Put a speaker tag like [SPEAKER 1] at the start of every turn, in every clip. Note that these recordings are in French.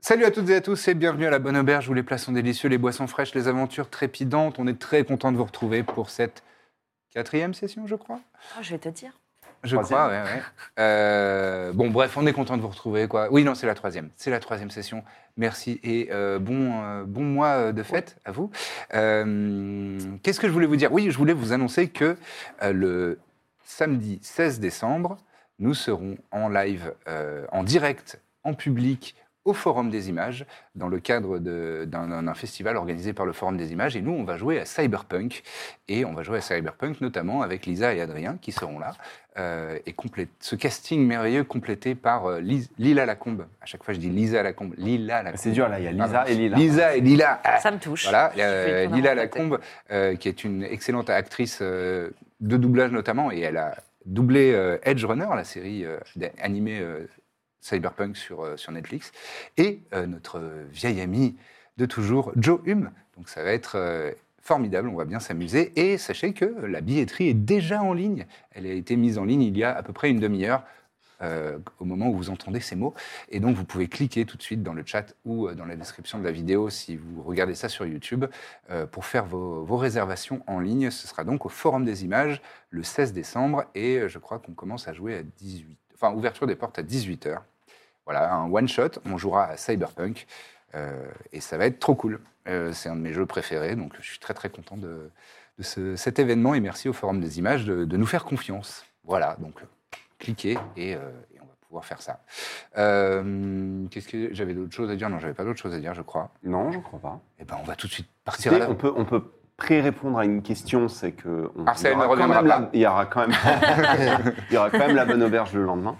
[SPEAKER 1] Salut à toutes et à tous et bienvenue à la Bonne Auberge où les plats sont délicieux, les boissons fraîches, les aventures trépidantes. On est très content de vous retrouver pour cette quatrième session, je crois.
[SPEAKER 2] Oh, je vais te dire.
[SPEAKER 1] Je
[SPEAKER 3] Troisième.
[SPEAKER 1] crois, ouais, ouais. Euh, bon, bref, on est content de vous retrouver, quoi. Oui, non, c'est la troisième. C'est la troisième session. Merci et euh, bon, euh, bon mois euh, de fête à vous. Euh, Qu'est-ce que je voulais vous dire Oui, je voulais vous annoncer que euh, le samedi 16 décembre, nous serons en live, euh, en direct, en public au Forum des Images, dans le cadre de- d'un d'un- d'un festival organisé par le Forum des Images. Et nous, on va jouer à Cyberpunk. Et on va jouer à Cyberpunk notamment avec Lisa et Adrien, qui seront là. Euh, et complé- ce casting merveilleux complété par euh, Lis- Lila Lacombe. À chaque fois, je dis Lisa Lacombe. Lila Lacombe.
[SPEAKER 3] C'est dur là, il y a Lisa
[SPEAKER 1] Pardon.
[SPEAKER 3] et Lila.
[SPEAKER 1] Lisa et Lila. Ah,
[SPEAKER 2] Ça me touche.
[SPEAKER 1] Voilà,
[SPEAKER 2] Je
[SPEAKER 1] euh,
[SPEAKER 2] vais le prendre
[SPEAKER 1] Lila
[SPEAKER 2] en tête.
[SPEAKER 1] Lacombe, euh, qui est une excellente actrice euh, de doublage notamment, et elle a doublé euh, Edge Runner, la série euh, d'a- animée euh, Cyberpunk sur, euh, sur Netflix, et euh, notre vieil ami de toujours, Joe Hume. Donc ça va être euh, formidable, on va bien s'amuser. Et sachez que la billetterie est déjà en ligne. Elle a été mise en ligne il y a à peu près une demi-heure. euh, au moment où vous entendez ces mots. Et donc, vous pouvez cliquer tout de suite dans le chat ou euh, dans la description de la vidéo si vous regardez ça sur YouTube euh, pour faire vos, vos réservations en ligne. Ce sera donc au Forum des Images le 16 décembre et euh, je crois qu'on commence à jouer à 18... Enfin, ouverture des portes à 18h. Voilà, un one-shot. On jouera à Cyberpunk euh, et ça va être trop cool. Euh, c'est un de mes jeux préférés, donc je suis très très content de, de ce- cet événement et merci au Forum des Images de, de nous faire confiance. Voilà, donc euh, cliquez et, euh, et on va pouvoir faire ça. Euh, Qu'est-ce que j'avais d'autres choses à dire Non, j'avais pas d'autres choses à dire, je crois.
[SPEAKER 3] Non, je crois pas.
[SPEAKER 1] Eh ben, on va tout de suite partir à
[SPEAKER 3] Écoutez,
[SPEAKER 1] la...
[SPEAKER 3] on peut, on peut pré-répondre à une question, c'est que on,
[SPEAKER 1] Marcel
[SPEAKER 3] il y aura
[SPEAKER 1] ne
[SPEAKER 3] quand
[SPEAKER 1] reviendra
[SPEAKER 3] même la-
[SPEAKER 1] pas.
[SPEAKER 3] il y aura quand même, il y aura quand même la bonne auberge le lendemain.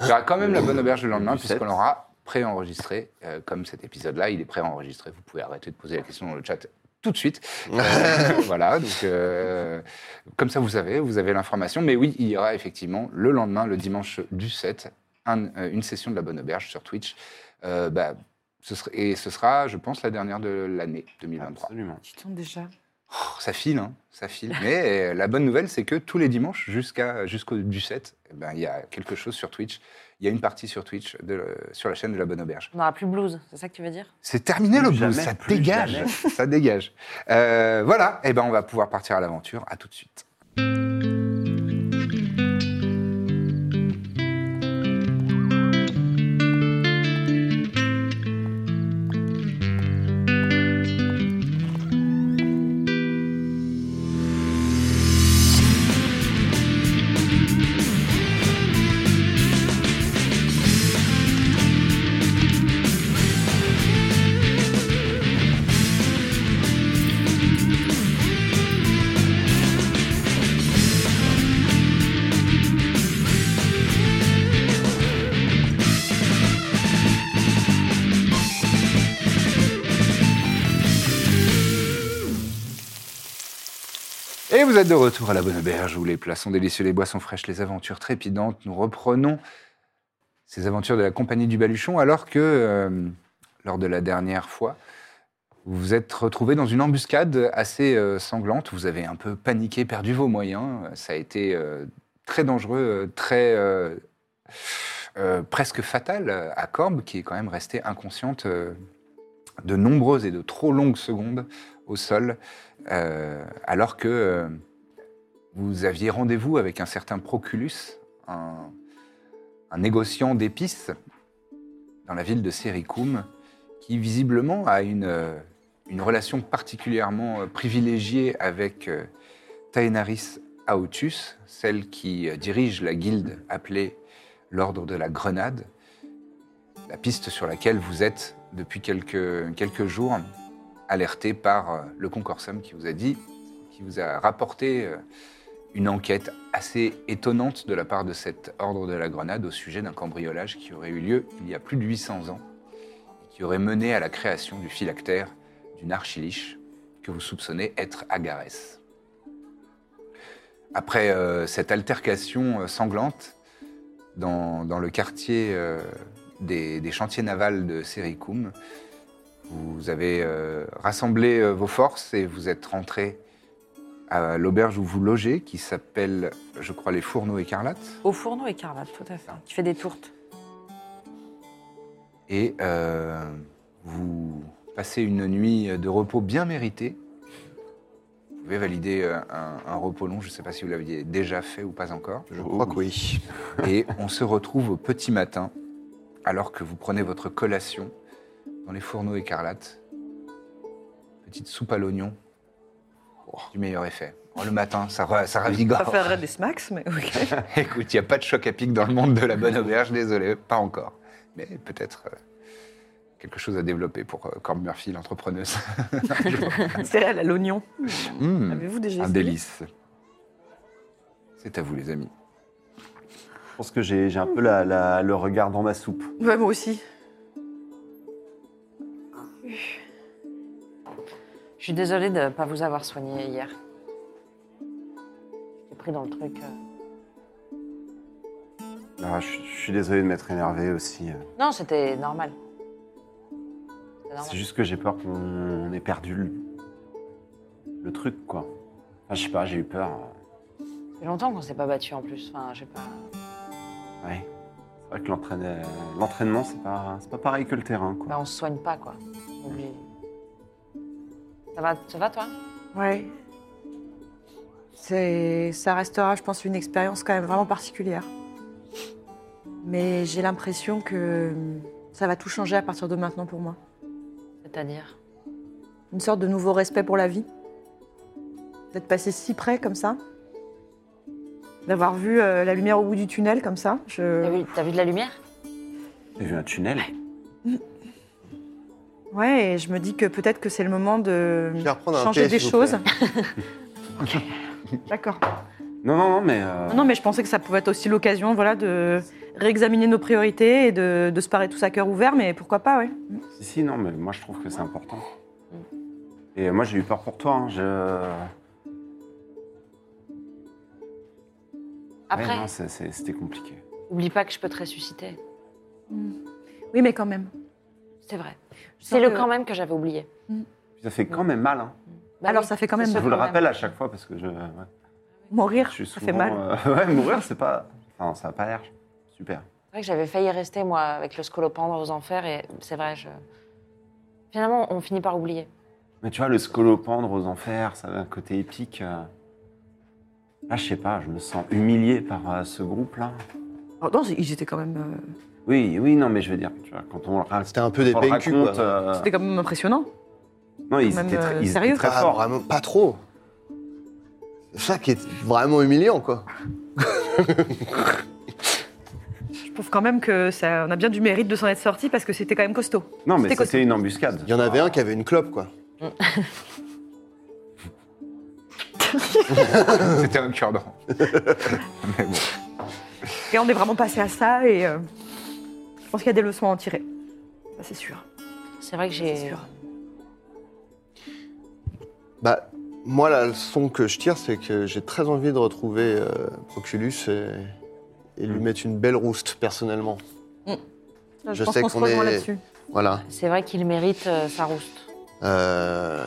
[SPEAKER 1] Il y aura quand même la bonne auberge le lendemain,
[SPEAKER 3] Du sept.
[SPEAKER 1] puisqu'on l'aura préenregistré. Euh, comme cet épisode-là, il est préenregistré. Vous pouvez arrêter de poser la question dans le chat tout de suite. Euh, voilà, donc euh, comme ça vous savez, vous avez l'information. Mais oui, il y aura effectivement le lendemain, le dimanche du 7, un- euh, une session de la bonne auberge sur Twitch. Euh, bah, ce sera- et ce sera, je pense, la dernière de l'année 2023.
[SPEAKER 3] Absolument.
[SPEAKER 2] Tu tombes déjà.
[SPEAKER 1] Oh, ça file, hein, ça file. Mais euh, la bonne nouvelle, c'est que tous les dimanches, jusqu'à, jusqu'au du 7, eh ben, il y a quelque chose sur Twitch. Il y a une partie sur Twitch, de, euh, sur la chaîne de la Bonne Auberge.
[SPEAKER 2] On n'aura plus blues, c'est ça que tu veux dire
[SPEAKER 1] C'est terminé le blues,
[SPEAKER 3] Plus jamais,
[SPEAKER 1] ça
[SPEAKER 3] plus
[SPEAKER 1] dégage,
[SPEAKER 3] jamais.
[SPEAKER 1] ça dégage. Euh, voilà, et ben on va pouvoir partir à l'aventure. À tout de suite. Et vous êtes de retour à la Bonne Auberge où les plats sont délicieux, les boissons fraîches, les aventures trépidantes. Nous reprenons ces aventures de la compagnie du Baluchon alors que, euh, lors de la dernière fois, vous vous êtes retrouvé dans une embuscade assez euh, sanglante. Vous avez un peu paniqué, perdu vos moyens. Ça a été euh, très dangereux, euh, très. euh, euh, presque fatal à Corbe, qui est quand même restée inconsciente euh, de nombreuses et de trop longues secondes au sol. Euh, alors que euh, vous aviez rendez-vous avec un certain Proculus, un, un négociant d'épices dans la ville de Sericum, qui visiblement a une, euh, une relation particulièrement euh, privilégiée avec euh, Taenaris Autus, celle qui euh, dirige la guilde appelée l'Ordre de la Grenade, la piste sur laquelle vous êtes depuis quelques, quelques jours alerté par euh, le Concorsum qui vous a dit, qui vous a rapporté euh, une enquête assez étonnante de la part de cet ordre de la Grenade au sujet d'un cambriolage qui aurait eu lieu il y a plus de 800 ans et qui aurait mené à la création du phylactère d'une archiliche que vous soupçonnez être Agarès. Après euh, cette altercation euh, sanglante dans, dans le quartier euh, des, des chantiers navals de Sericum, vous avez euh, rassemblé euh, vos forces et vous êtes rentré à l'auberge où vous logez, qui s'appelle, je crois, les Fourneaux Écarlates.
[SPEAKER 2] Au fourneau écarlate, tout à
[SPEAKER 3] Ah.
[SPEAKER 2] fait. Qui fait des tourtes.
[SPEAKER 1] Et euh, vous passez une nuit de repos bien méritée. Vous pouvez valider euh, un, un repos long, je ne sais pas si vous l'aviez déjà fait ou pas encore.
[SPEAKER 4] Je crois que oui.
[SPEAKER 1] Et on se retrouve au petit matin, alors que vous prenez votre collation dans les fourneaux écarlates. Petite soupe à l'oignon. Oh, du meilleur effet. Oh, le matin, ça, ra- ça
[SPEAKER 5] Ça
[SPEAKER 1] ravigore.
[SPEAKER 5] ferait des smacks, mais ok.
[SPEAKER 1] Écoute, il n'y a pas de choc à pic dans le monde de la bonne auberge, désolé, pas encore. Mais peut-être euh, quelque chose à développer pour euh, Corbe Murphy, l'entrepreneuse.
[SPEAKER 5] Céréales à l'oignon.
[SPEAKER 1] Hmm,
[SPEAKER 5] Avez-vous
[SPEAKER 1] un
[SPEAKER 5] déjà essayé
[SPEAKER 1] délice. C'est à vous, les amis.
[SPEAKER 3] Je pense que j'ai j'ai un peu la- la- le regard dans ma soupe.
[SPEAKER 5] Ouais, moi aussi.
[SPEAKER 2] Je suis désolée de ne pas vous avoir soigné hier. J'ai pris dans le truc. euh.
[SPEAKER 3] Ah, je, je suis désolé de m'être énervé aussi.
[SPEAKER 2] Non, c'était normal. C'était normal.
[SPEAKER 3] C'est juste que j'ai peur qu'on ait perdu le, le truc, quoi. Enfin, je sais pas, j'ai eu peur.
[SPEAKER 2] Ça fait longtemps qu'on s'est pas battu en plus. Enfin, je sais pas.
[SPEAKER 3] Ouais. C'est vrai que l'entraîne- l'entraînement, c'est pas, c'est pas pareil que le terrain, quoi.
[SPEAKER 2] Bah, on se soigne pas, quoi. On oublie. Ça va, ça va toi
[SPEAKER 5] Ouais. C'est, ça restera, je pense, une expérience quand même vraiment particulière. Mais j'ai l'impression que ça va tout changer à partir de maintenant pour moi.
[SPEAKER 2] C'est-à-dire
[SPEAKER 5] Une sorte de nouveau respect pour la vie. D'être passé si près comme ça. D'avoir vu euh, la lumière au bout du tunnel comme ça.
[SPEAKER 2] T'as
[SPEAKER 5] Je...
[SPEAKER 2] vu, t'as vu de la lumière
[SPEAKER 3] J'ai vu un tunnel.
[SPEAKER 5] Ouais, et je me dis que peut-être que c'est le moment de
[SPEAKER 4] Je vais reprendre un
[SPEAKER 5] changer
[SPEAKER 4] thé,
[SPEAKER 5] des
[SPEAKER 4] s'il vous
[SPEAKER 5] choses. Ok. D'accord.
[SPEAKER 3] Non, non, non, mais. euh,
[SPEAKER 5] Ah, Non, non, mais je pensais que ça pouvait être aussi l'occasion voilà, de réexaminer nos priorités et de, de se parer tous à cœur ouvert, mais Mm. pourquoi pas, ouais.
[SPEAKER 3] Si, si, non, mais moi je trouve que c'est important. Et moi j'ai eu peur pour toi. hein, Je...
[SPEAKER 2] Après,
[SPEAKER 3] Ouais, non, c'est- c'est- c'était compliqué.
[SPEAKER 2] oublie pas que je peux te ressusciter.
[SPEAKER 5] Mm. Oui, mais quand même.
[SPEAKER 2] C'est vrai.
[SPEAKER 5] Je
[SPEAKER 2] C'est
[SPEAKER 5] sens
[SPEAKER 2] le
[SPEAKER 5] que-
[SPEAKER 2] quand même que j'avais oublié.
[SPEAKER 3] Ça fait quand même mal. Hein.
[SPEAKER 2] Bah
[SPEAKER 5] Alors,
[SPEAKER 2] oui,
[SPEAKER 5] ça fait Mm. quand même
[SPEAKER 2] c'est
[SPEAKER 3] Je
[SPEAKER 5] mal.
[SPEAKER 2] ce
[SPEAKER 3] vous le
[SPEAKER 2] quand même.
[SPEAKER 3] rappelle à chaque fois parce que je, ouais, je
[SPEAKER 5] Mourir,
[SPEAKER 3] suis
[SPEAKER 5] ça
[SPEAKER 3] souvent.
[SPEAKER 5] fait mal.
[SPEAKER 3] euh, ouais, mourir, c'est pas. Enfin, ça a pas l'air super.
[SPEAKER 2] C'est vrai que j'avais failli rester, moi, avec le scolopendre aux enfers, et c'est vrai, je... Finalement, on finit par oublier.
[SPEAKER 3] Mais tu vois, le scolopendre aux enfers, ça a un côté épique. euh. Là, je sais pas, je me sens humilié par euh, ce groupe-là.
[SPEAKER 5] Oh, non, c'est- ils étaient quand même. euh,
[SPEAKER 3] Oui, oui, non, mais je veux dire, tu vois, quand on le raconte.
[SPEAKER 4] C'était un peu des
[SPEAKER 3] quand on le
[SPEAKER 4] PNQ, quoi.
[SPEAKER 3] raconte, euh,
[SPEAKER 5] C'était quand même impressionnant.
[SPEAKER 3] Non, ils
[SPEAKER 5] même,
[SPEAKER 3] étaient
[SPEAKER 5] euh,
[SPEAKER 3] très, ils étaient
[SPEAKER 5] sérieux.
[SPEAKER 3] très
[SPEAKER 4] Pas
[SPEAKER 3] forts.
[SPEAKER 4] vraiment- pas trop. C'est ça qui est vraiment humiliant, quoi.
[SPEAKER 5] Je trouve quand même que ça, on a bien du mérite de s'en être sorti parce que c'était quand même costaud.
[SPEAKER 3] Non, mais
[SPEAKER 5] C'était costaud.
[SPEAKER 3] c'était une embuscade.
[SPEAKER 4] Il y en avait un qui avait une clope, quoi.
[SPEAKER 1] C'était un cure-dent. Mais bon.
[SPEAKER 5] Et on est vraiment passé à ça et euh, je pense qu'il y a des leçons à en tirer. Ça, c'est sûr.
[SPEAKER 2] C'est vrai que
[SPEAKER 5] C'est
[SPEAKER 2] j'ai...
[SPEAKER 5] sûr.
[SPEAKER 4] Bah, moi, la leçon que je tire, c'est que j'ai très envie de retrouver euh, Proculus et, et
[SPEAKER 3] Hmm.
[SPEAKER 4] lui mettre une belle rouste, personnellement.
[SPEAKER 5] Là,
[SPEAKER 4] Je
[SPEAKER 5] pense
[SPEAKER 4] sais
[SPEAKER 5] qu'on se
[SPEAKER 4] qu'on
[SPEAKER 5] rejoint
[SPEAKER 4] est-
[SPEAKER 5] là-dessus.
[SPEAKER 4] Voilà.
[SPEAKER 2] C'est vrai qu'il mérite euh, sa rouste.
[SPEAKER 4] Euh,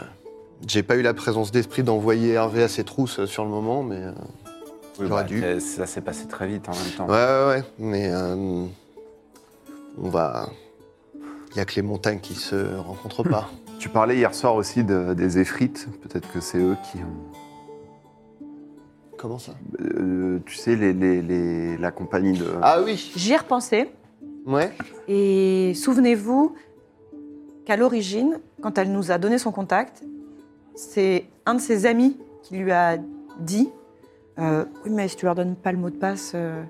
[SPEAKER 4] j'ai pas eu la présence d'esprit d'envoyer Hervé à ses trousses euh, sur le moment, mais. euh,
[SPEAKER 3] Oui, bah,
[SPEAKER 4] J'aurais dû.
[SPEAKER 3] c'est- Ça s'est passé très vite en même temps.
[SPEAKER 4] Ouais, ouais, ouais. Mais. euh, on va. Il y a que les montagnes qui se rencontrent pas.
[SPEAKER 3] Tu parlais hier soir aussi de- des effrites. Peut-être que c'est eux qui ont.
[SPEAKER 4] Comment ça
[SPEAKER 3] euh, tu sais, les, les- les- la compagnie de.
[SPEAKER 4] Ah oui
[SPEAKER 5] J'y ai repensé.
[SPEAKER 4] Ouais
[SPEAKER 5] Et souvenez-vous qu'à l'origine, quand elle nous a donné son contact, c'est un de ses amis qui lui a dit euh, Oui, mais si tu leur donnes pas le mot de passe, euh,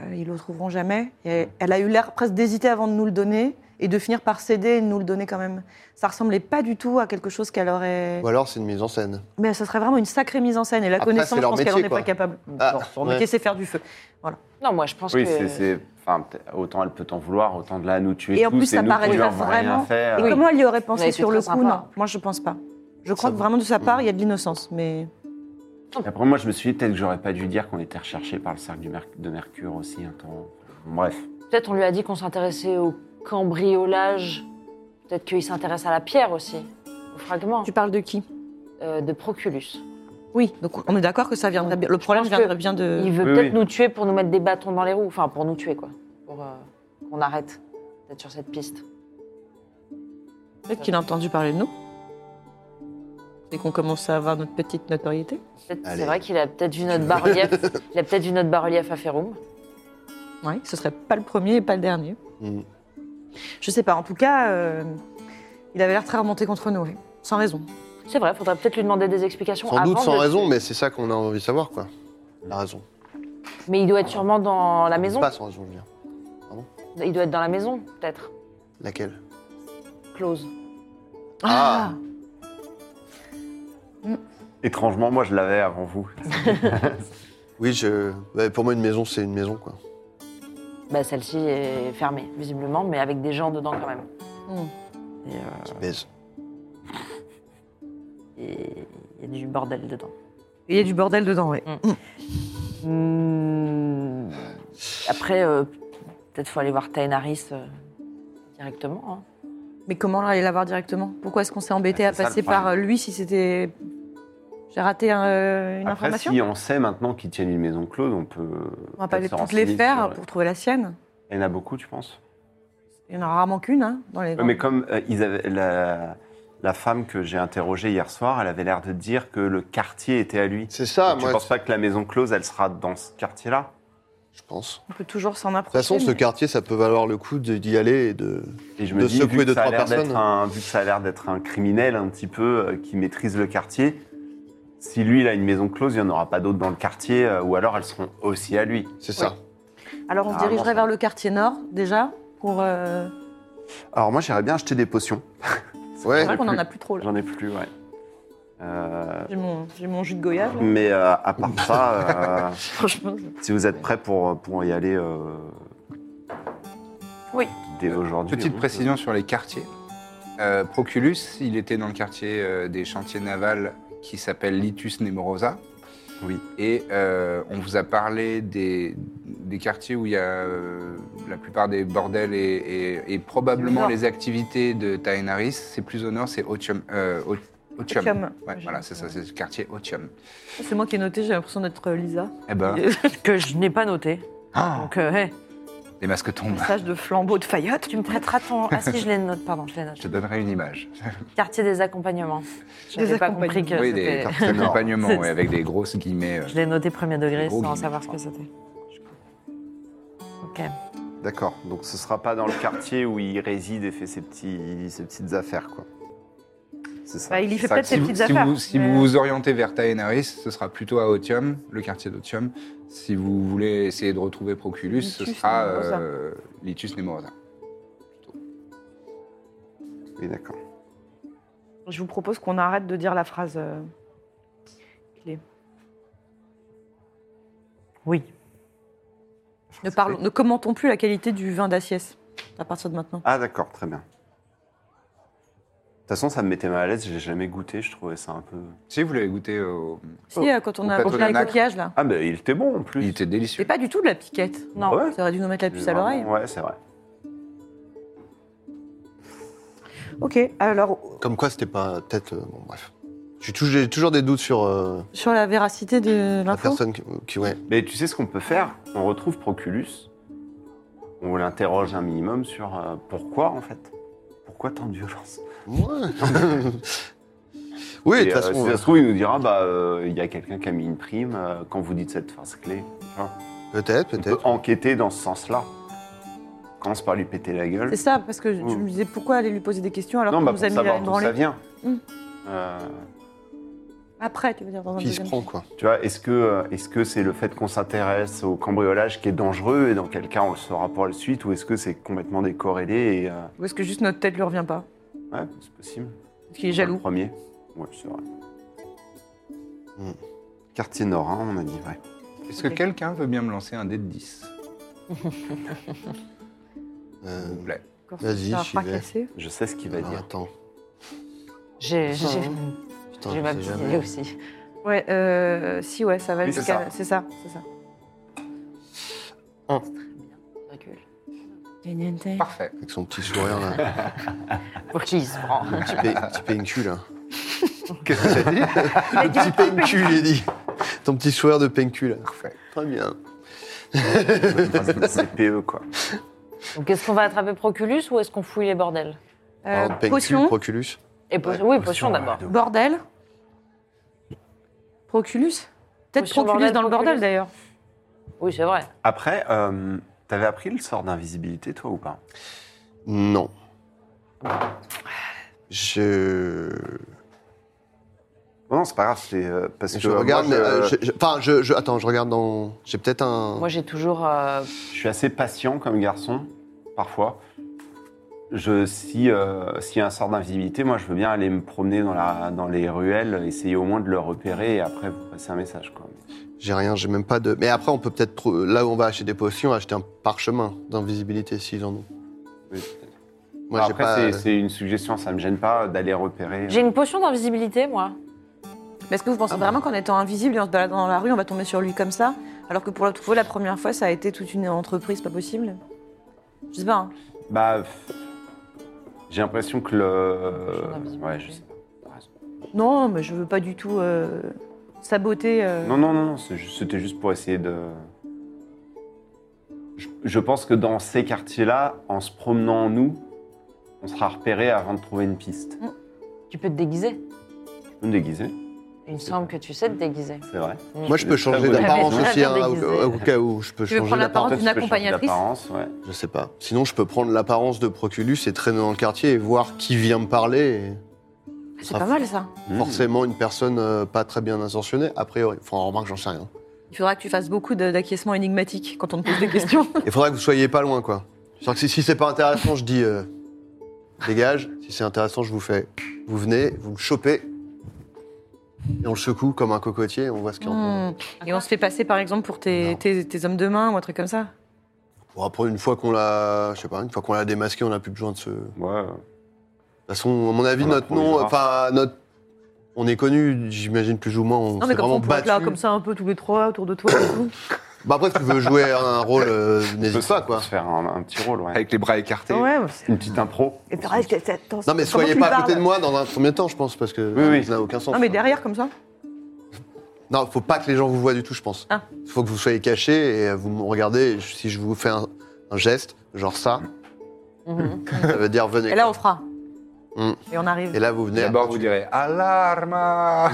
[SPEAKER 5] euh, ils le trouveront jamais. Et elle a eu l'air presque d'hésiter avant de nous le donner. et de finir par céder et de nous le donner quand même. Ça ressemblait pas du tout à quelque chose qu'elle aurait.
[SPEAKER 4] Ou alors c'est une mise en scène.
[SPEAKER 5] Mais ça serait vraiment une sacrée mise en scène et la
[SPEAKER 4] Après,
[SPEAKER 5] connaissance,
[SPEAKER 4] c'est
[SPEAKER 5] je
[SPEAKER 4] leur
[SPEAKER 5] pense qu'elle en
[SPEAKER 4] métier,
[SPEAKER 5] est
[SPEAKER 4] quoi.
[SPEAKER 5] pas capable.
[SPEAKER 4] Ah,
[SPEAKER 5] non, son
[SPEAKER 4] ouais.
[SPEAKER 5] métier, c'est faire du feu.
[SPEAKER 2] Non, moi, je pense
[SPEAKER 3] Oui,
[SPEAKER 2] que.
[SPEAKER 3] c'est, c'est- enfin, peut-être- autant elle peut t'en vouloir, autant de là nous tuer
[SPEAKER 5] Et en
[SPEAKER 3] tous,
[SPEAKER 5] plus, ça
[SPEAKER 3] nous
[SPEAKER 5] paraît
[SPEAKER 3] qui
[SPEAKER 5] pas
[SPEAKER 3] leur vont rien euh.
[SPEAKER 5] vraiment.
[SPEAKER 3] faire.
[SPEAKER 5] Et comment elle y aurait pensé
[SPEAKER 2] été
[SPEAKER 5] sur le
[SPEAKER 2] très
[SPEAKER 5] coup
[SPEAKER 2] sympa.
[SPEAKER 5] Non, moi je pense pas. Je crois
[SPEAKER 4] Ça
[SPEAKER 5] que
[SPEAKER 4] va.
[SPEAKER 5] vraiment de sa part, il y a de l'innocence, mais
[SPEAKER 3] Après, moi, je me suis dit peut-être que j'aurais pas dû dire qu'on était recherché par le cercle du Merc- de Mercure aussi un temps. Bref.
[SPEAKER 2] Peut-être on lui a dit qu'on s'intéressait au cambriolage. Peut-être qu'il s'intéresse à la pierre aussi, au fragment
[SPEAKER 5] tu parles de qui
[SPEAKER 2] euh, de Proculus.
[SPEAKER 5] Oui, donc on est d'accord que ça viendrait bien. Le problème
[SPEAKER 2] Je pense
[SPEAKER 5] viendrait
[SPEAKER 2] que
[SPEAKER 5] bien de.
[SPEAKER 2] Il veut
[SPEAKER 3] oui,
[SPEAKER 2] peut-être
[SPEAKER 3] oui.
[SPEAKER 2] nous tuer pour nous mettre des bâtons dans les roues. Enfin, pour nous tuer, quoi. Pour euh, qu'on arrête d'être sur cette piste.
[SPEAKER 5] Peut-être qu'il a entendu parler de nous. Et qu'on commence à avoir notre petite notoriété.
[SPEAKER 2] Peut-être-
[SPEAKER 4] Allez.
[SPEAKER 2] C'est vrai qu'il a peut-être vu notre bas-relief. Il a peut-être vu notre bas-relief à Ferrum.
[SPEAKER 5] Oui, ce serait pas le premier et pas le dernier.
[SPEAKER 4] Mm.
[SPEAKER 5] Je sais pas, en tout cas, euh, il avait l'air très remonté contre nous, oui. sans raison.
[SPEAKER 2] C'est vrai, faudrait peut-être lui demander des explications.
[SPEAKER 4] Sans doute
[SPEAKER 2] avant
[SPEAKER 4] sans
[SPEAKER 2] de-
[SPEAKER 4] raison, mais c'est ça qu'on a envie de savoir, quoi. La raison.
[SPEAKER 2] Mais il doit être sûrement dans la maison.
[SPEAKER 4] Pas sans raison, je veux dire.
[SPEAKER 2] Il doit être dans la maison, peut-être.
[SPEAKER 4] Laquelle
[SPEAKER 2] Close.
[SPEAKER 4] Ah.
[SPEAKER 3] Étrangement, moi, je l'avais avant vous.
[SPEAKER 4] Oui, je... ouais, pour moi, une maison, c'est une maison, quoi.
[SPEAKER 2] Bah, celle-ci est fermée, visiblement, mais avec des gens dedans quand même. Et, euh,
[SPEAKER 4] Qui baise.
[SPEAKER 2] et il y a du bordel dedans.
[SPEAKER 5] Il y a du bordel dedans, oui.
[SPEAKER 2] Hmm. Après, euh, peut-être faut aller voir Taenaris euh, directement. hein.
[SPEAKER 5] Mais comment aller la voir directement Pourquoi est-ce qu'on s'est embêté
[SPEAKER 3] Ah,
[SPEAKER 5] à
[SPEAKER 3] c'est ça,
[SPEAKER 5] passer
[SPEAKER 3] le problème.
[SPEAKER 5] par euh, lui si c'était. J'ai raté un, euh, une
[SPEAKER 3] Après,
[SPEAKER 5] information
[SPEAKER 3] si on sait maintenant qu'ils tiennent une maison close, on peut.
[SPEAKER 5] On va pas
[SPEAKER 3] peut-être se
[SPEAKER 5] toutes les
[SPEAKER 3] renseigner
[SPEAKER 5] faire
[SPEAKER 3] sur- euh,
[SPEAKER 5] pour trouver la sienne.
[SPEAKER 3] Il y en a beaucoup, tu penses
[SPEAKER 5] Il y en a rarement qu'une, hein, dans les.
[SPEAKER 3] Ouais, Mais comme euh, ils avaient la, la femme que j'ai interrogée hier soir, elle avait l'air de dire que le quartier était à lui.
[SPEAKER 4] C'est ça,
[SPEAKER 3] Donc, tu
[SPEAKER 4] moi,
[SPEAKER 3] penses pas que la maison close, elle sera dans ce quartier-là
[SPEAKER 4] je pense.
[SPEAKER 5] On peut toujours s'en
[SPEAKER 4] De
[SPEAKER 5] approcher.
[SPEAKER 4] toute façon, ce
[SPEAKER 5] mais-
[SPEAKER 4] quartier, ça peut valoir le coup de- d'y aller et de.
[SPEAKER 3] Et je me
[SPEAKER 4] De
[SPEAKER 3] dis,
[SPEAKER 4] secouer
[SPEAKER 3] vu
[SPEAKER 4] deux,
[SPEAKER 3] que, ça a
[SPEAKER 4] trois
[SPEAKER 3] l'air d'être
[SPEAKER 4] personnes.
[SPEAKER 3] un, vu que ça a l'air d'être un criminel un petit peu euh, qui maîtrise le quartier, si lui, il a une maison close, il n'y en aura pas d'autres dans le quartier, euh, ou alors elles seront aussi à lui.
[SPEAKER 4] C'est ça.
[SPEAKER 5] Alors on se
[SPEAKER 3] Ah, non,
[SPEAKER 5] dirigerait
[SPEAKER 3] ça-
[SPEAKER 5] vers le quartier nord, déjà, pour. euh,
[SPEAKER 3] Alors moi, j'aimerais bien acheter des potions.
[SPEAKER 4] Ouais.
[SPEAKER 5] C'est vrai qu'on en
[SPEAKER 3] plus.
[SPEAKER 5] a plus trop, là.
[SPEAKER 3] J'en ai plus, ouais. Euh,
[SPEAKER 5] J'ai mon, j'ai mon jus de goyave, là.
[SPEAKER 3] mais euh, à part ça, euh,
[SPEAKER 5] franchement. je-
[SPEAKER 3] si vous êtes prêts pour, pour y aller euh,
[SPEAKER 5] Oui.
[SPEAKER 3] dès aujourd'hui.
[SPEAKER 1] Euh, Petite
[SPEAKER 3] on
[SPEAKER 1] précision sur les quartiers. Euh, Proculus, il était dans le quartier euh, des chantiers navals qui s'appelle Litus Nemorosa.
[SPEAKER 3] Oui.
[SPEAKER 1] Et euh, on vous a parlé des, des quartiers où il y a euh, la plupart des bordels et, et- et probablement
[SPEAKER 5] Nord.
[SPEAKER 1] les activités de Taenaris. C'est plus au nord, c'est Otium. euh, Ot- Otium.
[SPEAKER 5] Otium.
[SPEAKER 1] Ouais,
[SPEAKER 5] J'ai-
[SPEAKER 1] voilà, c'est ça, c'est le quartier Otium.
[SPEAKER 5] C'est moi qui ai noté, j'ai l'impression d'être euh, Lisa.
[SPEAKER 1] Eh ben, ah,
[SPEAKER 2] Que je n'ai pas noté. Donc, euh, hey,
[SPEAKER 1] les masques tombent.
[SPEAKER 5] Passage de flambeau de Fayotte.
[SPEAKER 2] tu me prêteras ton. Ah si, je les note, pardon, je les note.
[SPEAKER 1] Je te donnerai une image.
[SPEAKER 2] Quartier des accompagnements. J'avais pas
[SPEAKER 5] accompagnements.
[SPEAKER 2] compris que
[SPEAKER 1] oui, des
[SPEAKER 2] c'était.
[SPEAKER 1] des accompagnements,
[SPEAKER 2] C'est-
[SPEAKER 1] ouais, avec des grosses guillemets. euh.
[SPEAKER 2] Je l'ai noté premier degré
[SPEAKER 1] Des gros
[SPEAKER 2] sans
[SPEAKER 1] guillemets,
[SPEAKER 2] savoir
[SPEAKER 1] je
[SPEAKER 2] ce que c'était. Ok.
[SPEAKER 3] D'accord. Donc ce sera pas dans le quartier où il réside et fait ses, petits, ses petites affaires, quoi. C'est ça.
[SPEAKER 5] Bah, il y fait
[SPEAKER 1] Ça,
[SPEAKER 5] peut-être
[SPEAKER 1] si
[SPEAKER 5] ses
[SPEAKER 1] vous-
[SPEAKER 5] petites
[SPEAKER 1] si
[SPEAKER 5] affaires.
[SPEAKER 1] Vous, si
[SPEAKER 5] mais-
[SPEAKER 1] vous vous orientez vers Taenaris, ce sera plutôt à Otium, le quartier d'Otium. Si vous voulez essayer de retrouver Proculus, ce
[SPEAKER 5] Litus
[SPEAKER 1] sera
[SPEAKER 5] Nemorosa.
[SPEAKER 1] euh, Litus Nemorosa.
[SPEAKER 3] Oui, d'accord.
[SPEAKER 5] Je vous propose qu'on arrête de dire la phrase. euh, clé.
[SPEAKER 2] Oui.
[SPEAKER 5] Ne, parlons, ne commentons plus la qualité du vin d'Assiès à partir de maintenant.
[SPEAKER 3] Ah d'accord, très bien. De toute façon, ça me mettait mal à l'aise, je l'ai jamais goûté, je trouvais ça un peu...
[SPEAKER 1] Si vous l'avez goûté au.
[SPEAKER 5] si, euh, quand on
[SPEAKER 1] au
[SPEAKER 5] a
[SPEAKER 1] plateau
[SPEAKER 5] on fait les
[SPEAKER 1] d'Anac.
[SPEAKER 5] coquillages, là.
[SPEAKER 3] Ah mais il était bon en plus.
[SPEAKER 1] Il était
[SPEAKER 5] C'est
[SPEAKER 1] délicieux.
[SPEAKER 5] pas du tout de la piquette. Non,
[SPEAKER 3] Ah Ouais.
[SPEAKER 5] ça aurait dû nous mettre la puce à
[SPEAKER 3] Vraiment,
[SPEAKER 5] l'oreille.
[SPEAKER 3] Ouais, c'est vrai.
[SPEAKER 5] Ok, alors
[SPEAKER 4] Comme quoi, c'était pas. Peut-être. euh, bon, bref. Je suis tou- J'ai toujours des doutes sur euh,
[SPEAKER 5] sur la véracité de
[SPEAKER 4] la
[SPEAKER 5] l'info.
[SPEAKER 4] personne qui. qui- ouais.
[SPEAKER 3] Mais tu sais ce qu'on peut faire On retrouve Proculus, on l'interroge un minimum sur euh, pourquoi en fait. Pourquoi tant de violence
[SPEAKER 4] Ouais. oui, de
[SPEAKER 3] Et,
[SPEAKER 4] toute
[SPEAKER 3] euh,
[SPEAKER 4] façon.
[SPEAKER 3] si ça
[SPEAKER 4] euh,
[SPEAKER 3] se trouve, il nous dira bah, euh, il y a quelqu'un qui a mis une prime euh, quand vous dites cette phrase clé. Enfin,
[SPEAKER 4] Peut-être,
[SPEAKER 3] on peut
[SPEAKER 4] peut-être.
[SPEAKER 3] enquêter dans ce sens-là. Commence par lui péter la gueule.
[SPEAKER 5] C'est ça, parce que je
[SPEAKER 3] Mm.
[SPEAKER 5] me disais pourquoi aller lui poser des questions alors
[SPEAKER 3] non,
[SPEAKER 5] qu'on
[SPEAKER 3] bah,
[SPEAKER 5] nous
[SPEAKER 3] pour
[SPEAKER 5] a mis la
[SPEAKER 3] savoir
[SPEAKER 5] une
[SPEAKER 3] d'où ça
[SPEAKER 5] branlée.
[SPEAKER 3] vient.
[SPEAKER 5] Mm.
[SPEAKER 3] Euh,
[SPEAKER 5] Après, tu veux dire, dans un
[SPEAKER 4] Qui se
[SPEAKER 5] deuxième-
[SPEAKER 4] prend, quoi.
[SPEAKER 3] Tu vois, est-ce que euh, est-ce que c'est le fait qu'on s'intéresse au cambriolage qui est dangereux et dans quel cas on le saura pour la suite ou est-ce que c'est complètement décorrélé et euh,
[SPEAKER 5] Ou est-ce que juste notre tête lui revient pas
[SPEAKER 3] ouais, c'est possible.
[SPEAKER 5] Parce qu'il est
[SPEAKER 3] Bah, Le
[SPEAKER 5] jaloux.
[SPEAKER 3] premier. Ouais, c'est vrai.
[SPEAKER 4] Hmm.
[SPEAKER 3] Quartier Nord, hein, on a dit, ouais.
[SPEAKER 1] Est-ce que quelqu'un veut bien me lancer un dé de 10
[SPEAKER 4] Euh,
[SPEAKER 1] S'il vous plaît.
[SPEAKER 4] Vas-y,
[SPEAKER 5] Ça va
[SPEAKER 4] j'y
[SPEAKER 5] pas
[SPEAKER 4] vais.
[SPEAKER 5] casser.
[SPEAKER 3] Je sais ce qu'il va
[SPEAKER 4] alors,
[SPEAKER 3] dire.
[SPEAKER 4] Attends.
[SPEAKER 2] J'ai j'ai-
[SPEAKER 4] Putain,
[SPEAKER 2] j'ai
[SPEAKER 4] je
[SPEAKER 2] ma
[SPEAKER 4] sais
[SPEAKER 2] petite
[SPEAKER 4] jamais.
[SPEAKER 2] idée aussi.
[SPEAKER 5] Ouais, euh, si, ouais, ça va
[SPEAKER 3] Oui, c'est
[SPEAKER 5] jusqu'à.
[SPEAKER 3] ça. Oh.
[SPEAKER 5] C'est ça, c'est ça.
[SPEAKER 2] Recule.
[SPEAKER 1] Parfait.
[SPEAKER 4] Avec son petit sourire, là.
[SPEAKER 2] Pour qui il se prend
[SPEAKER 4] petit, pé- petit PNQ, là.
[SPEAKER 1] Qu'est-ce que t'as dit
[SPEAKER 4] Le petit PNQ, j'ai dit. Ton petit sourire de PNQ, là.
[SPEAKER 1] Parfait.
[SPEAKER 4] Très bien.
[SPEAKER 3] C'est PE, quoi.
[SPEAKER 2] Donc est-ce qu'on va attraper Proculus ou est-ce qu'on fouille les bordels
[SPEAKER 5] Euh,
[SPEAKER 4] Alors, PNQ,
[SPEAKER 5] potion,
[SPEAKER 4] Proculus.
[SPEAKER 2] Et po- Oui, potion d'abord.
[SPEAKER 5] bordel. Proculus Peut-être
[SPEAKER 2] Potion,
[SPEAKER 5] Proculus
[SPEAKER 2] bordel,
[SPEAKER 5] dans le bordel
[SPEAKER 2] Proculus.
[SPEAKER 5] d'ailleurs.
[SPEAKER 2] Oui, c'est vrai.
[SPEAKER 3] Après, euh, t'avais appris le sort d'invisibilité, toi, ou pas
[SPEAKER 4] Non. Je...
[SPEAKER 3] Oh Non, c'est pas grave, c'est euh, parce que
[SPEAKER 4] Je
[SPEAKER 3] euh,
[SPEAKER 4] regarde,
[SPEAKER 3] moi,
[SPEAKER 4] mais,
[SPEAKER 3] je,
[SPEAKER 4] euh, je- je- enfin, je, je- attends, je regarde dans. J'ai peut-être un.
[SPEAKER 2] Moi, j'ai toujours. euh,
[SPEAKER 3] je suis assez patient comme garçon, parfois. Je, si euh, s'il y a un sort d'invisibilité, moi, je veux bien aller me promener dans, la, dans les ruelles, essayer au moins de le repérer et après vous passer un message, quoi.
[SPEAKER 4] J'ai rien, j'ai même pas de. Mais après, on peut peut-être trou- là où on va acheter des potions, acheter un parchemin d'invisibilité s'ils en ont.
[SPEAKER 3] Oui.
[SPEAKER 4] Moi, j'ai
[SPEAKER 3] après,
[SPEAKER 4] pas. euh,
[SPEAKER 3] c'est- c'est une suggestion, ça me gêne pas d'aller repérer.
[SPEAKER 2] J'ai une potion d'invisibilité, moi. Ah.
[SPEAKER 5] Mais est-ce que vous pensez vraiment qu'en étant invisible et en se baladant dans la rue, on va tomber sur lui comme ça Alors que pour le trouver la première fois, ça a été toute une entreprise, pas possible Je sais pas. hein.
[SPEAKER 3] Bah, pff, j'ai l'impression que le.
[SPEAKER 2] d'invisibilité.
[SPEAKER 3] Ouais, je sais.
[SPEAKER 5] Non, mais je veux pas du tout euh, saboter. euh,
[SPEAKER 3] Non, non, non, non, c'est ju- c'était juste pour essayer de. Je, je pense que dans ces quartiers-là, en se promenant nous, on sera repéré avant de trouver une piste.
[SPEAKER 2] Tu peux te déguiser.
[SPEAKER 3] Je peux me déguiser,
[SPEAKER 2] Il me semble que tu sais te déguiser. Ah,
[SPEAKER 3] c'est vrai.
[SPEAKER 4] Moi, je peux changer
[SPEAKER 3] Très bonne
[SPEAKER 4] d'apparence
[SPEAKER 2] idée.
[SPEAKER 4] aussi, hein,
[SPEAKER 2] Très bien
[SPEAKER 4] au,
[SPEAKER 2] déguisé.
[SPEAKER 4] au cas où je peux
[SPEAKER 5] Tu veux
[SPEAKER 4] changer
[SPEAKER 5] prendre la
[SPEAKER 4] d'apparence.
[SPEAKER 5] parole
[SPEAKER 3] Toi, tu
[SPEAKER 5] d'une
[SPEAKER 3] peux changer
[SPEAKER 5] accompagnatrice
[SPEAKER 3] d'apparence, ouais.
[SPEAKER 4] Je sais pas. Sinon, je peux prendre l'apparence de Proculus et traîner dans le quartier et voir qui vient me parler.
[SPEAKER 5] Ah, C'est pas mal ça.
[SPEAKER 3] Hmm.
[SPEAKER 4] et Forcément, une personne euh, pas très bien intentionnée, a priori. Enfin, remarque, j'en sais rien.
[SPEAKER 5] Il faudra que tu fasses beaucoup de- d'acquiescements énigmatiques quand on te pose des questions.
[SPEAKER 4] Il faudrait que vous soyez pas loin, quoi. C'est-à-dire que si, si c'est pas intéressant, je dis euh, dégage. Si c'est intéressant, je vous fais. Vous venez, vous me chopez. Et on le secoue comme un cocotier, on voit ce qu'il y a en
[SPEAKER 2] Mmh.
[SPEAKER 5] Hmm. Et on se fait passer par exemple pour tes,
[SPEAKER 4] Non.
[SPEAKER 5] tes- tes hommes de main ou un truc comme ça.
[SPEAKER 4] Bon, après, une fois qu'on l'a. Je sais pas, une fois qu'on l'a démasqué, on n'a plus besoin de se. De toute
[SPEAKER 3] Ouais.
[SPEAKER 4] façon, à mon avis,
[SPEAKER 3] On
[SPEAKER 4] notre nom.
[SPEAKER 3] l'improvisera.
[SPEAKER 4] Enfin, notre. On est connu, j'imagine plus ou moins. On
[SPEAKER 5] Non,
[SPEAKER 4] s'est
[SPEAKER 5] mais comme ça,
[SPEAKER 4] vraiment
[SPEAKER 5] on pourrait être
[SPEAKER 4] battu.
[SPEAKER 5] là comme ça un peu tous les trois autour de toi et tout.
[SPEAKER 4] Bah, après, si tu veux jouer un rôle, euh,
[SPEAKER 3] Je peux
[SPEAKER 4] n'hésite pas, quoi.
[SPEAKER 3] se faire un, un petit rôle, ouais.
[SPEAKER 1] Avec les bras écartés.
[SPEAKER 5] ouais, mais
[SPEAKER 3] Une petite impro.
[SPEAKER 5] Et puis, reste- reste- attends,
[SPEAKER 4] Non, mais
[SPEAKER 5] comment
[SPEAKER 4] soyez
[SPEAKER 5] tu
[SPEAKER 4] pas à
[SPEAKER 5] parles
[SPEAKER 4] côté de moi dans un premier temps, je pense, parce que
[SPEAKER 3] Oui, oui.
[SPEAKER 4] ça n'a aucun sens.
[SPEAKER 5] Non, mais
[SPEAKER 4] quoi.
[SPEAKER 5] derrière, comme ça.
[SPEAKER 4] Non, faut pas que les gens vous voient du tout, je pense.
[SPEAKER 5] Ah.
[SPEAKER 4] Faut que vous soyez cachés et euh, vous me regardez. et je- Si je vous fais un, un geste, genre ça,
[SPEAKER 2] Mhm.
[SPEAKER 3] Mm-hmm.
[SPEAKER 4] ça veut dire venez.
[SPEAKER 5] Et là, on fera.
[SPEAKER 4] Hmm.
[SPEAKER 5] Et on arrive.
[SPEAKER 4] Et là, vous venez.
[SPEAKER 1] D'abord, vous direz Alarma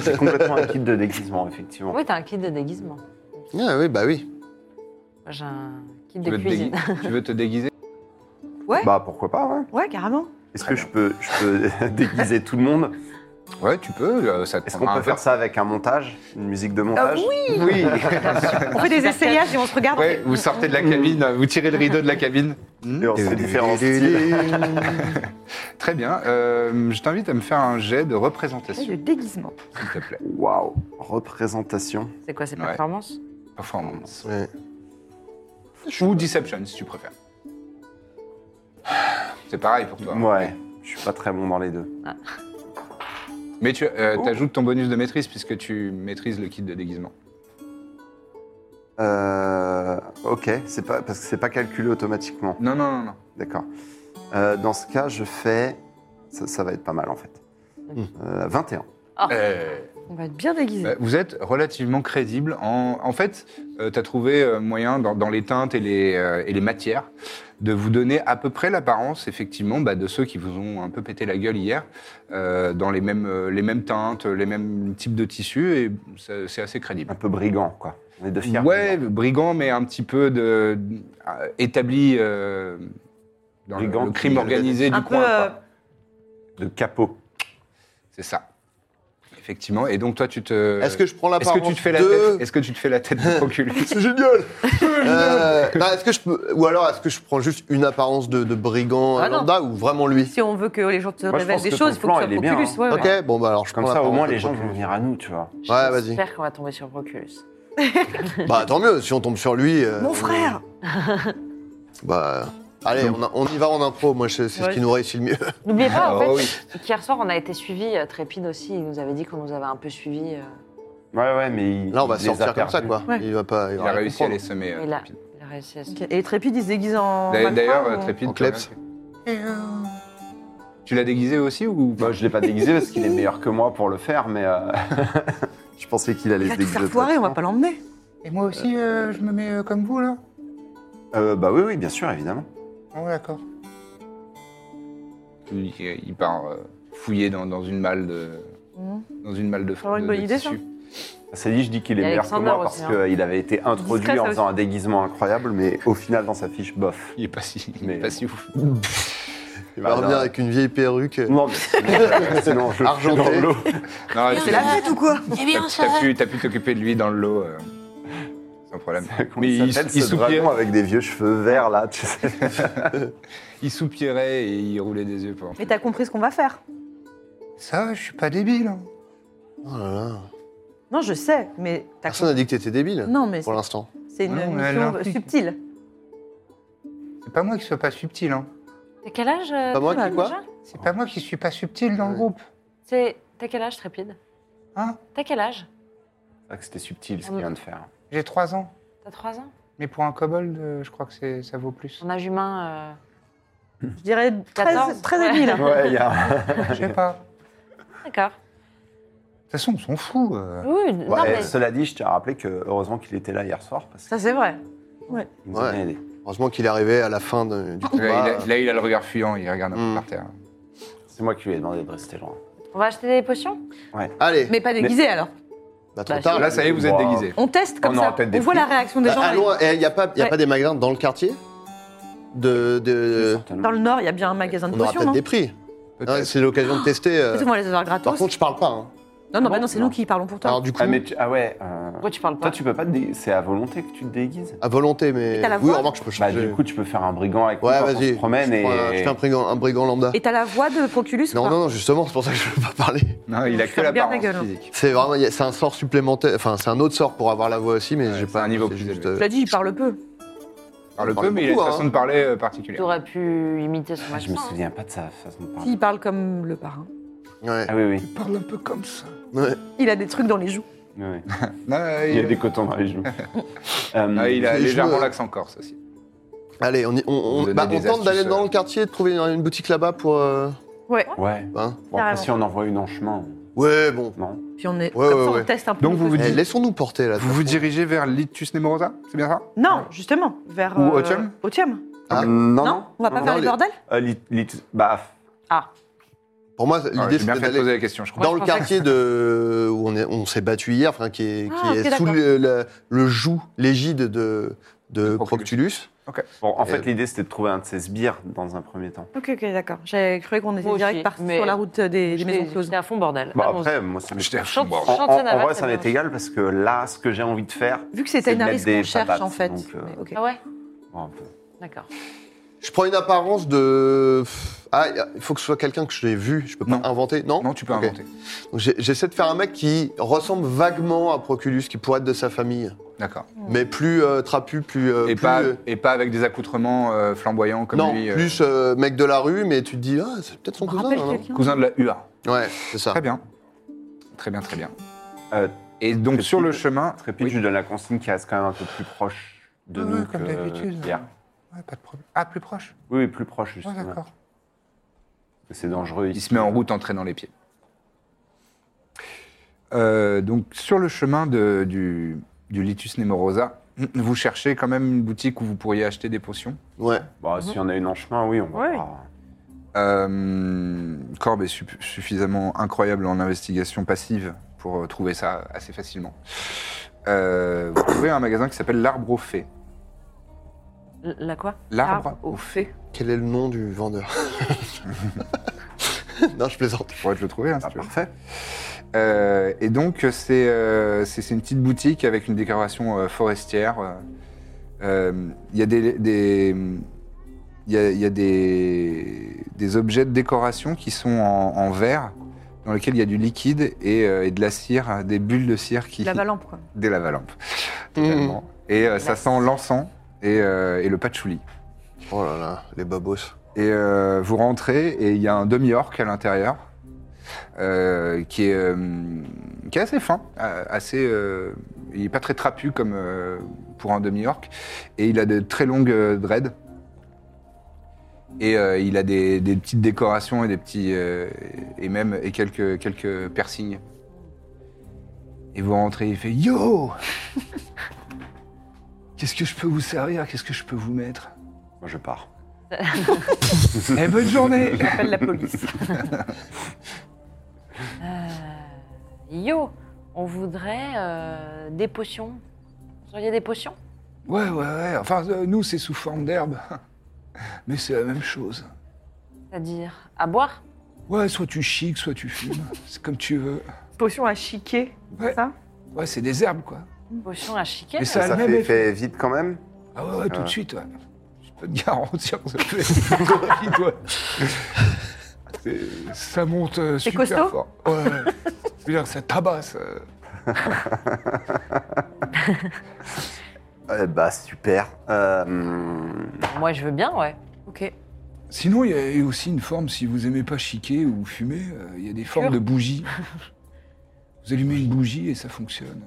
[SPEAKER 3] C'est complètement un kit de déguisement, effectivement.
[SPEAKER 2] Oui, t'as un kit de déguisement.
[SPEAKER 4] Ah oui, bah oui.
[SPEAKER 2] Moi, J'ai un kit
[SPEAKER 1] tu
[SPEAKER 2] de
[SPEAKER 1] veux, te
[SPEAKER 2] cuisine.
[SPEAKER 1] dégui- tu veux te déguiser
[SPEAKER 3] Bah, pourquoi pas, ouais.
[SPEAKER 5] Ouais, carrément.
[SPEAKER 3] Est-ce que je peux, je peux déguiser tout le monde
[SPEAKER 1] Ouais, tu peux. euh, ça te
[SPEAKER 3] Est-ce qu'on
[SPEAKER 1] prendra
[SPEAKER 3] peut
[SPEAKER 1] un
[SPEAKER 3] faire ça avec un montage Une musique de montage
[SPEAKER 1] verre. Oui
[SPEAKER 5] On fait des essayages et on se regarde.
[SPEAKER 1] Ouais, vous sortez de la cabine, vous tirez le rideau de la cabine. Hmm.
[SPEAKER 3] Et on se fait différents styles.
[SPEAKER 1] Très bien. euh, je t'invite à me faire un jet de
[SPEAKER 5] Ouais,
[SPEAKER 1] représentation,
[SPEAKER 5] Le déguisement.
[SPEAKER 1] s'il te plaît.
[SPEAKER 3] Waouh Représentation.
[SPEAKER 2] C'est quoi ces
[SPEAKER 1] Ouais.
[SPEAKER 2] performances
[SPEAKER 1] Performance.
[SPEAKER 4] Ouais.
[SPEAKER 1] Ou Deception, si tu préfères. C'est pareil pour toi.
[SPEAKER 3] Ouais, je suis pas très bon dans les deux.
[SPEAKER 1] Mais tu
[SPEAKER 3] Oh.
[SPEAKER 1] ajoutes ton bonus de maîtrise puisque tu maîtrises le kit de déguisement.
[SPEAKER 3] Euh, ok, c'est pas parce que c'est pas calculé automatiquement.
[SPEAKER 1] Non, non, non, non.
[SPEAKER 3] D'accord. Euh, dans ce cas, je fais. Ça, ça va être pas mal en fait.
[SPEAKER 4] Hmm.
[SPEAKER 3] Euh, 21.
[SPEAKER 2] Oh.
[SPEAKER 1] Euh,
[SPEAKER 5] On va être bien déguisé.
[SPEAKER 1] bah, vous êtes relativement crédible. En, en fait, tu as trouvé euh, moyen dans, dans les teintes et les, euh, et les matières de vous donner à peu près l'apparence, effectivement, bah, de ceux qui vous ont un peu pété la gueule hier, euh, dans les mêmes, euh, les mêmes teintes, les mêmes types de tissus, et ça- c'est assez crédible.
[SPEAKER 3] Un peu brigand, quoi. On est de fiers.
[SPEAKER 1] ouais, brigand, mais un petit peu de, euh, établi euh, dans le-
[SPEAKER 3] Brigand
[SPEAKER 1] le, crime
[SPEAKER 3] qui-
[SPEAKER 1] organisé du
[SPEAKER 5] Un peu.
[SPEAKER 1] coin.
[SPEAKER 5] euh,
[SPEAKER 1] quoi.
[SPEAKER 3] De capot.
[SPEAKER 1] C'est ça. effectivement. Et donc, toi, tu te.
[SPEAKER 4] Est-ce que je prends la
[SPEAKER 1] Est-ce que tu
[SPEAKER 4] parente
[SPEAKER 1] te fais la
[SPEAKER 4] de-
[SPEAKER 1] tête Est-ce que tu te fais la tête de Proculus
[SPEAKER 4] C'est génial Euh, non, est-ce que je peux- Ou alors, est-ce que je prends juste une apparence de, de brigand euh,
[SPEAKER 6] Ah non.
[SPEAKER 4] lambda ou vraiment lui
[SPEAKER 6] Si on veut que les gens te
[SPEAKER 3] Moi, je
[SPEAKER 6] révèlent
[SPEAKER 3] pense
[SPEAKER 6] des
[SPEAKER 3] que
[SPEAKER 6] choses,
[SPEAKER 3] ton
[SPEAKER 6] il faut que
[SPEAKER 3] plan,
[SPEAKER 6] ce
[SPEAKER 3] il est
[SPEAKER 6] soit
[SPEAKER 3] bien, hein.
[SPEAKER 6] Proculus. ouais,
[SPEAKER 4] Ok,
[SPEAKER 6] ouais.
[SPEAKER 4] bon, bah alors je
[SPEAKER 3] Comme
[SPEAKER 4] prends
[SPEAKER 3] ça, au
[SPEAKER 4] l'apparence
[SPEAKER 3] moins,
[SPEAKER 4] de
[SPEAKER 3] les gens vont
[SPEAKER 4] Proculus.
[SPEAKER 3] venir à nous, tu vois.
[SPEAKER 4] Ouais, vas-y.
[SPEAKER 2] J'espère qu'on va tomber sur Proculus.
[SPEAKER 4] Bah tant mieux, si on tombe sur lui. euh,
[SPEAKER 5] Mon frère
[SPEAKER 4] Bah. Allez, on, a- on y va en impro, moi je- c'est ce
[SPEAKER 6] Ouais.
[SPEAKER 4] qui nous réussit le mieux.
[SPEAKER 2] N'oubliez pas, en
[SPEAKER 1] Ah,
[SPEAKER 2] fait,
[SPEAKER 1] oui.
[SPEAKER 2] qu'hier soir, on a été suivis. euh, Trépide aussi, il nous avait dit qu'on nous avait un peu suivis. euh,
[SPEAKER 3] Ouais, ouais, mais il-
[SPEAKER 4] Là, on va
[SPEAKER 3] il les
[SPEAKER 4] sortir
[SPEAKER 3] a
[SPEAKER 4] comme ça,
[SPEAKER 3] perdus.
[SPEAKER 4] quoi.
[SPEAKER 5] Ouais.
[SPEAKER 4] Il va pas.
[SPEAKER 1] Il
[SPEAKER 4] va
[SPEAKER 1] a
[SPEAKER 4] rien
[SPEAKER 1] réussi à
[SPEAKER 4] comprendre.
[SPEAKER 1] les semer. euh,
[SPEAKER 2] et là,
[SPEAKER 1] Trépide.
[SPEAKER 2] il a réussi à se-
[SPEAKER 5] Ok. Et Trépide, il se déguise en.
[SPEAKER 1] D'ailleurs-
[SPEAKER 5] malfrat,
[SPEAKER 1] D'ailleurs,
[SPEAKER 5] ou-
[SPEAKER 1] euh, Trépide.
[SPEAKER 4] En
[SPEAKER 1] toi,
[SPEAKER 4] kleps.
[SPEAKER 1] Tu l'as déguisé aussi ou pas
[SPEAKER 3] Bah, je l'ai pas déguisé parce qu'il est meilleur que moi pour le faire, mais euh, je pensais qu'il allait se
[SPEAKER 5] Il va tout
[SPEAKER 3] déguiser.
[SPEAKER 5] faire foirer, on va pas l'emmener.
[SPEAKER 1] Et moi aussi, euh, je me mets euh, comme vous, là
[SPEAKER 3] Euh, bah oui, oui, bien sûr, évidemment.
[SPEAKER 1] Oh, d'accord. Il, il part euh, fouiller dans, dans une malle de... Dans une malle de
[SPEAKER 5] Mmh. avoir une
[SPEAKER 1] de-
[SPEAKER 5] bonne
[SPEAKER 1] de
[SPEAKER 5] idée,
[SPEAKER 1] tissu.
[SPEAKER 3] Ça dit, Ah, je dis qu'il est
[SPEAKER 2] Et
[SPEAKER 3] meilleur que
[SPEAKER 2] Alexander
[SPEAKER 3] moi parce
[SPEAKER 2] aussi, hein.
[SPEAKER 3] qu'il avait été introduit
[SPEAKER 6] Discret, ça
[SPEAKER 3] en faisant un déguisement incroyable, mais au final, dans sa fiche, bof.
[SPEAKER 1] Il est pas si, il est
[SPEAKER 3] Mais-
[SPEAKER 1] pas si ouf.
[SPEAKER 4] Il
[SPEAKER 3] Bah,
[SPEAKER 4] va revenir avec Oh une vieille perruque.
[SPEAKER 3] Non, mais sinon, euh, sinon, je le fais
[SPEAKER 4] Argenté.
[SPEAKER 3] dans l'eau.
[SPEAKER 1] Non,
[SPEAKER 5] C'est
[SPEAKER 1] tu-
[SPEAKER 5] la fête ou quoi
[SPEAKER 1] t'as- T'as pu, t'as pu t'occuper de lui dans le lot, euh, sans problème.
[SPEAKER 3] Comment il s'appelle ce dragon avec des vieux cheveux verts, là, tu sais
[SPEAKER 1] il soupirait et il roulait des yeux. pendant-
[SPEAKER 5] Mais t'as compris ce qu'on va faire
[SPEAKER 1] Ça, je suis pas débile. hein.
[SPEAKER 4] Oh là là.
[SPEAKER 5] Non, je sais, mais t'as
[SPEAKER 4] Personne n'a dit que t'étais débile
[SPEAKER 5] Non, mais
[SPEAKER 4] pour l'instant.
[SPEAKER 5] c'est une
[SPEAKER 1] Non, mais elle
[SPEAKER 5] notion
[SPEAKER 1] l'implique.
[SPEAKER 5] subtile.
[SPEAKER 1] C'est pas moi qui sois pas subtil. Hein.
[SPEAKER 2] T'as quel âge euh,
[SPEAKER 4] Pas moi qui
[SPEAKER 2] Trépide,
[SPEAKER 4] quoi
[SPEAKER 2] déjà
[SPEAKER 1] C'est pas moi qui suis pas subtil dans
[SPEAKER 4] Ouais.
[SPEAKER 1] groupe.
[SPEAKER 2] C'est- T'as quel âge, Trépide
[SPEAKER 1] Hein
[SPEAKER 2] T'as quel âge
[SPEAKER 3] Ah, que C'était subtil ce qu'il vient de faire.
[SPEAKER 1] J'ai 3 ans.
[SPEAKER 2] T'as 3 ans
[SPEAKER 1] Mais pour un kobold, euh, je crois que c'est- ça vaut plus.
[SPEAKER 2] Ton âge humain. euh,
[SPEAKER 5] Je dirais 13,
[SPEAKER 2] 14.
[SPEAKER 5] 13 et demi,
[SPEAKER 4] hein.
[SPEAKER 5] là.
[SPEAKER 3] Ouais, il y a.
[SPEAKER 1] Je sais pas. De
[SPEAKER 2] D'accord.
[SPEAKER 1] toute façon, on s'en fout. euh.
[SPEAKER 2] Oui, non,
[SPEAKER 3] Ouais,
[SPEAKER 2] mais.
[SPEAKER 3] Cela dit, je tiens à rappeler que heureusement qu'il était là hier soir parce
[SPEAKER 6] Ça, c'est vrai.
[SPEAKER 3] qu'il nous a
[SPEAKER 4] Ouais.
[SPEAKER 3] aidés.
[SPEAKER 4] Heureusement qu'il est arrivé à la fin de- du combat.
[SPEAKER 1] Là, il a, là, il a le regard fuyant, il regarde un
[SPEAKER 4] Hmm.
[SPEAKER 1] peu par terre.
[SPEAKER 3] C'est moi qui lui ai demandé de rester loin.
[SPEAKER 2] On va acheter des potions
[SPEAKER 4] Allez,
[SPEAKER 6] Mais pas déguisé alors.
[SPEAKER 4] bah, trop
[SPEAKER 2] hein. Bah,
[SPEAKER 4] tard.
[SPEAKER 1] Là, ça y est, vous êtes
[SPEAKER 3] Wow.
[SPEAKER 1] déguisé.
[SPEAKER 6] On teste comme
[SPEAKER 3] On aura
[SPEAKER 6] ça.
[SPEAKER 3] peut-être des
[SPEAKER 6] On voit la réaction des
[SPEAKER 4] Bah,
[SPEAKER 6] gens.
[SPEAKER 4] allons, eh, y a pas, y a
[SPEAKER 6] Ouais.
[SPEAKER 4] pas des magasins dans le quartier de, de...
[SPEAKER 3] Certainement.
[SPEAKER 5] Dans le Nord, il y a bien un magasin de
[SPEAKER 4] On aura
[SPEAKER 5] potions, non
[SPEAKER 4] peut-être des prix.
[SPEAKER 1] Peut-être.
[SPEAKER 4] Hein, c'est l'occasion de tester. euh.
[SPEAKER 6] Peut-être on va les avoir gratos.
[SPEAKER 4] Par contre, je parle pas. hein.
[SPEAKER 6] non, non,
[SPEAKER 5] Ah
[SPEAKER 6] bah
[SPEAKER 5] bon
[SPEAKER 6] non, c'est
[SPEAKER 3] Non.
[SPEAKER 6] nous qui parlons pour toi.
[SPEAKER 4] Alors du coup,
[SPEAKER 3] Ah, mais tu- ah ouais. euh,
[SPEAKER 2] Pourquoi tu parles pas
[SPEAKER 3] Toi, tu peux pas te dé- C'est à volonté que tu te déguises
[SPEAKER 4] à volonté, mais
[SPEAKER 6] Et t'as la
[SPEAKER 4] oui,
[SPEAKER 6] voix
[SPEAKER 4] remarque, je peux changer.
[SPEAKER 3] Bah, du coup, tu peux faire un brigand avec
[SPEAKER 4] Ouais,
[SPEAKER 3] nous quand on
[SPEAKER 4] Ah, vas-y.
[SPEAKER 3] se promène
[SPEAKER 4] je,
[SPEAKER 3] et.
[SPEAKER 4] prends un- je fais un brigand, un brigand lambda.
[SPEAKER 6] Et t'as la voix de Proculus
[SPEAKER 4] Non,
[SPEAKER 6] quoi.
[SPEAKER 4] non, non, justement, c'est pour ça que je veux pas parler.
[SPEAKER 1] Non, il a
[SPEAKER 6] Je
[SPEAKER 1] que la
[SPEAKER 6] ferme bien ta
[SPEAKER 1] parole
[SPEAKER 6] gueule, hein.
[SPEAKER 1] physique.
[SPEAKER 4] C'est vraiment, y a- c'est un sort supplémentaire. Enfin, c'est un autre sort pour avoir la voix aussi, mais
[SPEAKER 1] Ouais,
[SPEAKER 4] j'ai
[SPEAKER 1] c'est
[SPEAKER 4] pas
[SPEAKER 1] un niveau
[SPEAKER 4] c'est
[SPEAKER 1] plus
[SPEAKER 4] juste,
[SPEAKER 1] élevé.
[SPEAKER 6] Je
[SPEAKER 4] euh,
[SPEAKER 6] l'ai dit, il parle peu.
[SPEAKER 1] Parle
[SPEAKER 4] parle
[SPEAKER 1] peu, mais il a une
[SPEAKER 4] beaucoup, hein.
[SPEAKER 1] façon de parler euh, particulière.
[SPEAKER 2] T'aurais pu imiter son
[SPEAKER 3] Ah, Je me
[SPEAKER 6] hein.
[SPEAKER 2] accent.
[SPEAKER 3] souviens pas de sa façon de
[SPEAKER 6] Si,
[SPEAKER 3] parler.
[SPEAKER 6] Il parle comme le parrain.
[SPEAKER 4] Ouais.
[SPEAKER 3] Ah oui, oui.
[SPEAKER 1] parle un peu comme ça.
[SPEAKER 4] ouais.
[SPEAKER 6] Il a des trucs dans les joues.
[SPEAKER 3] oui, oui.
[SPEAKER 1] Non,
[SPEAKER 3] Il y a des cotons dans les joues. Euh,
[SPEAKER 1] Ah, il a
[SPEAKER 4] Les
[SPEAKER 1] légèrement
[SPEAKER 4] cheveux.
[SPEAKER 1] l'accent corse aussi.
[SPEAKER 4] Allez, on, y- on, on-
[SPEAKER 1] Vous donnez
[SPEAKER 4] bah, on
[SPEAKER 1] des
[SPEAKER 4] tente d'aller
[SPEAKER 1] astuces,
[SPEAKER 4] dans
[SPEAKER 1] euh.
[SPEAKER 4] le quartier, de trouver une, une boutique là-bas pour. euh,
[SPEAKER 3] Ouais.
[SPEAKER 4] hein.
[SPEAKER 3] Bon, après, si on envoie une en chemin,
[SPEAKER 4] Ouais, bon.
[SPEAKER 3] non
[SPEAKER 6] Puis on est.
[SPEAKER 4] Ouais,
[SPEAKER 6] Euh, comme
[SPEAKER 4] ouais,
[SPEAKER 6] ça,
[SPEAKER 4] ouais.
[SPEAKER 6] on teste un peu.
[SPEAKER 1] Donc,
[SPEAKER 6] nos
[SPEAKER 1] vous vous
[SPEAKER 6] trucs.
[SPEAKER 4] Eh,
[SPEAKER 1] dites-
[SPEAKER 4] Laissons-nous porter là.
[SPEAKER 1] Vous vous dirigez vers Litus Nemorosa C'est bien ça
[SPEAKER 5] Non, justement, vers.
[SPEAKER 1] Ou
[SPEAKER 5] euh,
[SPEAKER 1] Otium
[SPEAKER 5] Otium.
[SPEAKER 4] Ah.
[SPEAKER 3] Euh, Non,
[SPEAKER 5] Non, on va pas
[SPEAKER 4] Non,
[SPEAKER 5] faire
[SPEAKER 4] non,
[SPEAKER 5] les
[SPEAKER 4] les-
[SPEAKER 5] bordels
[SPEAKER 3] Euh, lit- lit- bah,
[SPEAKER 4] Pour moi,
[SPEAKER 1] Ah,
[SPEAKER 4] l'idée
[SPEAKER 1] J'ai bien
[SPEAKER 4] c'est
[SPEAKER 1] fait de poser
[SPEAKER 4] d'aller
[SPEAKER 1] la question, je crois.
[SPEAKER 4] dans
[SPEAKER 2] Moi,
[SPEAKER 4] le
[SPEAKER 2] je pensais
[SPEAKER 4] quartier de où on, est- on s'est battu hier, enfin qui est, qui
[SPEAKER 2] Ah,
[SPEAKER 4] est
[SPEAKER 2] ok,
[SPEAKER 4] sous
[SPEAKER 2] d'accord.
[SPEAKER 4] le, le- le joug, l'égide de de
[SPEAKER 1] De Proctulus.
[SPEAKER 4] Proctulus.
[SPEAKER 3] bon, en fait,
[SPEAKER 4] Euh,
[SPEAKER 3] l'idée c'était de trouver un de ces sbires dans un premier temps.
[SPEAKER 5] Ok, ok, d'accord. J'avais cru qu'on était
[SPEAKER 2] Moi
[SPEAKER 5] direct
[SPEAKER 2] aussi,
[SPEAKER 5] parti
[SPEAKER 2] mais-
[SPEAKER 5] sur la route des, des maisons
[SPEAKER 2] J'étais
[SPEAKER 5] closes.
[SPEAKER 2] j'étais à fond bordel.
[SPEAKER 3] Bah,
[SPEAKER 2] Allons-y.
[SPEAKER 3] après, moi, ça m'est-
[SPEAKER 1] J'étais à
[SPEAKER 2] Chante-
[SPEAKER 1] fond, bordel.
[SPEAKER 3] en, en- en
[SPEAKER 2] Chantier-Naval,
[SPEAKER 3] vrai,
[SPEAKER 2] ça
[SPEAKER 3] ça m'est
[SPEAKER 2] marche.
[SPEAKER 3] égal parce que là, ce que j'ai envie de faire,
[SPEAKER 5] Vu que
[SPEAKER 3] C'est
[SPEAKER 5] c'était
[SPEAKER 3] de
[SPEAKER 5] une
[SPEAKER 3] mettre
[SPEAKER 5] aris
[SPEAKER 3] des
[SPEAKER 5] qu'on cherche,
[SPEAKER 3] patates,
[SPEAKER 5] en fait.
[SPEAKER 3] donc, euh,
[SPEAKER 5] Mais ok.
[SPEAKER 2] Ah ouais
[SPEAKER 3] bon, un peu.
[SPEAKER 2] D'accord.
[SPEAKER 4] Je prends une apparence de. Ah, il faut que ce soit quelqu'un que j'ai vu. Je peux pas
[SPEAKER 1] Non.
[SPEAKER 4] inventer. Non.
[SPEAKER 1] Non, tu peux
[SPEAKER 4] Ok.
[SPEAKER 1] inventer.
[SPEAKER 4] Donc, j'ai- J'essaie de faire un mec qui ressemble vaguement à Proculus, qui pourrait être de sa famille,
[SPEAKER 1] D'accord.
[SPEAKER 4] mais plus euh, trapu, plus. euh,
[SPEAKER 1] Et,
[SPEAKER 4] plus,
[SPEAKER 1] pas,
[SPEAKER 4] euh,
[SPEAKER 1] et pas avec des accoutrements euh, flamboyants comme
[SPEAKER 4] non,
[SPEAKER 1] lui. euh,
[SPEAKER 4] plus euh, mec de la rue, mais tu te dis ah c'est peut-être son
[SPEAKER 6] On
[SPEAKER 4] cousin.
[SPEAKER 6] rappelle
[SPEAKER 4] hein.
[SPEAKER 6] quelqu'un.
[SPEAKER 1] Cousin de la UA.
[SPEAKER 4] Ouais, c'est ça.
[SPEAKER 1] Très bien. Très bien, très bien.
[SPEAKER 3] Euh,
[SPEAKER 1] Et donc, sur le
[SPEAKER 3] Trépide-
[SPEAKER 1] chemin.
[SPEAKER 3] Trépide,
[SPEAKER 1] Oui.
[SPEAKER 3] je lui donne la consigne qui reste quand même un peu plus proche de
[SPEAKER 1] Ouais,
[SPEAKER 3] nous
[SPEAKER 1] comme
[SPEAKER 3] que
[SPEAKER 1] d'habitude.
[SPEAKER 3] hier.
[SPEAKER 1] Ouais, pas de problème. Ah, plus proche
[SPEAKER 3] Oui, oui, plus proche,
[SPEAKER 1] Ouais,
[SPEAKER 3] justement.
[SPEAKER 1] d'accord.
[SPEAKER 3] C'est dangereux
[SPEAKER 1] Il
[SPEAKER 3] ici.
[SPEAKER 1] se met en route en traînant les pieds. Euh, donc, sur le chemin de- du, du Litus Nemorosa, vous cherchez quand même une boutique où vous pourriez acheter des potions.
[SPEAKER 4] Ouais.
[SPEAKER 3] Bon, si on a une Bah, en chemin, oui, on va.
[SPEAKER 5] Ouais.
[SPEAKER 3] pas-
[SPEAKER 1] Euh, Corbe est su- suffisamment incroyable en investigation passive pour euh, trouver ça assez facilement. Euh, vous trouvez un magasin qui s'appelle L'Arbre aux Fées.
[SPEAKER 2] L- La quoi
[SPEAKER 1] L'arbre
[SPEAKER 2] aux
[SPEAKER 1] aux
[SPEAKER 2] fées.
[SPEAKER 4] Quel est le nom du vendeur Non, je plaisante.
[SPEAKER 1] Je pourrais te le trouver, là, si
[SPEAKER 3] Ah,
[SPEAKER 1] tu veux. Euh, et donc, c'est euh, c'est- c'est une petite boutique avec une décoration euh, forestière. euh. Euh, Il y a des... des- il y a, il y a des, des objets de décoration qui sont en, en verre, dans lesquels il y a du liquide et, euh, et de la cire, hein, des bulles de cire qui,
[SPEAKER 6] La valampe, quoi.
[SPEAKER 1] des lavalampes. totalement. Et euh, ça sent l'encens et, euh, et le patchouli.
[SPEAKER 4] Oh là là, les babos.
[SPEAKER 1] Et euh, vous rentrez et il y a un demi-orc à l'intérieur euh, qui, est, euh, qui est assez fin, euh, assez, euh, il n'est pas très trapu comme euh, pour un demi-orc et il a de très longues euh, dreads. Et euh, il a des, des petites décorations et des petits euh, et même et quelques quelques piercings. Et vous rentrez, il fait yo. Qu'est-ce que je peux vous servir Qu'est-ce que je peux vous mettre
[SPEAKER 3] Moi, je pars.
[SPEAKER 1] Eh bonne journée.
[SPEAKER 6] Appelle la police.
[SPEAKER 2] Euh, Yo, on voudrait euh, des potions. Vous auriez des potions
[SPEAKER 1] Ouais, ouais, ouais. Enfin, euh, nous, c'est sous forme d'herbe. Mais c'est la même chose.
[SPEAKER 2] C'est-à-dire à boire
[SPEAKER 1] Ouais, soit tu chiques, soit tu fumes. C'est comme tu veux.
[SPEAKER 6] Potion à chiquer, c'est
[SPEAKER 1] Ouais.
[SPEAKER 6] ça
[SPEAKER 1] Ouais, c'est des herbes, quoi.
[SPEAKER 2] Potions à chiquer
[SPEAKER 1] Mais
[SPEAKER 3] Ça,
[SPEAKER 1] a le
[SPEAKER 3] ça
[SPEAKER 1] même
[SPEAKER 3] fait,
[SPEAKER 1] effet.
[SPEAKER 3] fait vite quand même
[SPEAKER 1] Ah ouais, ouais, tout
[SPEAKER 3] Ah.
[SPEAKER 1] de suite, ouais. Je peux te garantir que ça fait vite, ouais. C'est- Ça monte euh, super
[SPEAKER 6] costaud
[SPEAKER 1] fort. Ouais, ouais. Je veux dire, ça tabasse. euh.
[SPEAKER 3] Eh bah, super. Euh, hum,
[SPEAKER 2] Moi, je veux bien, ouais.
[SPEAKER 6] Ok.
[SPEAKER 1] Sinon, il y a aussi une forme, si vous aimez pas chiquer ou fumer, euh, il y a des formes de bougies. Vous allumez une bougie et ça fonctionne.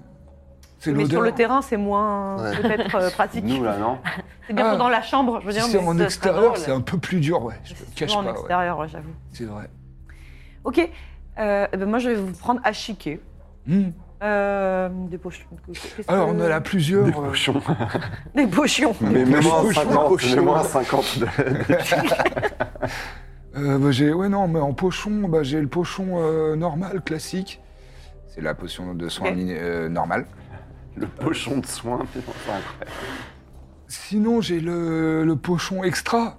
[SPEAKER 1] C'est
[SPEAKER 6] Mais sur
[SPEAKER 1] l'odeur.
[SPEAKER 6] le terrain, c'est moins
[SPEAKER 4] Ouais.
[SPEAKER 6] peut-être euh, pratique.
[SPEAKER 3] nous, là, non
[SPEAKER 6] C'est bien
[SPEAKER 1] Ah.
[SPEAKER 6] pour dans la chambre, je veux dire.
[SPEAKER 1] Si c'est
[SPEAKER 6] mais
[SPEAKER 1] en
[SPEAKER 6] ça-
[SPEAKER 1] extérieur,
[SPEAKER 2] drôle.
[SPEAKER 1] c'est un peu plus dur, ouais. Je te
[SPEAKER 6] c'est
[SPEAKER 1] cache
[SPEAKER 6] souvent
[SPEAKER 1] pas,
[SPEAKER 6] en
[SPEAKER 1] ouais.
[SPEAKER 6] extérieur, ouais, j'avoue.
[SPEAKER 1] C'est vrai.
[SPEAKER 6] Ok. Euh, eh ben moi, je vais vous prendre à chiquer.
[SPEAKER 1] Hmm.
[SPEAKER 6] Euh, des potions. Qu'est-ce
[SPEAKER 1] Alors,
[SPEAKER 6] que-
[SPEAKER 1] on a là plusieurs.
[SPEAKER 3] Des
[SPEAKER 1] euh,
[SPEAKER 3] cochons.
[SPEAKER 6] Des potions.
[SPEAKER 3] Mais même en
[SPEAKER 1] cochons,
[SPEAKER 3] 50,
[SPEAKER 1] cochons.
[SPEAKER 3] même en 50 de...
[SPEAKER 1] euh, bah, j'ai, ouais, non, mais en pochon, bah, j'ai le pochon euh, normal, classique. C'est la potion de soin
[SPEAKER 6] Ok.
[SPEAKER 1] ni- euh, normale.
[SPEAKER 3] Le pochon de soin, putain, c'est incroyable.
[SPEAKER 1] Sinon, j'ai le, le pochon extra.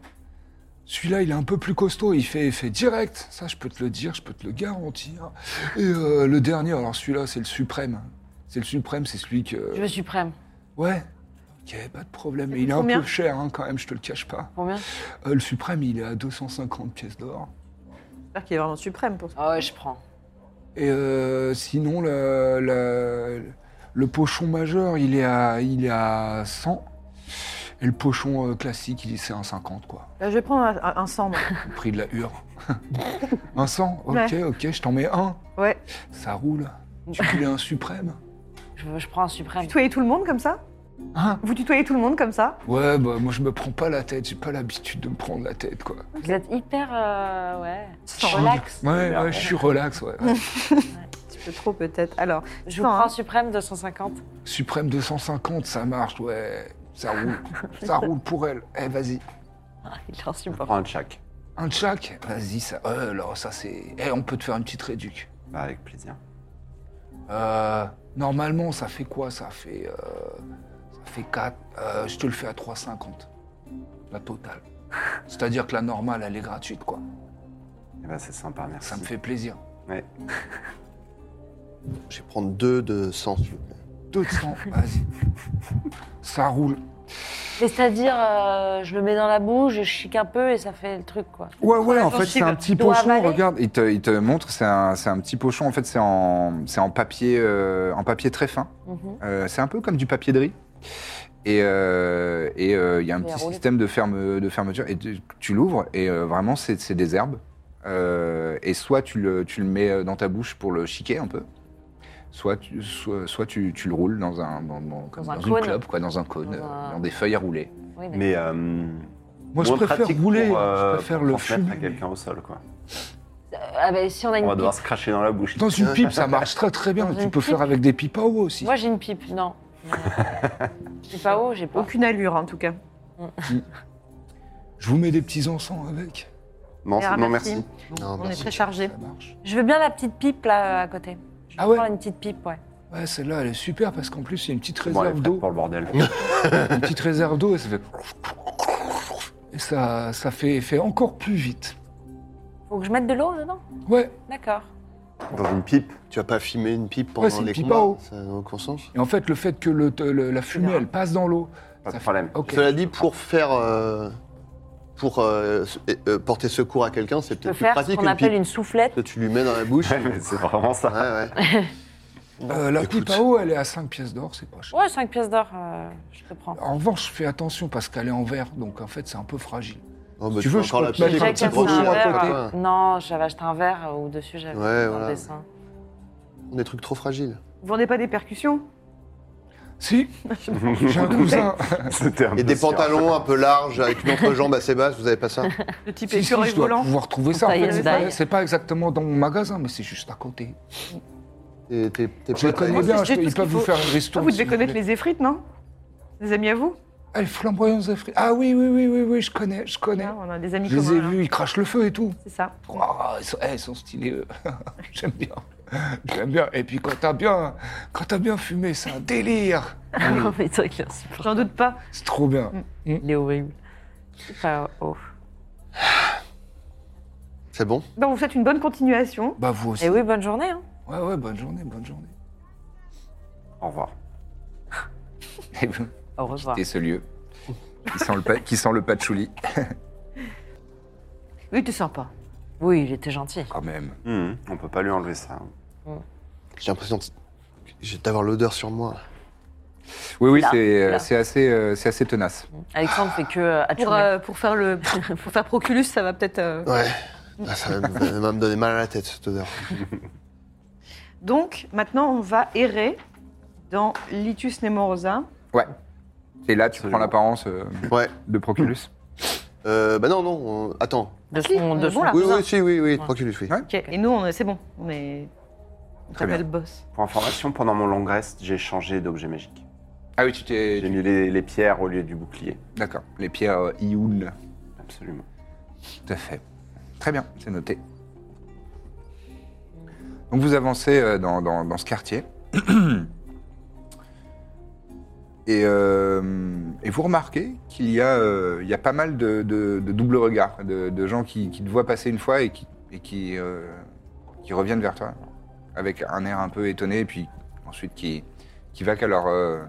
[SPEAKER 1] Celui-là, il est un peu plus costaud, il fait effet direct. Ça, je peux te le dire, je peux te le garantir. Et euh, le dernier, alors celui-là, c'est le suprême. C'est le suprême, c'est celui que.
[SPEAKER 2] Je veux suprême.
[SPEAKER 1] Ouais. Ok, pas de problème. Mais
[SPEAKER 6] coûte
[SPEAKER 1] il est un
[SPEAKER 6] combien
[SPEAKER 1] peu cher hein, quand même, je te le cache pas.
[SPEAKER 2] Combien
[SPEAKER 1] Euh, le suprême, il est à 250 pièces d'or.
[SPEAKER 6] J'espère qu'il est vraiment suprême pour ça.
[SPEAKER 2] Ah ouais, je prends.
[SPEAKER 1] Et euh, sinon, le, le, le pochon majeur, il est, à, il est à 100. Et le pochon euh, classique, il est c'est un 50, quoi.
[SPEAKER 6] Là, je vais prendre un, un sang, moi.
[SPEAKER 1] Le prix de la hure. un 100 Ok,
[SPEAKER 6] Ouais.
[SPEAKER 1] ok, je t'en mets un.
[SPEAKER 6] Ouais.
[SPEAKER 1] Ça roule. Tu voulais un suprême
[SPEAKER 2] Je, veux- je prends un suprême.
[SPEAKER 6] Tutoyer tout le monde comme ça
[SPEAKER 1] Hein
[SPEAKER 6] Vous tutoyez tout le monde comme ça
[SPEAKER 1] Ouais, bah moi, je me prends pas la tête. J'ai pas l'habitude de me prendre la tête, quoi.
[SPEAKER 2] Vous êtes hyper. euh, ouais.
[SPEAKER 6] Sans
[SPEAKER 2] Relax.
[SPEAKER 1] Ouais, ouais, je suis relax, ouais.
[SPEAKER 6] Un petit peu trop, peut-être. Alors,
[SPEAKER 2] Je vous
[SPEAKER 6] Sans,
[SPEAKER 2] prends
[SPEAKER 6] hein.
[SPEAKER 2] suprême 250.
[SPEAKER 1] Suprême 250, ça marche, ouais. Ça roule. ça roule pour elle. Eh, vas-y.
[SPEAKER 2] Ah, Il est insupportable.
[SPEAKER 3] Prends un tchac.
[SPEAKER 1] Un tchac Vas-y, ça. Euh, là, ça c'est. Eh, on peut te faire une petite réduc.
[SPEAKER 3] Bah, avec plaisir.
[SPEAKER 1] Euh, normalement, ça fait quoi Ça fait. euh, ça fait 4. Euh, je te le fais à 3,50. La totale. C'est-à-dire que la normale, elle est gratuite, quoi.
[SPEAKER 3] Eh ben, c'est sympa, merci.
[SPEAKER 1] Ça me fait plaisir.
[SPEAKER 3] Ouais.
[SPEAKER 4] Je vais prendre deux de 100, s'il vous plaît.
[SPEAKER 1] 200, vas-y. Ça roule.
[SPEAKER 2] Mais c'est-à-dire, euh, je le mets dans la bouche, je chic un peu et ça fait le truc, quoi.
[SPEAKER 1] Ouais, ouais, en
[SPEAKER 2] Attends,
[SPEAKER 1] fait,
[SPEAKER 2] je
[SPEAKER 1] c'est un
[SPEAKER 2] dois
[SPEAKER 1] petit
[SPEAKER 2] avaler.
[SPEAKER 1] pochon, regarde. Il te, il te montre, c'est un, c'est un petit pochon, en fait, c'est en, c'est en, papier, euh, en papier très fin.
[SPEAKER 2] Mhm.
[SPEAKER 1] Euh, c'est un peu comme du papier de riz. Et euh, et, euh, il y a un
[SPEAKER 2] Mais
[SPEAKER 1] petit
[SPEAKER 2] roulé.
[SPEAKER 1] système de, ferme, de fermeture. Et tu, tu l'ouvres et euh, vraiment, c'est c'est des herbes. Euh, et soit tu le, tu le mets euh, dans ta bouche pour le chiquer un peu, soit tu, soit, soit tu, tu le roules dans, un, dans, dans- comme
[SPEAKER 2] Dans un
[SPEAKER 1] dans
[SPEAKER 2] cône.
[SPEAKER 1] une clope, quoi, dans un cône,
[SPEAKER 2] Dans
[SPEAKER 1] euh,
[SPEAKER 2] un-
[SPEAKER 1] dans des feuilles à rouler.
[SPEAKER 2] Oui, d'accord.
[SPEAKER 3] Mais euh,
[SPEAKER 1] Moi, je
[SPEAKER 3] moins
[SPEAKER 1] préfère
[SPEAKER 3] pratique
[SPEAKER 1] rouler,
[SPEAKER 3] pour, euh,
[SPEAKER 1] je préfère
[SPEAKER 3] pour
[SPEAKER 1] le
[SPEAKER 3] transmettre
[SPEAKER 1] fumer.
[SPEAKER 3] à quelqu'un au sol, quoi.
[SPEAKER 2] Ah, bah, si on a
[SPEAKER 3] On
[SPEAKER 2] une
[SPEAKER 3] va
[SPEAKER 2] pipe.
[SPEAKER 3] devoir se cracher dans la bouche.
[SPEAKER 1] Dans une pipe, ça marche très très bien.
[SPEAKER 2] Dans
[SPEAKER 1] Tu
[SPEAKER 2] une
[SPEAKER 1] peux
[SPEAKER 2] pipe.
[SPEAKER 1] faire avec des pipes à eau aussi.
[SPEAKER 2] Moi, j'ai une pipe, non. J'ai pas haut, j'ai pas.
[SPEAKER 6] aucune allure, en tout cas.
[SPEAKER 1] Bah, Mm. Je vous mets des petits encens avec.
[SPEAKER 3] Non,
[SPEAKER 6] Ah,
[SPEAKER 3] non,
[SPEAKER 6] merci.
[SPEAKER 3] merci.
[SPEAKER 4] Non,
[SPEAKER 6] On est
[SPEAKER 4] merci.
[SPEAKER 6] très chargé.
[SPEAKER 1] Ça marche.
[SPEAKER 2] Je veux bien la petite pipe là euh, à côté. Je
[SPEAKER 1] Ah
[SPEAKER 2] veux
[SPEAKER 1] ouais
[SPEAKER 2] prendre une petite pipe, ouais.
[SPEAKER 1] Ouais, celle-là, elle est super parce qu'en plus, il y a une petite
[SPEAKER 3] Bon, allez,
[SPEAKER 1] réserve
[SPEAKER 3] prête
[SPEAKER 1] d'eau.
[SPEAKER 3] pour le bordel.
[SPEAKER 1] une petite réserve d'eau et ça fait. Et ça, ça fait, fait encore plus vite.
[SPEAKER 2] Faut que je mette de l'eau dedans
[SPEAKER 1] Ouais.
[SPEAKER 2] D'accord.
[SPEAKER 3] Dans une pipe.
[SPEAKER 4] Tu vas pas fumer une pipe
[SPEAKER 1] Ouais,
[SPEAKER 4] pendant
[SPEAKER 1] c'est une
[SPEAKER 4] les
[SPEAKER 1] pipe à
[SPEAKER 4] combats
[SPEAKER 1] eau.
[SPEAKER 4] Ça n'a aucun sens.
[SPEAKER 1] Et en fait, le fait que le- te- le- la fumée, elle passe dans l'eau.
[SPEAKER 3] Pas
[SPEAKER 1] ça
[SPEAKER 3] de
[SPEAKER 1] fait-
[SPEAKER 3] problème.
[SPEAKER 1] Ok.
[SPEAKER 4] Cela dit, pour faire. euh, pour euh, se- et, euh, porter secours à quelqu'un,
[SPEAKER 2] Je
[SPEAKER 4] c'est
[SPEAKER 2] peux
[SPEAKER 4] peut-être plus
[SPEAKER 2] faire ce
[SPEAKER 4] pratique
[SPEAKER 2] qu'on
[SPEAKER 4] une pipe.
[SPEAKER 2] appelle une soufflette.
[SPEAKER 4] que Tu lui mets dans la bouche.
[SPEAKER 3] Ouais, mais c'est vraiment ça.
[SPEAKER 4] Ouais, ouais.
[SPEAKER 1] Euh, la
[SPEAKER 4] Écoute.
[SPEAKER 1] pipe à eau, elle est à 5 pièces d'or, c'est pas cher.
[SPEAKER 2] Ouais, 5 pièces d'or, euh, je te prends.
[SPEAKER 1] En revanche, fais attention parce qu'elle est en verre, donc en fait, c'est un peu fragile.
[SPEAKER 4] Oh, bah,
[SPEAKER 1] Tu veux,
[SPEAKER 4] peux
[SPEAKER 1] je
[SPEAKER 4] encore
[SPEAKER 1] peux
[SPEAKER 4] la
[SPEAKER 1] te mettre
[SPEAKER 4] piquer
[SPEAKER 1] un
[SPEAKER 4] avec
[SPEAKER 1] petit
[SPEAKER 4] un
[SPEAKER 2] J'avais
[SPEAKER 4] petit
[SPEAKER 2] acheté
[SPEAKER 1] brochet
[SPEAKER 4] brochet
[SPEAKER 2] un
[SPEAKER 4] à
[SPEAKER 1] à
[SPEAKER 2] verre,
[SPEAKER 4] côté.
[SPEAKER 2] euh, Non, j'avais acheté un verre euh, au-dessus, j'avais
[SPEAKER 4] Ouais,
[SPEAKER 2] un
[SPEAKER 4] voilà.
[SPEAKER 2] dessin.
[SPEAKER 4] On est des trucs trop fragiles.
[SPEAKER 6] Vous vendez pas des percussions
[SPEAKER 1] Si, j'ai un cousin.
[SPEAKER 3] C'était un
[SPEAKER 4] Et
[SPEAKER 3] peu
[SPEAKER 4] des
[SPEAKER 3] sûr.
[SPEAKER 4] pantalons un peu larges avec une entrejambe assez basse, vous avez pas ça
[SPEAKER 6] Le type
[SPEAKER 1] Si, si,
[SPEAKER 6] écureuil
[SPEAKER 1] je dois
[SPEAKER 6] volant
[SPEAKER 1] pouvoir trouver ça. En
[SPEAKER 2] Tailleuse
[SPEAKER 1] fait, c'est
[SPEAKER 2] d'ail.
[SPEAKER 1] pas- c'est pas exactement dans mon magasin, mais c'est juste à côté.
[SPEAKER 4] T'es- T'es t'es
[SPEAKER 1] Je les
[SPEAKER 4] prête à-
[SPEAKER 1] connais bien,
[SPEAKER 6] c'est
[SPEAKER 1] je peux-
[SPEAKER 6] tout
[SPEAKER 1] ils
[SPEAKER 6] ce
[SPEAKER 1] peuvent
[SPEAKER 6] qu'il
[SPEAKER 1] vous
[SPEAKER 6] faut.
[SPEAKER 1] faire une ristourne.
[SPEAKER 6] Ah, Vous devez
[SPEAKER 1] si
[SPEAKER 6] connaître
[SPEAKER 1] voulez.
[SPEAKER 6] les effrites, non Des amis à vous
[SPEAKER 1] Ah, les flamboyants africains. Ah oui, oui, oui, oui, oui, je connais, je connais.
[SPEAKER 6] Ah, On a des amis
[SPEAKER 1] Je les ai
[SPEAKER 6] communs. là.
[SPEAKER 1] vus, ils crachent le feu et tout.
[SPEAKER 6] C'est ça.
[SPEAKER 1] Ouah, ils, sont, eh, ils sont stylés, eux. J'aime bien. J'aime bien. Et puis quand t'as bien, quand t'as bien fumé, c'est un délire.
[SPEAKER 2] Non, mais toi, il est insupportable.
[SPEAKER 6] J'en doute pas.
[SPEAKER 1] C'est trop bien.
[SPEAKER 2] Il est horrible. C'est pas haut.
[SPEAKER 4] C'est bon
[SPEAKER 6] Donc, vous faites une bonne continuation.
[SPEAKER 1] Bah vous aussi.
[SPEAKER 2] Et oui, bonne journée. Hein.
[SPEAKER 1] Ouais, ouais, bonne journée, bonne journée.
[SPEAKER 3] Au revoir.
[SPEAKER 1] Et vous
[SPEAKER 2] Au revoir.
[SPEAKER 1] ce lieu
[SPEAKER 3] Qui sent le, qui sent le patchouli.
[SPEAKER 6] Oui, était sympa.
[SPEAKER 2] Oui, il était gentil.
[SPEAKER 1] quand même.
[SPEAKER 3] Hmm, On peut pas lui enlever ça.
[SPEAKER 4] J'ai l'impression de- j'ai- d'avoir l'odeur sur moi.
[SPEAKER 1] Oui, oui,
[SPEAKER 2] Là,
[SPEAKER 1] c'est euh,
[SPEAKER 2] là.
[SPEAKER 1] c'est assez, euh, c'est assez tenace.
[SPEAKER 2] Alexandre fait que euh,
[SPEAKER 6] Pour,
[SPEAKER 2] atchoumer.
[SPEAKER 6] euh, pour faire le, pour faire Proculus, ça va peut-être. euh,
[SPEAKER 4] Ouais. Ah, ça va me- ça va me donner mal à la tête, cette odeur.
[SPEAKER 6] Donc, maintenant, on va errer dans Litus Nemorosa.
[SPEAKER 1] Et là, tu prends l'apparence euh,
[SPEAKER 4] Ouais.
[SPEAKER 1] de Proculus.
[SPEAKER 4] Euh, bah non, non, on- attends.
[SPEAKER 2] de
[SPEAKER 6] si,
[SPEAKER 2] son,
[SPEAKER 6] on
[SPEAKER 2] de
[SPEAKER 6] est
[SPEAKER 2] son-
[SPEAKER 6] bon, là. Ah,
[SPEAKER 4] oui,
[SPEAKER 6] cousin.
[SPEAKER 4] oui, si, oui, oui, Proculus, oui.
[SPEAKER 1] Ouais.
[SPEAKER 6] Ok. Et nous, on est- c'est bon. On est. On
[SPEAKER 1] Très
[SPEAKER 6] s'appelle boss.
[SPEAKER 3] Pour information, pendant mon long rest, j'ai changé d'objet magique.
[SPEAKER 1] Ah oui, tu
[SPEAKER 3] J'ai
[SPEAKER 1] t'es.
[SPEAKER 3] mis les, les pierres au lieu du bouclier.
[SPEAKER 1] D'accord. Les pierres euh, Ioun.
[SPEAKER 3] Absolument.
[SPEAKER 1] Tout à fait. Très bien, c'est noté. Donc vous avancez euh, dans, dans- dans ce quartier. Et, euh, et vous remarquez qu'il y, a, euh, il y a pas mal de, de- de doubles regards, de, de gens qui, qui te voient passer une fois et qui, et qui, euh, qui reviennent vers toi avec un air un peu étonné et puis ensuite qui, qui vaquent à, leur, euh,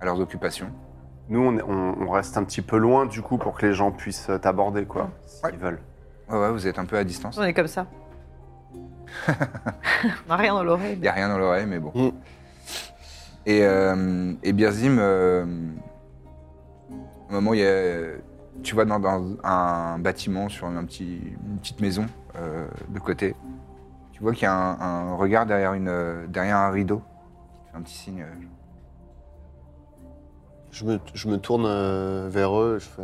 [SPEAKER 1] à leurs occupations.
[SPEAKER 3] Nous, on, est- on- on reste un petit peu loin du coup pour que les gens puissent euh, t'aborder, quoi, s'ils
[SPEAKER 1] Ouais.
[SPEAKER 3] veulent.
[SPEAKER 1] Ouais, ouais, vous êtes un peu à distance.
[SPEAKER 6] On est comme ça. on n'a rien dans l'oreille.
[SPEAKER 1] Il n'y a rien dans l'oreille, mais bon.
[SPEAKER 4] Mm.
[SPEAKER 1] Et, euh, et Birzim, euh, au moment où il y a- tu vas dans, dans un bâtiment, sur un petit, une petite maison euh, de côté, tu vois qu'il y a un, un regard derrière, une, euh, derrière un rideau. Il fait un petit signe. euh,
[SPEAKER 4] Je me, je me tourne euh, vers eux je fais-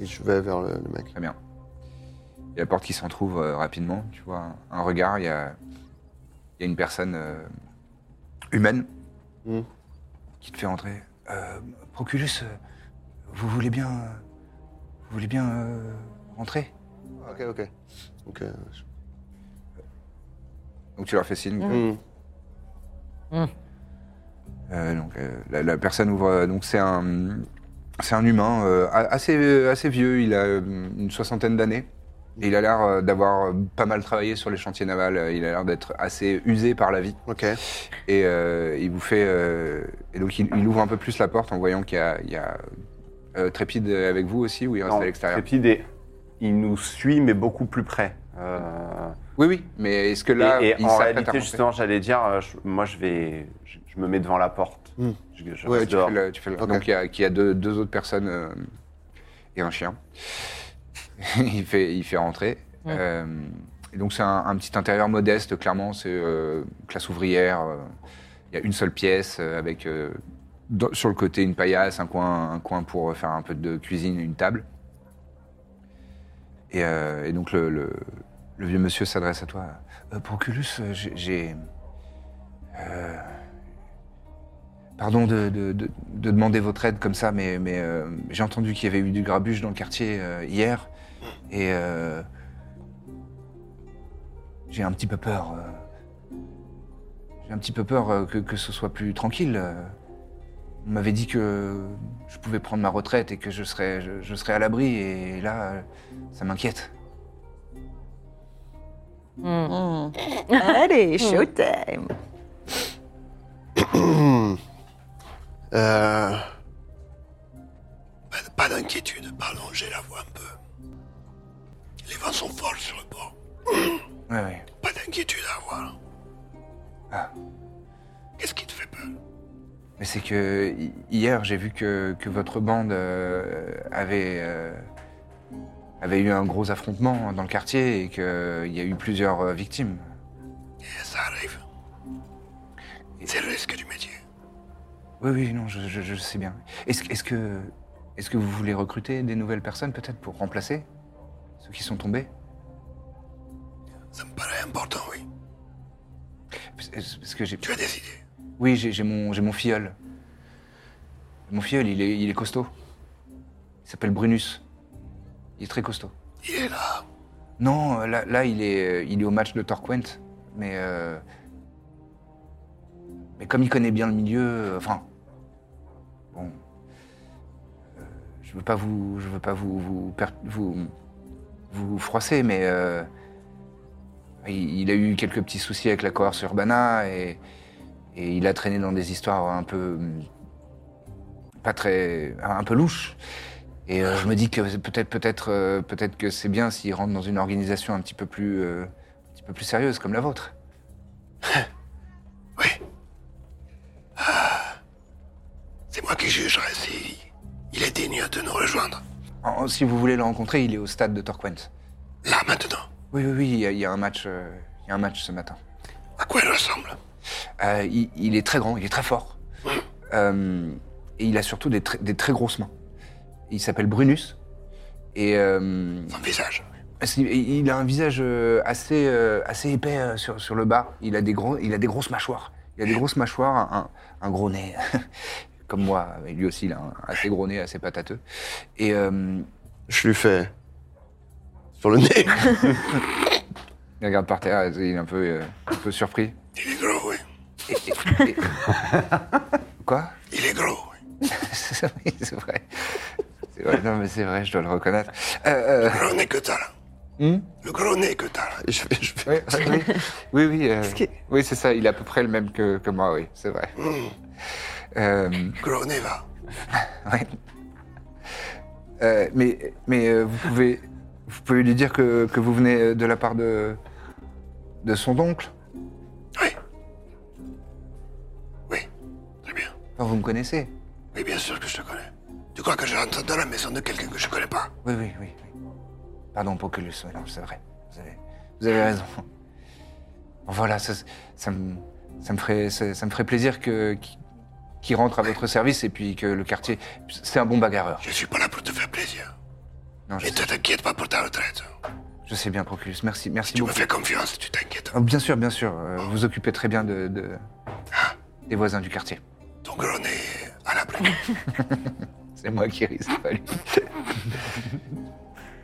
[SPEAKER 4] et je vais vers le, le mec.
[SPEAKER 1] Très bien. Il y a la porte qui s'entrouvre euh, rapidement, tu vois. un- Un regard, il y a, il y a une personne euh, humaine
[SPEAKER 4] Mm.
[SPEAKER 1] qui te fait entrer. Euh, Proculus, euh, vous voulez bien, vous voulez bien euh, rentrer
[SPEAKER 4] Ok, ok. Donc, euh, je-
[SPEAKER 1] Donc tu leur fais signe.
[SPEAKER 4] Hmm.
[SPEAKER 1] Euh, donc euh, la, la personne ouvre. euh, Donc c'est un, c'est un humain euh, a- assez, euh, assez vieux. Il a euh, une soixantaine d'années. Et il a l'air euh, d'avoir euh, pas mal travaillé sur les chantiers navals. Euh, Il a l'air d'être assez usé par la vie.
[SPEAKER 4] Ok.
[SPEAKER 1] Et euh, il vous fait. euh, et donc il, il ouvre un peu plus la porte en voyant qu'il y a. il y a, euh, Trépide avec vous aussi ou il reste
[SPEAKER 3] Non,
[SPEAKER 1] à l'extérieur
[SPEAKER 3] Trépide est- il nous suit, mais beaucoup plus près. Euh,
[SPEAKER 1] Oui, oui, mais est-ce que là.
[SPEAKER 3] et et
[SPEAKER 1] il s'apprête
[SPEAKER 3] en
[SPEAKER 1] à
[SPEAKER 3] réalité,
[SPEAKER 1] rentrer
[SPEAKER 3] justement, j'allais dire, euh, je- moi, je vais, je, je me mets devant la porte.
[SPEAKER 4] Hmm.
[SPEAKER 3] Je, je
[SPEAKER 4] Ouais,
[SPEAKER 3] reste
[SPEAKER 1] Tu
[SPEAKER 3] dehors.
[SPEAKER 1] fais le- tu fais le-
[SPEAKER 4] Ok.
[SPEAKER 1] Donc il y a, qu'il y a deux, deux autres personnes euh, et un chien. il, fait, il fait rentrer. Euh, et donc c'est un, un petit intérieur modeste, clairement, c'est euh, classe ouvrière. euh, Il y a une seule pièce euh, avec euh, dans- sur le côté une paillasse, un coin, un coin pour euh, faire un peu de cuisine et une table. Et, euh, et donc le, le- le vieux monsieur s'adresse à toi. Euh, Proculus, euh, j'ai- j'ai... Pardon de, de- de- de demander votre aide comme ça, mais, mais, euh, j'ai entendu qu'il y avait eu du grabuge dans le quartier euh, hier. Et euh, j'ai un petit peu peur. euh, j'ai un petit peu peur euh, que, que ce soit plus tranquille. euh. On m'avait dit que je pouvais prendre ma retraite et que je serais, je, je serais à l'abri. Et là, euh, ça m'inquiète.
[SPEAKER 5] Allez, showtime.
[SPEAKER 4] Euh... Pas- Pas d'inquiétude, pardon, j'ai la voix un peu. Les vents sont forts sur le port. Hum,
[SPEAKER 1] Ouais, ouais.
[SPEAKER 4] Pas d'inquiétude à avoir.
[SPEAKER 1] Ah.
[SPEAKER 4] Qu'est-ce qui te fait peur
[SPEAKER 1] Mais c'est que hi- hier, j'ai vu que, que votre bande euh, avait, euh, avait eu un gros affrontement dans le quartier et qu'il y a eu plusieurs euh, victimes.
[SPEAKER 4] Ça arrive. C'est le risque du métier.
[SPEAKER 1] Oui, oui, non, je, je- je sais bien. Est-ce est-ce que, est que vous voulez recruter des nouvelles personnes peut-être pour remplacer ceux qui sont tombés
[SPEAKER 4] Ça me paraît important, oui.
[SPEAKER 1] Parce- Parce que j'ai...
[SPEAKER 4] Tu as des idées.
[SPEAKER 1] Oui, j'ai j'ai mon, j'ai mon filleul. Mon filleul, il est, il est costaud. Il s'appelle Brunus. Il est très costaud.
[SPEAKER 4] Il est là.
[SPEAKER 1] Non, euh, là, là, il, est, euh, il est au match de Torquent. Mais, euh, mais comme il connaît bien le milieu, euh, enfin. Bon. euh, je veux pas vous. Je veux pas vous. Vous, per- vous, vous froisser, mais. euh, il, il a eu quelques petits soucis avec la cohorte Urbana et, et il a traîné dans des histoires un peu. hum, pas très. un peu louches. Et euh, je me dis que peut-être, peut-être, euh, peut-être que c'est bien s'il rentre dans une organisation un petit peu plus, euh, un petit peu plus sérieuse comme la vôtre.
[SPEAKER 4] Oui. Ah. C'est moi qui jugerai si il est digne de nous rejoindre.
[SPEAKER 1] En- si vous voulez le rencontrer, il est au stade de Torquent.
[SPEAKER 4] Là, maintenant.
[SPEAKER 1] Oui, oui, oui, il y, a- il y a un match, euh, il y a un match ce matin.
[SPEAKER 4] À quoi il ressemble
[SPEAKER 1] Euh, il, il est très grand, il est très fort, Euh, et il a surtout des, tr- des très grosses mains. Il s'appelle Brunus, et euh,
[SPEAKER 4] Son visage.
[SPEAKER 1] C'est- Il a un visage euh, assez, euh, assez épais euh, sur, sur le bas. Il a, des gros, il a des grosses mâchoires. Il a des grosses mâchoires, un, un gros nez. Comme moi, mais lui aussi, il a un assez gros nez, assez patateux. Et euh,
[SPEAKER 4] Je lui fais. Sur le nez.
[SPEAKER 1] il regarde par terre, il est un peu, euh, un peu surpris.
[SPEAKER 4] Il est gros, oui.
[SPEAKER 1] Et- et- et- Quoi
[SPEAKER 4] Il est gros, oui.
[SPEAKER 1] Oui, c'est vrai. C'est vrai. Non, mais c'est vrai, je dois le reconnaître. Euh, euh,
[SPEAKER 4] Le gros nez que t'as là.
[SPEAKER 1] Hmm
[SPEAKER 4] le gros nez que t'as là. Et je fais- je fais-
[SPEAKER 1] Oui, oui, oui, oui, euh, oui, c'est ça. Il est à peu près le même que, que moi, oui, c'est vrai. Euh,
[SPEAKER 4] Gros nez Mm. va.
[SPEAKER 1] ouais. Euh, mais mais euh, vous pouvez vous pouvez lui dire que, que vous venez de la part de de son oncle.
[SPEAKER 4] Oui. Oui. Très bien.
[SPEAKER 1] Enfin, vous me connaissez.
[SPEAKER 4] Oui, bien sûr que je te connais. Tu crois que je rentre dans la maison de quelqu'un que je connais pas
[SPEAKER 1] Oui, oui, oui. oui. Pardon, Poculus. oui, Non, c'est vrai. Vous avez vous avez raison. Voilà, ça, ça me ça me ferait ça, ça me ferait plaisir que qu'il qu'il rentre à votre service et puis que le quartier c'est un bon bagarreur.
[SPEAKER 4] Je suis pas là pour te faire plaisir.
[SPEAKER 1] Non, je
[SPEAKER 4] Et ne t'inquiète pas pour ta retraite.
[SPEAKER 1] Je sais bien, Proculus. Merci, merci
[SPEAKER 4] Tu me
[SPEAKER 1] beaucoup.
[SPEAKER 4] fais confiance, tu t'inquiètes.
[SPEAKER 1] Ah, bien sûr, bien sûr. euh, vous occupez très bien de, de- des voisins du quartier.
[SPEAKER 4] Ton gros nez est à l'abri.
[SPEAKER 1] C'est moi qui risque, pas lui.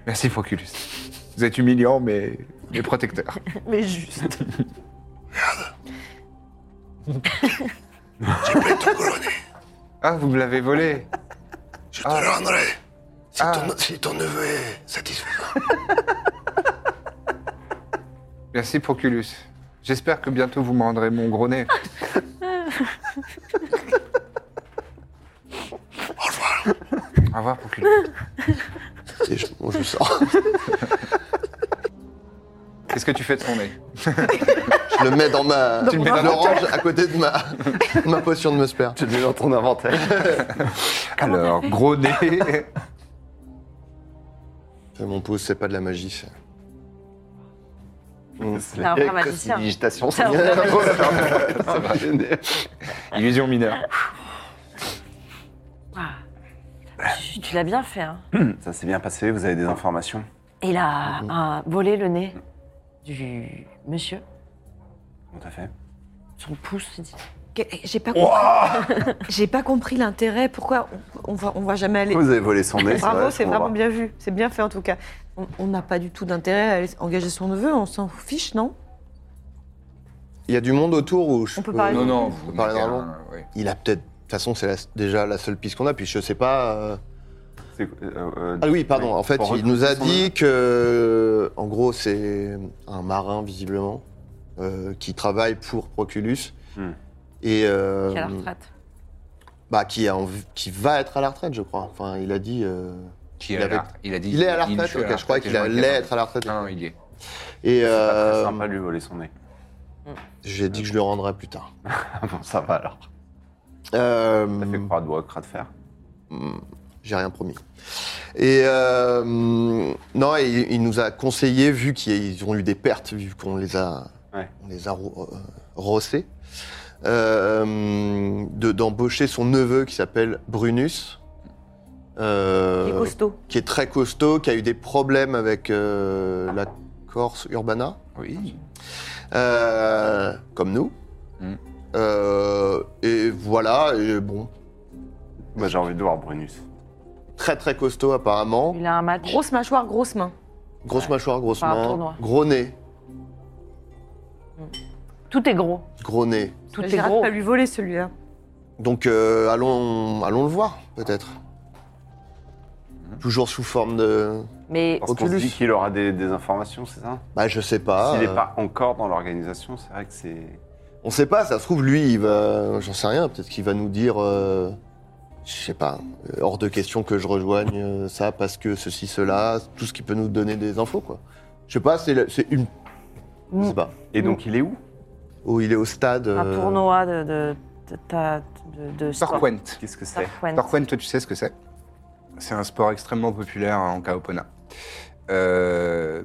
[SPEAKER 1] merci, Proculus. Vous êtes humiliant, mais, mais protecteur.
[SPEAKER 5] Mais juste.
[SPEAKER 4] Regarde. J'ai pris ton gros nez.
[SPEAKER 1] Ah, vous me l'avez volé.
[SPEAKER 4] Je te
[SPEAKER 1] Ah.
[SPEAKER 4] le rendrai. Si,
[SPEAKER 1] Ah.
[SPEAKER 4] ton, si ton neveu est satisfaisant.
[SPEAKER 1] Merci, Proculus. J'espère que bientôt vous me rendrez mon gros nez.
[SPEAKER 4] Au revoir.
[SPEAKER 1] Au revoir, Proculus.
[SPEAKER 4] Et je, bon, je sors.
[SPEAKER 1] Qu'est-ce que tu fais de ton nez
[SPEAKER 4] Je le mets dans ma.
[SPEAKER 1] Tu le mets dans ta
[SPEAKER 4] range à côté de ma, ma potion de Musper.
[SPEAKER 3] Tu le mets dans ton inventaire.
[SPEAKER 1] Alors, gros nez.
[SPEAKER 4] Mon pouce, c'est pas de la magie, ça.
[SPEAKER 3] C'est
[SPEAKER 2] un vrai magicien.
[SPEAKER 3] Digitation,
[SPEAKER 2] un vrai
[SPEAKER 3] Ça va gêner.
[SPEAKER 1] Illusion mineure.
[SPEAKER 2] Ah. Tu, tu l'as bien fait, hein.
[SPEAKER 3] Ça s'est bien passé, vous avez des informations
[SPEAKER 2] Et il a
[SPEAKER 4] Mhm.
[SPEAKER 2] un- volé le nez du monsieur.
[SPEAKER 3] Tout à fait.
[SPEAKER 2] Son pouce, il dit.
[SPEAKER 5] eh, J'ai pas compris. J'ai pas compris l'intérêt. Pourquoi on, on va, on va jamais aller.
[SPEAKER 3] Vous avez volé son nez,
[SPEAKER 5] Bravo,
[SPEAKER 3] vrai,
[SPEAKER 5] c'est
[SPEAKER 3] je
[SPEAKER 5] vraiment
[SPEAKER 3] comprends.
[SPEAKER 5] bien vu. C'est bien fait en tout cas. On- On n'a pas du tout d'intérêt à aller engager son neveu. On s'en fiche, non
[SPEAKER 4] Il y a du monde autour où je
[SPEAKER 5] On peut
[SPEAKER 4] peux-
[SPEAKER 5] parler.
[SPEAKER 1] Non, non,
[SPEAKER 4] On
[SPEAKER 1] vous
[SPEAKER 4] peut parler
[SPEAKER 1] mettez
[SPEAKER 4] normalement.
[SPEAKER 1] un- oui.
[SPEAKER 4] Il a peut-être. De toute façon, c'est la- déjà la seule piste qu'on a. Puis je sais pas. euh,
[SPEAKER 3] C'est- euh, euh,
[SPEAKER 4] Ah oui, pardon.
[SPEAKER 3] oui,
[SPEAKER 4] En fait,
[SPEAKER 3] pour
[SPEAKER 4] il
[SPEAKER 3] recruter
[SPEAKER 4] nous a
[SPEAKER 3] son-
[SPEAKER 4] dit que, en gros, c'est un marin visiblement euh, qui travaille pour Proculus
[SPEAKER 3] Hmm.
[SPEAKER 4] et euh,
[SPEAKER 2] Qui est à la retraite.
[SPEAKER 4] bah, qui, est en- qui va être à la retraite, je crois. Enfin, il a dit. euh,
[SPEAKER 1] Qui
[SPEAKER 4] Il
[SPEAKER 1] est à la-
[SPEAKER 4] avait-
[SPEAKER 1] il a dit.
[SPEAKER 4] il est à la
[SPEAKER 1] il-
[SPEAKER 4] retraite.
[SPEAKER 1] suis à la
[SPEAKER 4] ok, je crois
[SPEAKER 1] retraite et
[SPEAKER 4] qu'il
[SPEAKER 1] je
[SPEAKER 4] allait
[SPEAKER 1] m'inquiète.
[SPEAKER 4] être à la retraite.
[SPEAKER 1] Non, non, il y est.
[SPEAKER 4] Et
[SPEAKER 3] C'est pas très
[SPEAKER 4] euh, Mm.
[SPEAKER 3] sympa de lui voler son nez.
[SPEAKER 4] j'ai dit que je le rendrai plus tard.
[SPEAKER 3] Ah bon, ça va alors.
[SPEAKER 4] Euh,
[SPEAKER 3] Ça fait croire de bois, crat de fer.
[SPEAKER 4] J'ai rien promis. Et euh, non, et il, il nous a conseillé, vu qu'ils ont eu des pertes, vu qu'on les a,
[SPEAKER 3] Ouais.
[SPEAKER 4] on les a ro- euh, rossés, euh, de- d'embaucher son neveu qui s'appelle Brunus, euh,
[SPEAKER 5] Il est costaud.
[SPEAKER 4] qui est très costaud, qui a eu des problèmes avec euh, la Corse Urbana,
[SPEAKER 1] Oui.
[SPEAKER 4] euh, comme nous.
[SPEAKER 1] Mm.
[SPEAKER 4] Euh, et voilà, et bon,
[SPEAKER 3] Moi, Bah, j'ai envie de voir Brunus.
[SPEAKER 4] très très costaud apparemment.
[SPEAKER 2] Il a un match.
[SPEAKER 5] Grosse mâchoire, grosse main.
[SPEAKER 4] Grosse mâchoire, grosse
[SPEAKER 2] Enfin, un
[SPEAKER 4] main,
[SPEAKER 2] tournoi.
[SPEAKER 4] gros nez,
[SPEAKER 2] Tout est gros.
[SPEAKER 4] gros nez.
[SPEAKER 2] Tout est
[SPEAKER 5] J'ai hâte de
[SPEAKER 2] gros.
[SPEAKER 5] pas lui voler celui-là.
[SPEAKER 4] Donc euh, allons, allons le voir, peut-être. Toujours sous forme de...
[SPEAKER 2] Mais
[SPEAKER 3] Parce qu'on se
[SPEAKER 4] Oculus.
[SPEAKER 3] dit qu'il aura des, des informations, c'est ça
[SPEAKER 4] Bah je sais pas.
[SPEAKER 3] S'il n'est
[SPEAKER 4] euh,
[SPEAKER 3] pas encore dans l'organisation, c'est vrai que c'est.
[SPEAKER 4] On sait pas, ça se trouve, lui, il va... J'en sais rien, peut-être qu'il va nous dire... euh, Je sais pas, euh, hors de question que je rejoigne euh, ça parce que ceci, cela, tout ce qui peut nous donner des infos, quoi. Je sais pas, c'est la- c'est une... Je sais pas.
[SPEAKER 3] Et donc, il est où
[SPEAKER 4] Oh, il est au stade...
[SPEAKER 2] un
[SPEAKER 5] Ah,
[SPEAKER 4] euh,
[SPEAKER 2] tournoi de. de, de, ta- de, de sport.
[SPEAKER 1] Torquent.
[SPEAKER 3] Euh, Qu'est-ce que c'est
[SPEAKER 2] Torquent.
[SPEAKER 1] Torquent, toi, tu sais ce que c'est C'est un sport extrêmement populaire en Kaopona. Euh,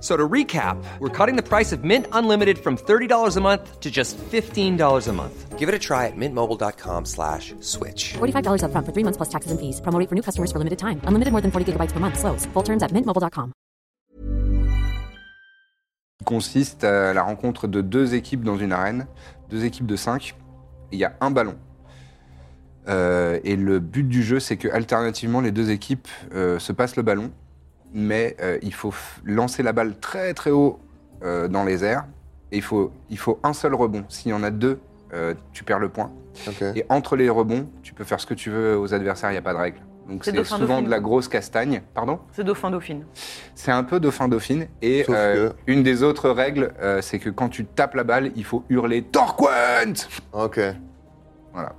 [SPEAKER 7] So to recap, we're cutting the price of Mint Unlimited from $30 a month to just $15 a month. Give it a try at mintmobile.com slash switch.
[SPEAKER 8] $45 upfront for three months plus taxes and fees. Promo rate for new customers for limited time. Unlimited more than 40 gigabytes per month. Slows. Full terms at mintmobile.com.
[SPEAKER 1] qui consiste à la rencontre de deux équipes dans une arène, deux équipes de cinq. Il y a un ballon. Euh, et le but du jeu, c'est que alternativement, les deux équipes euh, se passent le ballon, mais euh, il faut f- lancer la balle très très haut euh, dans les airs. Et il faut, il faut un seul rebond. S'il y en a deux, euh, tu perds le point.
[SPEAKER 4] ok.
[SPEAKER 1] Et entre les rebonds, tu peux faire ce que tu veux aux adversaires, il n'y a pas de règle. Donc
[SPEAKER 5] C'est
[SPEAKER 1] c'est
[SPEAKER 5] dauphin,
[SPEAKER 1] souvent
[SPEAKER 5] dauphine.
[SPEAKER 1] de la grosse castagne. Pardon
[SPEAKER 5] C'est dauphin, dauphine.
[SPEAKER 1] C'est un peu dauphin-dauphine. Et
[SPEAKER 4] Sauf
[SPEAKER 1] euh,
[SPEAKER 4] que-
[SPEAKER 1] une des autres règles, euh, c'est que quand tu tapes la balle, il faut hurler Torquent
[SPEAKER 4] Ok.
[SPEAKER 1] Voilà.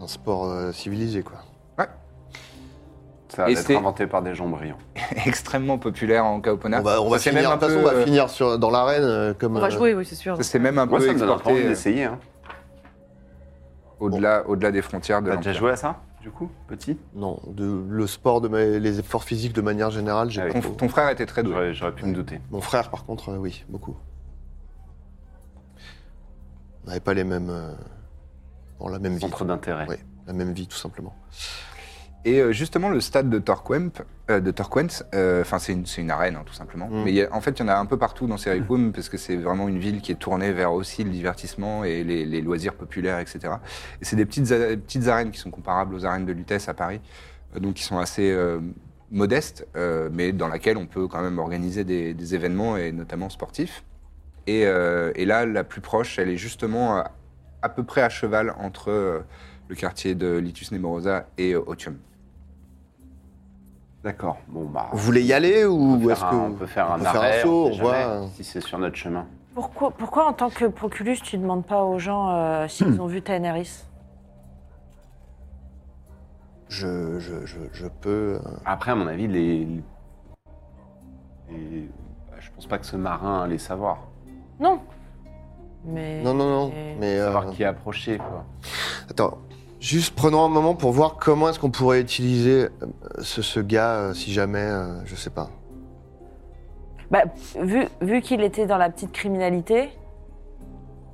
[SPEAKER 4] Un sport euh, civilisé, quoi.
[SPEAKER 3] Ça va
[SPEAKER 1] Et
[SPEAKER 3] être
[SPEAKER 1] c'est-
[SPEAKER 3] inventé par des gens brillants.
[SPEAKER 1] Extrêmement populaire en Kaopona.
[SPEAKER 4] euh, On va, on va
[SPEAKER 1] Ça s'est
[SPEAKER 4] finir, de
[SPEAKER 1] même un
[SPEAKER 4] toute façon,
[SPEAKER 1] peu,
[SPEAKER 4] on va
[SPEAKER 1] euh,
[SPEAKER 4] finir sur, dans l'arène euh, comme...
[SPEAKER 5] On va
[SPEAKER 4] euh,
[SPEAKER 5] jouer, oui, c'est sûr.
[SPEAKER 1] Ça s'est même un
[SPEAKER 3] Moi,
[SPEAKER 1] peu
[SPEAKER 3] ça me donne envie
[SPEAKER 1] exporté euh,
[SPEAKER 3] d'essayer. Hein.
[SPEAKER 1] au-delà au-delà des frontières de
[SPEAKER 3] T'as déjà
[SPEAKER 1] l'Empire.
[SPEAKER 3] joué à ça, du coup, petit
[SPEAKER 4] Non, de, le sport, de ma- les efforts physiques de manière générale, j'ai
[SPEAKER 3] Ah oui.
[SPEAKER 4] pas-
[SPEAKER 1] Ton, ton frère était très doué.
[SPEAKER 3] J'aurais j'aurais pu me douter.
[SPEAKER 4] Mon frère, par contre, euh, oui, beaucoup. On n'avait pas les mêmes. euh, bon, la même vie.
[SPEAKER 3] Centre d'intérêt.
[SPEAKER 4] Oui, la même vie, tout simplement.
[SPEAKER 1] Et euh, justement, le stade de Torquemp, euh, de Torquent, euh, enfin c'est une, c'est une arène hein, tout simplement. Mais il y a- en fait, il y en a un peu partout dans Sericum parce que c'est vraiment une ville qui est tournée vers aussi le divertissement et les, les loisirs populaires, etc. Et c'est des petites, a- petites arènes qui sont comparables aux arènes de Lutèce à Paris, euh, donc qui sont assez euh, modestes, euh, mais dans laquelle on peut quand même organiser des, des événements et notamment sportifs. Et, euh, et là, la plus proche, elle est justement à, à peu près à cheval entre euh, le quartier de Litus Nemorosa et euh, Otium.
[SPEAKER 3] D'accord. Bon, bah.
[SPEAKER 4] Vous voulez y aller
[SPEAKER 3] on
[SPEAKER 4] ou
[SPEAKER 3] peut
[SPEAKER 4] est-ce
[SPEAKER 3] faire
[SPEAKER 4] que.
[SPEAKER 3] un- on peut faire
[SPEAKER 4] on
[SPEAKER 3] un
[SPEAKER 4] peut
[SPEAKER 3] arrêt
[SPEAKER 4] un saut,
[SPEAKER 3] sait
[SPEAKER 4] on
[SPEAKER 3] jamais
[SPEAKER 4] voit.
[SPEAKER 3] Si c'est sur notre chemin.
[SPEAKER 2] Pourquoi, pourquoi, en tant que Proculus, tu demandes pas aux gens euh, s'ils ont vu Taenerys
[SPEAKER 4] Je, je, je, je peux. euh,
[SPEAKER 3] Après, à mon avis, les. les- les- bah, je pense pas que ce marin allait savoir.
[SPEAKER 2] Non. Mais.
[SPEAKER 4] Non, non, non.
[SPEAKER 2] Et-
[SPEAKER 4] Mais. euh,
[SPEAKER 3] Savoir qui est approché, quoi.
[SPEAKER 4] Attends. Juste prenons un moment pour voir comment est-ce qu'on pourrait utiliser euh, ce, ce gars euh, si jamais. euh, je sais pas.
[SPEAKER 2] Bah, vu vu qu'il était dans la petite criminalité,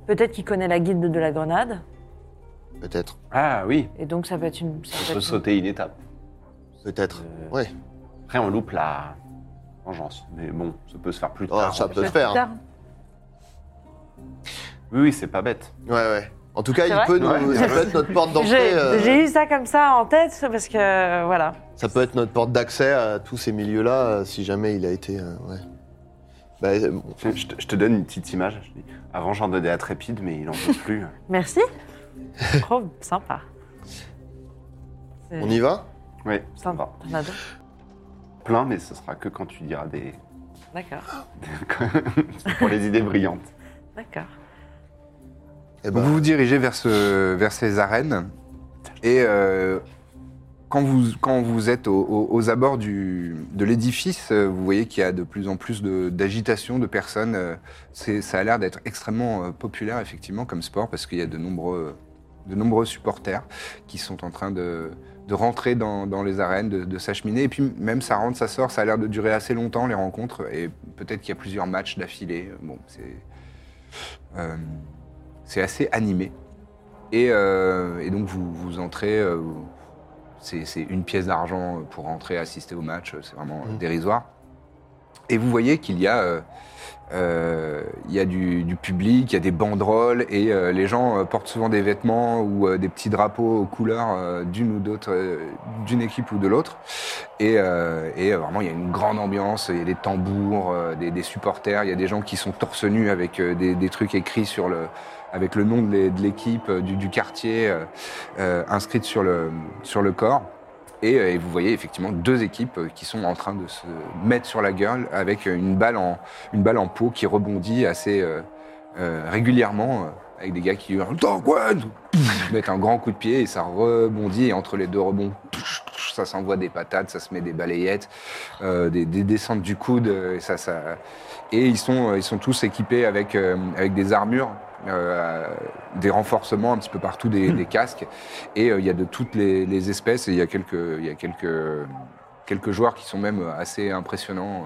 [SPEAKER 2] peut-être qu'il connaît la guide de la grenade,
[SPEAKER 4] Peut-être.
[SPEAKER 3] Ah oui,
[SPEAKER 2] et donc ça peut être une. ça peut
[SPEAKER 3] on peut
[SPEAKER 2] être une-
[SPEAKER 3] sauter une étape.
[SPEAKER 4] Peut-être.
[SPEAKER 3] Euh,
[SPEAKER 4] Oui.
[SPEAKER 3] Après, on loupe la vengeance. Mais bon, ça peut se faire plus
[SPEAKER 4] Oh,
[SPEAKER 3] tard.
[SPEAKER 4] ça peut se
[SPEAKER 5] Plus
[SPEAKER 4] faire.
[SPEAKER 5] tard.
[SPEAKER 3] Oui, oui, c'est pas bête.
[SPEAKER 4] Ouais, ouais. En tout cas,
[SPEAKER 2] C'est
[SPEAKER 4] il
[SPEAKER 2] vrai
[SPEAKER 4] peut nous.
[SPEAKER 3] Ouais,
[SPEAKER 4] ça
[SPEAKER 3] ouais.
[SPEAKER 4] peut être notre porte d'entrée.
[SPEAKER 2] J'ai
[SPEAKER 4] euh,
[SPEAKER 2] j'ai eu ça comme ça en tête parce que euh, voilà.
[SPEAKER 4] Ça peut être notre porte d'accès à tous ces milieux-là, euh, si jamais il a été. euh, ouais. Bah, euh, bon,
[SPEAKER 3] Je, je te- je te donne une petite image. Je dis, Avant, j'en donnais à Trépide, mais il en veut plus.
[SPEAKER 2] Euh, Merci. Trop sympa. C'est
[SPEAKER 4] on y va
[SPEAKER 3] Oui, ça
[SPEAKER 2] sympa.
[SPEAKER 3] va.
[SPEAKER 2] T'en as d'autres
[SPEAKER 3] Plein, mais ce sera que quand tu diras des.
[SPEAKER 2] D'accord.
[SPEAKER 3] pour les idées brillantes.
[SPEAKER 2] D'accord.
[SPEAKER 4] Eh
[SPEAKER 1] Donc,
[SPEAKER 4] ben,
[SPEAKER 1] vous vous dirigez vers, ce- vers ces arènes et euh, quand, vous, quand vous êtes au- au- aux abords du- de l'édifice, euh, vous voyez qu'il y a de plus en plus de- d'agitation de, personnes. euh, c'est- ça a l'air d'être extrêmement euh, populaire effectivement comme sport parce qu'il y a de nombreux, de nombreux supporters qui sont en train de, de rentrer dans, dans les arènes, de, de s'acheminer. Et puis même ça rentre, ça sort, ça a l'air de durer assez longtemps les rencontres et peut-être qu'il y a plusieurs matchs d'affilée. Bon, c'est... euh, c'est assez animé. Et, euh, et donc vous, vous entrez, euh, vous- c'est c'est une pièce d'argent pour entrer assister au match, c'est vraiment euh,
[SPEAKER 4] Mhm.
[SPEAKER 1] dérisoire. Et vous voyez qu'il y a, euh, euh, il y a du, du public, il y a des banderoles, et euh, les gens euh, portent souvent des vêtements ou euh, des petits drapeaux aux couleurs euh, d'une ou d'autre, euh, d'une équipe ou de l'autre. Et, euh, et, euh, vraiment, il y a une grande ambiance, il y a des tambours, euh, des, des supporters, il y a des gens qui sont torse nus avec euh, des, des trucs écrits sur le, avec le nom de l'é- de l'équipe, euh, du, du quartier, euh, euh, inscrite sur le, sur le corps. Et, euh, et vous voyez effectivement deux équipes euh, qui sont en train de se mettre sur la gueule avec une balle en, une balle en peau qui rebondit assez euh, euh, régulièrement euh, avec des gars qui hurlent Dogwood Pouf mettent un grand coup de pied et ça rebondit et entre les deux rebonds pouf, pouf, ça s'envoie des patates, ça se met des balayettes, euh, des, des descentes du coude euh, et ça, ça et ils sont euh, ils sont tous équipés avec euh, avec des armures. euh, des renforcements un petit peu partout, des, des casques. Et euh, il y a de toutes les, les espèces, et il y a, quelques, il y a quelques, quelques joueurs qui sont même assez impressionnants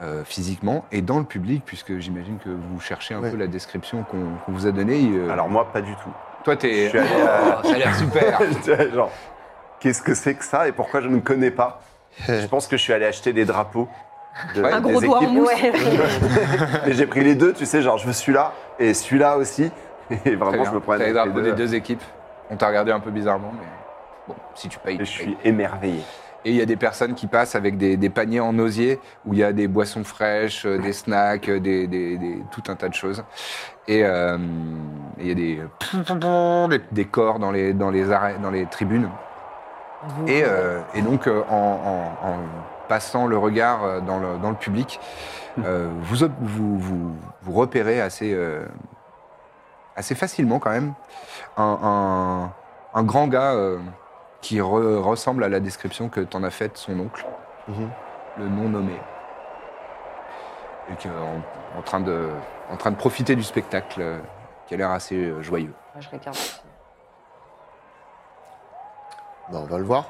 [SPEAKER 1] euh, euh, physiquement. Et dans le public, puisque j'imagine que vous cherchez un
[SPEAKER 4] Ouais.
[SPEAKER 1] peu la description qu'on qu'on vous a donnée. euh,
[SPEAKER 3] Alors, moi, pas du tout.
[SPEAKER 1] toi, t'es.
[SPEAKER 3] je suis allé à-
[SPEAKER 1] Oh, ça a l'air super
[SPEAKER 3] Genre, qu'est-ce que c'est que ça et pourquoi je ne connais pas Je pense que je suis allé acheter des drapeaux. De,
[SPEAKER 1] Un
[SPEAKER 6] Un
[SPEAKER 3] des
[SPEAKER 6] gros doigt en
[SPEAKER 3] équipes.
[SPEAKER 6] mousse.
[SPEAKER 3] Et j'ai pris les deux, tu sais, genre, je veux celui-là et celui-là aussi. Et
[SPEAKER 1] Très
[SPEAKER 3] vraiment,
[SPEAKER 1] bien.
[SPEAKER 3] je me
[SPEAKER 1] T'as
[SPEAKER 3] prenais
[SPEAKER 1] les
[SPEAKER 3] avec
[SPEAKER 1] drapeaux des
[SPEAKER 3] les deux.
[SPEAKER 1] deux équipes. On t'a regardé un peu bizarrement, mais bon, si tu payes,
[SPEAKER 3] Et je
[SPEAKER 1] tu payes.
[SPEAKER 3] suis émerveillé.
[SPEAKER 1] Et il y a des personnes qui passent avec des, des paniers en osier où il y a des boissons fraîches, euh, des snacks, euh, des, des- des- tout un tas de choses. Et euh, et il y a des, des, des corps dans les, dans les, arrêts, dans les tribunes. Et, euh, et donc, euh, en, en- en passant le regard euh, dans le, dans le public,
[SPEAKER 3] Hum.
[SPEAKER 1] euh, vous, ob- vous, vous, vous repérez assez, euh, assez facilement quand même un, un- un grand gars euh, qui re- ressemble à la description que t'en as faite son oncle,
[SPEAKER 4] Mhm.
[SPEAKER 1] le non nommé, et qui est en, en train de, en train de profiter du spectacle, euh, qui a l'air assez euh, joyeux.
[SPEAKER 2] Moi, je regarde.
[SPEAKER 4] bah, on va le voir.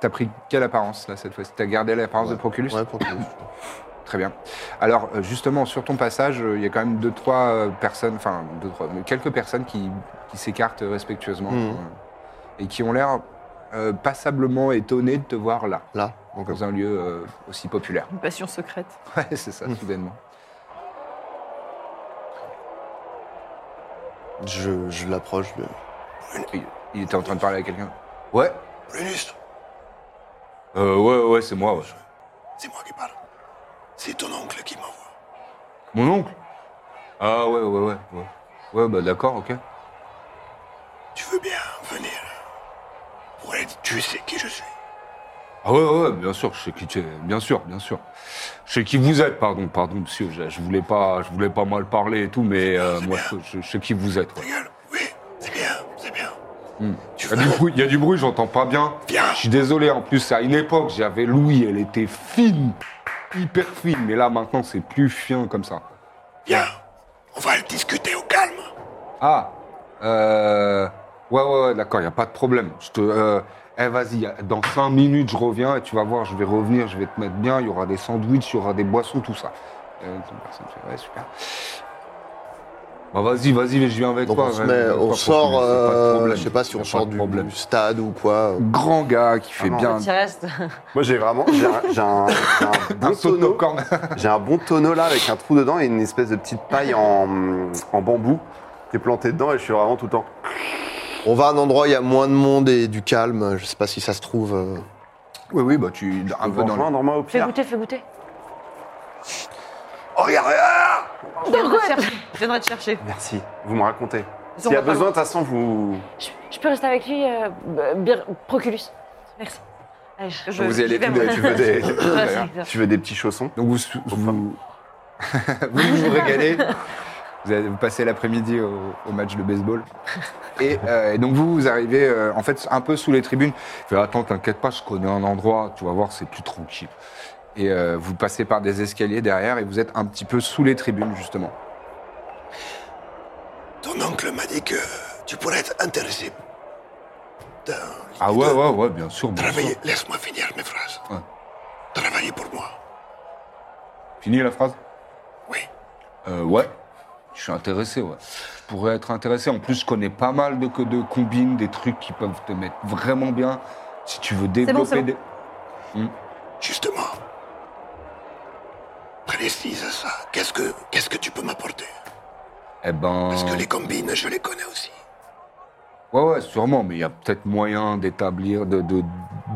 [SPEAKER 1] T'as pris quelle apparence là cette fois-ci T'as gardé l'apparence de Proculus
[SPEAKER 4] Ouais, Proculus.
[SPEAKER 1] Très bien. Alors euh, justement, sur ton passage, euh, il y a quand même deux, trois euh, personnes, enfin deux, trois, mais quelques personnes qui, qui s'écartent respectueusement
[SPEAKER 4] Mhm.
[SPEAKER 1] euh, et qui ont l'air euh, passablement étonnées de te voir là,
[SPEAKER 4] Là, donc,
[SPEAKER 1] dans un lieu euh, aussi populaire.
[SPEAKER 6] Une passion secrète.
[SPEAKER 1] Ouais, c'est ça, soudainement.
[SPEAKER 4] je, je l'approche. De...
[SPEAKER 1] Il, il était en train de parler à quelqu'un. Ouais Euh, ouais, ouais, c'est moi, ouais.
[SPEAKER 9] C'est moi qui parle. C'est ton oncle qui m'envoie.
[SPEAKER 1] Mon oncle Ah ouais, ouais, ouais, ouais. Ouais, bah d'accord, ok.
[SPEAKER 9] Tu veux bien venir Ouais, tu sais qui je suis.
[SPEAKER 1] Ah ouais, ouais, ouais, bien sûr, je sais qui tu es, bien sûr, bien sûr. Je sais qui vous êtes, pardon, pardon, monsieur, je, je voulais pas, je voulais pas mal parler et tout, mais euh, moi, je, je- je sais qui vous êtes, ouais. Hmm.
[SPEAKER 9] Regarde, oui, c'est bien, c'est bien.
[SPEAKER 1] Il y a du bruit, il y a du bruit, j'entends pas bien.
[SPEAKER 9] Viens.
[SPEAKER 1] Je suis désolé, en plus, à une époque, j'avais Louis, elle était fine, hyper fine, mais là, maintenant, c'est plus fin comme ça.
[SPEAKER 9] Viens, on va le discuter au calme.
[SPEAKER 1] Ah, euh, ouais, ouais, ouais, d'accord, il n'y a pas de problème. Je te, euh, eh, vas-y, dans cinq minutes, je reviens et tu vas voir, je vais revenir, je vais te mettre bien, il y aura des sandwichs, il y aura des boissons, tout ça. Euh, ton personne fait, ouais, super. Bah, vas-y, vas-y, je viens avec
[SPEAKER 4] Donc
[SPEAKER 1] toi.
[SPEAKER 4] on se
[SPEAKER 1] ouais,
[SPEAKER 4] met,
[SPEAKER 1] viens avec
[SPEAKER 4] on
[SPEAKER 1] toi,
[SPEAKER 4] sort,
[SPEAKER 1] Proculus, c'est pas de
[SPEAKER 4] euh,
[SPEAKER 1] problème,
[SPEAKER 4] je sais pas si
[SPEAKER 1] y a
[SPEAKER 4] on sort
[SPEAKER 1] de
[SPEAKER 4] du
[SPEAKER 1] problème.
[SPEAKER 4] stade ou quoi. euh.
[SPEAKER 1] Grand gars qui fait
[SPEAKER 3] Ah non,
[SPEAKER 1] bien
[SPEAKER 2] Tu restes.
[SPEAKER 3] Moi, j'ai vraiment. J'ai un, j'ai un- j'ai un
[SPEAKER 1] un
[SPEAKER 3] bon
[SPEAKER 1] saut de
[SPEAKER 3] tonneau.
[SPEAKER 1] corne. euh,
[SPEAKER 3] J'ai un bon tonneau là avec un trou dedans et une espèce de petite paille en, en bambou T'es planté dedans et je suis vraiment tout le temps.
[SPEAKER 4] On va à un endroit où il y a moins de monde et du calme. Je sais pas si ça se trouve. euh,
[SPEAKER 1] Oui, oui, bah tu. Un
[SPEAKER 3] Vous
[SPEAKER 1] peu dans le.
[SPEAKER 3] rejoindre moi au
[SPEAKER 2] Fais
[SPEAKER 3] pire.
[SPEAKER 2] goûter, fais goûter.
[SPEAKER 3] Oh, regarde ah
[SPEAKER 5] Je viendrai te chercher. Je viendrai te chercher.
[SPEAKER 3] Merci, vous me racontez.
[SPEAKER 5] Ils sont
[SPEAKER 3] S'il y a
[SPEAKER 5] pas
[SPEAKER 3] besoin, de toute façon, vous.
[SPEAKER 2] Je, je peux rester avec lui, euh, euh, Bir- Proculus. Merci. Allez, je-
[SPEAKER 5] Je-
[SPEAKER 1] Vous y allez
[SPEAKER 5] j'y vais,
[SPEAKER 1] tous deux,
[SPEAKER 5] moi.
[SPEAKER 1] tu veux des.
[SPEAKER 2] Ouais, c'est exact.
[SPEAKER 3] Tu veux des petits chaussons
[SPEAKER 1] Donc vous vous, vous, vous régalez. Vous, allez- vous passez l'après-midi au, au match de baseball. Et, euh, et donc vous, vous arrivez euh, en fait un peu sous les tribunes. Vous faites, attends, t'inquiète pas, je connais un endroit, tu vas voir, c'est plus tranquille. Et euh, vous passez par des escaliers derrière et vous êtes un petit peu sous les tribunes justement.
[SPEAKER 9] Ton oncle m'a dit que tu pourrais être intéressé. dans l'idée
[SPEAKER 1] Ah ouais,
[SPEAKER 9] de
[SPEAKER 1] ouais, ouais, bien sûr. bien sûr.
[SPEAKER 9] Travailler. Laisse-moi finir mes phrases.
[SPEAKER 1] Ouais.
[SPEAKER 9] Travailler pour moi.
[SPEAKER 1] Fini la phrase
[SPEAKER 9] Oui.
[SPEAKER 1] Euh, ouais. Je suis intéressé, ouais. Je pourrais être intéressé. En plus, je connais pas mal de, de combines, des trucs qui peuvent te mettre vraiment bien. Si tu veux développer
[SPEAKER 5] bon, c'est bon.
[SPEAKER 1] des. Hmm
[SPEAKER 9] Justement. Précise ça. Qu'est-ce que, qu'est-ce que tu peux m'apporter
[SPEAKER 1] Eh ben.
[SPEAKER 9] Parce
[SPEAKER 3] Oh.
[SPEAKER 9] que les combines, je les connais aussi.
[SPEAKER 1] Ouais, ouais, sûrement, mais il y a peut-être moyen d'établir, de, de-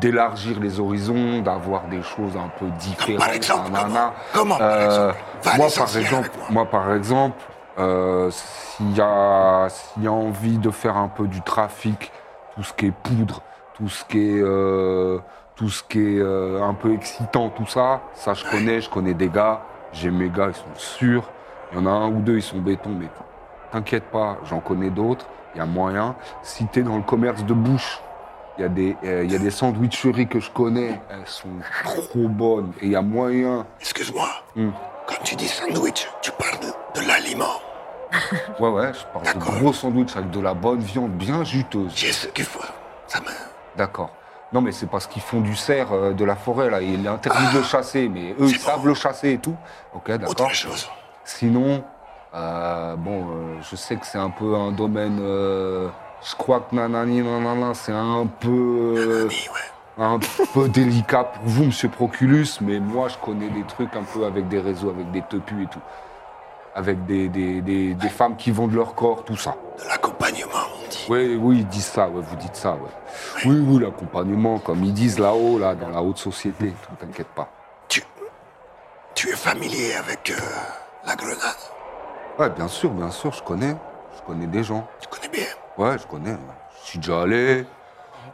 [SPEAKER 1] d'élargir les horizons, d'avoir des choses un peu différentes.
[SPEAKER 9] par exemple,
[SPEAKER 1] nanana.
[SPEAKER 9] comment Comment, par exemple Va à
[SPEAKER 1] Euh, moi, par
[SPEAKER 9] l'essentiel
[SPEAKER 1] exemple,
[SPEAKER 9] avec moi.
[SPEAKER 1] moi, par exemple, euh, s'il y a, s'il y a envie de faire un peu du trafic, tout ce qui est poudre, tout ce qui est, euh, tout ce qui est euh, un peu excitant, tout ça, ça je connais, je connais des gars, j'ai mes gars, ils sont sûrs. Il y en a un ou deux, ils sont béton, mais t'inquiète pas, j'en connais d'autres, il y a moyen. Si t'es dans le commerce de bouche, il y, a des, euh, il y a des sandwicheries que je connais, elles sont trop bonnes et il y a moyen.
[SPEAKER 9] Excuse-moi.
[SPEAKER 1] Hmm.
[SPEAKER 9] Quand tu dis sandwich, tu parles de, de l'aliment.
[SPEAKER 1] Ouais, ouais, je parle de
[SPEAKER 9] D'accord.
[SPEAKER 1] gros sandwich avec de la bonne viande bien juteuse.
[SPEAKER 9] J'ai ce qu'il faut. Ça me...
[SPEAKER 1] D'accord. Non, mais c'est parce qu'ils font du cerf euh, de la forêt, là. Il est interdit de le chasser, mais eux, ils
[SPEAKER 9] Ah, bon.
[SPEAKER 1] savent le chasser et tout. Ok, d'accord.
[SPEAKER 9] Autre chose.
[SPEAKER 1] Sinon, euh, bon, euh, je sais que c'est un peu un domaine. euh, je crois que nanani, nanana, c'est un peu. euh,
[SPEAKER 9] Oui, ouais.
[SPEAKER 1] un peu délicat pour vous, monsieur Proculus, mais moi, je connais des trucs un peu avec des réseaux, avec des tepus et tout. Avec des, des, des, des femmes qui vendent leur corps, tout ça.
[SPEAKER 9] De l'accompagnement, on dit.
[SPEAKER 1] Oui, oui, ils disent ça, ouais, vous dites ça, ouais. Oui, oui, l'accompagnement, comme ils disent là-haut, là, dans la haute société, tout, t'inquiète pas.
[SPEAKER 9] Tu, tu es familier avec euh, la grenade.
[SPEAKER 1] Ouais, bien sûr, bien sûr, je connais. Je connais des gens.
[SPEAKER 9] Tu connais bien.
[SPEAKER 1] Ouais, je connais. ouais. Je suis déjà allé.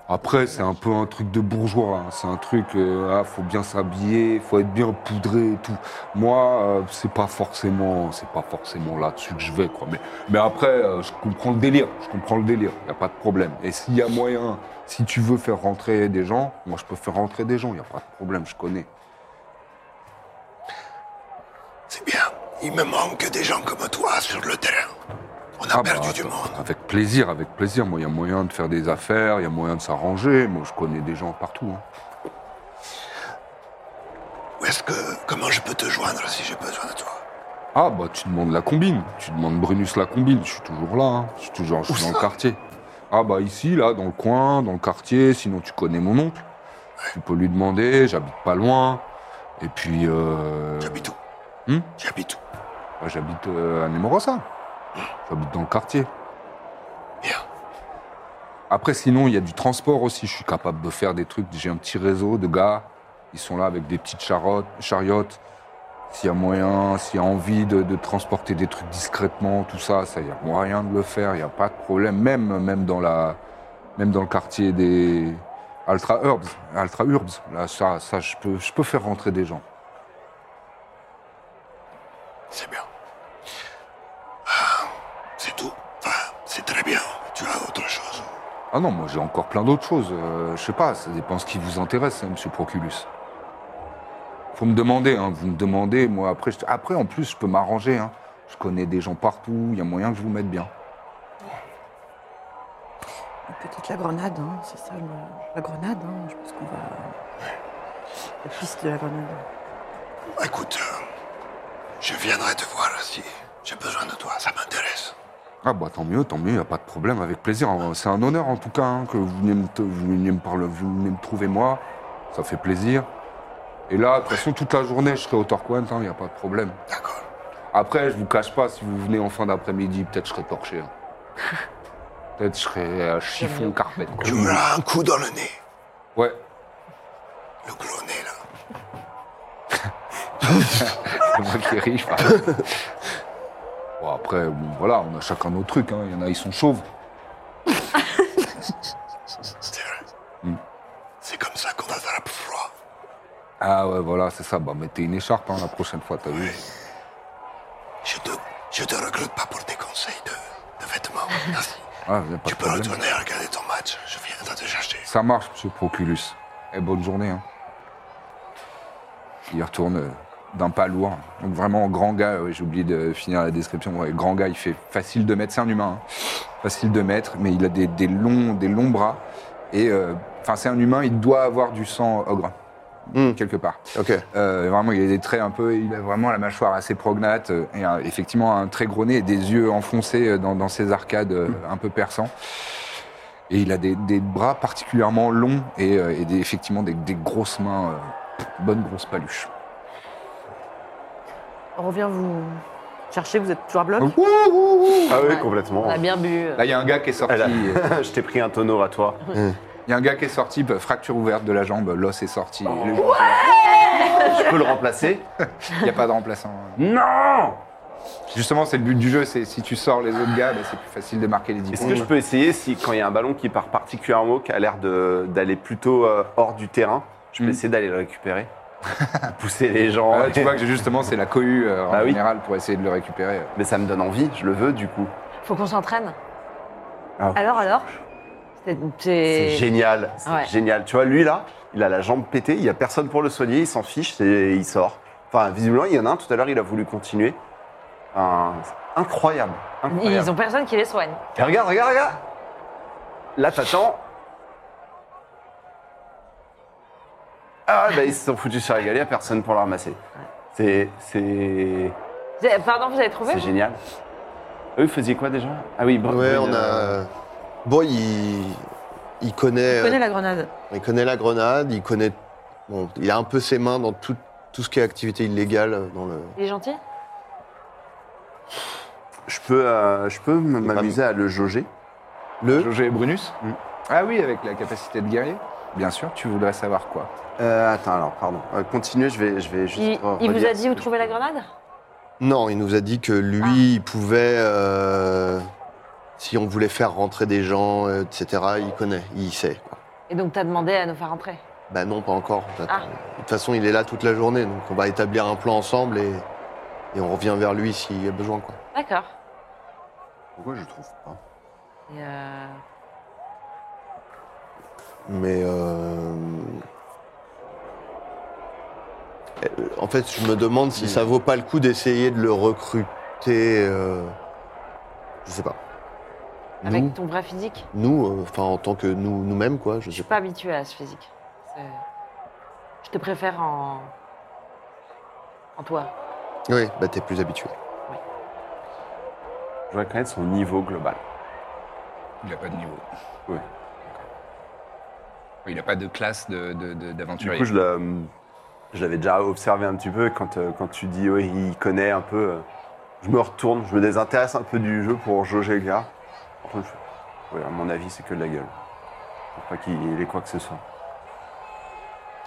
[SPEAKER 1] Après, c'est un peu un truc de bourgeois. hein. C'est un truc, euh, ah, faut bien s'habiller, faut être bien poudré et tout. Moi, euh, c'est pas forcément, c'est pas forcément là-dessus que je vais, quoi. Mais, mais après, euh, je comprends le délire. Je comprends le délire. Y a pas de problème. Et s'il y a moyen, si tu veux faire rentrer des gens, moi, je peux faire rentrer des gens. Y a pas de problème. Je connais.
[SPEAKER 9] C'est bien. Il me manque des gens comme toi sur le terrain. On a
[SPEAKER 1] Ah, bah,
[SPEAKER 9] perdu du
[SPEAKER 1] attends,
[SPEAKER 9] monde.
[SPEAKER 1] Avec plaisir, avec plaisir. Moi, il y a moyen de faire des affaires, il y a moyen de s'arranger. Moi, je connais des gens partout. hein.
[SPEAKER 9] Où est-ce que, comment je peux te joindre si j'ai besoin de toi
[SPEAKER 1] Ah bah tu demandes la combine, tu demandes Brunus la combine, je suis toujours là, hein. je suis toujours je suis dans le quartier. Ah bah ici, là, dans le coin, dans le quartier, sinon tu connais mon oncle. Tu peux lui demander, j'habite pas loin. Et puis euh,
[SPEAKER 9] J'habite où
[SPEAKER 1] Hmm
[SPEAKER 9] J'habite où
[SPEAKER 1] bah, j'habite euh, à Nemorosa. J'habite dans le quartier.
[SPEAKER 9] Bien.
[SPEAKER 1] Après sinon il y a du transport aussi, je suis capable de faire des trucs, j'ai un petit réseau de gars, ils sont là avec des petites charottes- chariotes. S'il y a moyen, s'il y a envie de, de transporter des trucs discrètement, tout ça, ça, il y a moyen de le faire, il n'y a pas de problème, même, même, dans la, même dans le quartier des Ultra Urbs, Ultra Urbs, là, ça, ça je, peux, je peux faire rentrer des gens.
[SPEAKER 9] C'est bien. Ah, c'est tout. Enfin, c'est très bien. Tu as autre chose
[SPEAKER 1] Ah non, moi j'ai encore plein d'autres choses, euh, je sais pas, ça dépend ce qui vous intéresse, hein, monsieur Proculus. Faut me demander, hein, vous me demandez, moi après, je- après en plus je peux m'arranger, hein. je connais des gens partout, il y a moyen que je vous mette bien.
[SPEAKER 5] Peut-être la grenade, hein, c'est ça, le- la grenade. hein, je pense qu'on va. La piste de la grenade.
[SPEAKER 9] Écoute, euh, je viendrai te voir si j'ai besoin de toi. Ça m'intéresse.
[SPEAKER 1] Ah bah tant mieux, tant mieux, y a pas de problème, avec plaisir. C'est un honneur en tout cas hein, que vous veniez me, te- vous veniez me parler, vous veniez me trouver moi, ça fait plaisir. Et là, de toute façon, toute la journée, je serai au Torquent, il n'y a hein, pas de problème.
[SPEAKER 9] D'accord.
[SPEAKER 1] Après, je vous cache pas, si vous venez en fin d'après-midi, peut-être je serai torché. hein. peut-être je serai à chiffon carpette. quoi.
[SPEAKER 9] Tu me l'as un coup dans le nez.
[SPEAKER 1] Ouais.
[SPEAKER 9] Le gros nez, là.
[SPEAKER 1] C'est moi qui ris, je parle. Bon, après, bon, voilà, on a chacun nos trucs. hein. Il y en a, ils sont chauves.
[SPEAKER 9] C'est vrai.
[SPEAKER 1] Mm.
[SPEAKER 9] C'est comme ça qu'on attrape froid.
[SPEAKER 1] Ah ouais, voilà, c'est ça. Bah, mettez une écharpe hein, la prochaine fois, t'as vu.
[SPEAKER 9] Je te, je te recrute pas pour des conseils de, de vêtements. Merci.
[SPEAKER 1] Ah, y a pas
[SPEAKER 9] tu
[SPEAKER 1] de
[SPEAKER 9] peux
[SPEAKER 1] problème.
[SPEAKER 9] retourner regarder ton match. Je viendrai te chercher.
[SPEAKER 1] Ça marche, monsieur Proculus. Et bonne journée. hein. Il retourne euh, d'un pas lourd. Donc vraiment, grand gars, ouais, j'ai oublié de finir la description. Ouais, grand gars, il fait facile de mètres, c'est un humain. hein. Facile de mètres, mais il a des, des longs, des longs bras. Et euh, enfin, c'est un humain, il doit avoir du sang ogre,
[SPEAKER 4] Hmm.
[SPEAKER 1] quelque part.
[SPEAKER 4] Ok.
[SPEAKER 1] Euh, vraiment, il a des traits un peu. Il a vraiment la mâchoire assez prognate euh, et un- effectivement un très gros nez et des yeux enfoncés euh, dans, dans ses arcades euh,
[SPEAKER 4] Hmm.
[SPEAKER 1] un peu perçants. Et il a des, des bras particulièrement longs et, euh, et des- effectivement des, des grosses mains, euh, bonnes grosses paluches.
[SPEAKER 2] On revient vous chercher, vous êtes toujours à bloc
[SPEAKER 1] Oh.
[SPEAKER 3] Ah oui,
[SPEAKER 2] Ouais.
[SPEAKER 3] complètement.
[SPEAKER 2] On a bien bu.
[SPEAKER 1] Là, il y a un gars qui est sorti.
[SPEAKER 3] Elle a-
[SPEAKER 1] euh,
[SPEAKER 3] je t'ai pris un tonneau à toi.
[SPEAKER 1] Il y a un gars qui est sorti, bah, fracture ouverte de la jambe, l'os est sorti. Le-
[SPEAKER 3] Je Oh. peux le remplacer
[SPEAKER 1] Il n'y a pas de remplaçant. hein.
[SPEAKER 3] Non
[SPEAKER 1] Justement, c'est le but du jeu. C'est si tu sors les autres gars, bah, c'est plus facile de marquer les
[SPEAKER 3] Est-ce
[SPEAKER 1] différences.
[SPEAKER 3] que je peux essayer si quand il y a un ballon qui part particulièrement haut, qui a l'air de- d'aller plutôt euh, hors du terrain, je peux
[SPEAKER 1] Mm.
[SPEAKER 3] essayer d'aller le récupérer, pousser les gens.
[SPEAKER 1] Ah, tu vois que justement, c'est la cohue euh, en
[SPEAKER 3] Bah oui.
[SPEAKER 1] général pour essayer de le récupérer.
[SPEAKER 3] Mais ça me donne envie, je le veux du coup.
[SPEAKER 2] Faut qu'on s'entraîne.
[SPEAKER 3] Ah.
[SPEAKER 2] Alors, alors C'est-
[SPEAKER 3] C'est
[SPEAKER 2] C'est
[SPEAKER 3] génial, c'est
[SPEAKER 2] Ouais.
[SPEAKER 3] génial. Tu vois, lui là, il a la jambe pétée, il y a personne pour le soigner, il s'en fiche, et il sort. Enfin, visiblement, il y en a un tout à l'heure, il a voulu continuer. Enfin, c'est incroyable, incroyable.
[SPEAKER 2] Ils ont personne qui les soigne.
[SPEAKER 3] Et regarde, regarde, regarde Là, t'attends. Ah, bah, ils se sont foutus sur la galère, personne pour la ramasser. C'est. C'est.
[SPEAKER 2] Vous avez- Pardon, vous avez trouvé
[SPEAKER 3] C'est génial. Eux, ils faisaient quoi déjà Ah oui, euh, bon.
[SPEAKER 4] Ouais, on a. Bon, il. Il connaît, euh,
[SPEAKER 5] Prenez la grenade.
[SPEAKER 4] il connaît la grenade, il connaît. Bon, il a un peu ses mains dans tout, tout ce qui est activité illégale. euh, Dans le...
[SPEAKER 2] Il est gentil
[SPEAKER 3] Je peux, euh, je peux m- m'amuser à le jauger.
[SPEAKER 4] le...
[SPEAKER 1] Jogé et Brunus
[SPEAKER 3] Mm.
[SPEAKER 1] Ah oui, avec la capacité de guerrier Bien sûr, tu voudrais savoir quoi
[SPEAKER 3] Euh, attends, alors, pardon. Euh, continuez, je vais, je vais juste.
[SPEAKER 2] Il,
[SPEAKER 3] re-
[SPEAKER 2] il vous
[SPEAKER 3] relire
[SPEAKER 2] a
[SPEAKER 3] Oh, ce
[SPEAKER 2] dit où
[SPEAKER 3] que je
[SPEAKER 2] trouver
[SPEAKER 3] peux.
[SPEAKER 2] la grenade
[SPEAKER 4] Non, il nous a dit que lui, il pouvait. euh, Si on voulait faire rentrer des gens, euh, etc., il connaît, il sait. quoi.
[SPEAKER 2] Et donc, t'as demandé à nous faire rentrer.
[SPEAKER 4] Bah non, pas encore. J'attends.
[SPEAKER 2] Ah.
[SPEAKER 4] De toute façon, il est là toute la journée, donc on va établir un plan ensemble et, et on revient vers lui s'il y a besoin. Quoi.
[SPEAKER 2] D'accord.
[SPEAKER 3] Pourquoi je trouve pas
[SPEAKER 2] Et, euh,
[SPEAKER 4] Mais euh, euh, en fait, je me demande si ça vaut pas le coup d'essayer de le recruter. euh, Je sais pas.
[SPEAKER 2] Avec
[SPEAKER 4] Nous,
[SPEAKER 2] ton vrai physique
[SPEAKER 4] nous, euh, enfin en tant que nous, nous-mêmes, quoi. Je
[SPEAKER 2] Je
[SPEAKER 4] sais
[SPEAKER 2] suis
[SPEAKER 4] pas.
[SPEAKER 2] pas habituée à ce physique. C'est- Je te préfère en. en toi.
[SPEAKER 4] Oui, bah t'es plus habitué.
[SPEAKER 3] Je voudrais connaître son niveau global.
[SPEAKER 1] Il n'a pas de niveau.
[SPEAKER 3] Ouais.
[SPEAKER 1] Il n'a pas de classe d'aventurier. De,
[SPEAKER 3] Du
[SPEAKER 1] d'aventurier.
[SPEAKER 3] coup, je le- je l'avais déjà observé un petit peu. Quand, euh, quand tu dis, oui, il connaît un peu, euh, je me retourne, je me désintéresse un peu du jeu pour jauger le gars. Par contre, je- ouais, à mon avis, c'est que de la gueule. Je pense pas qu'il ait quoi que ce soit.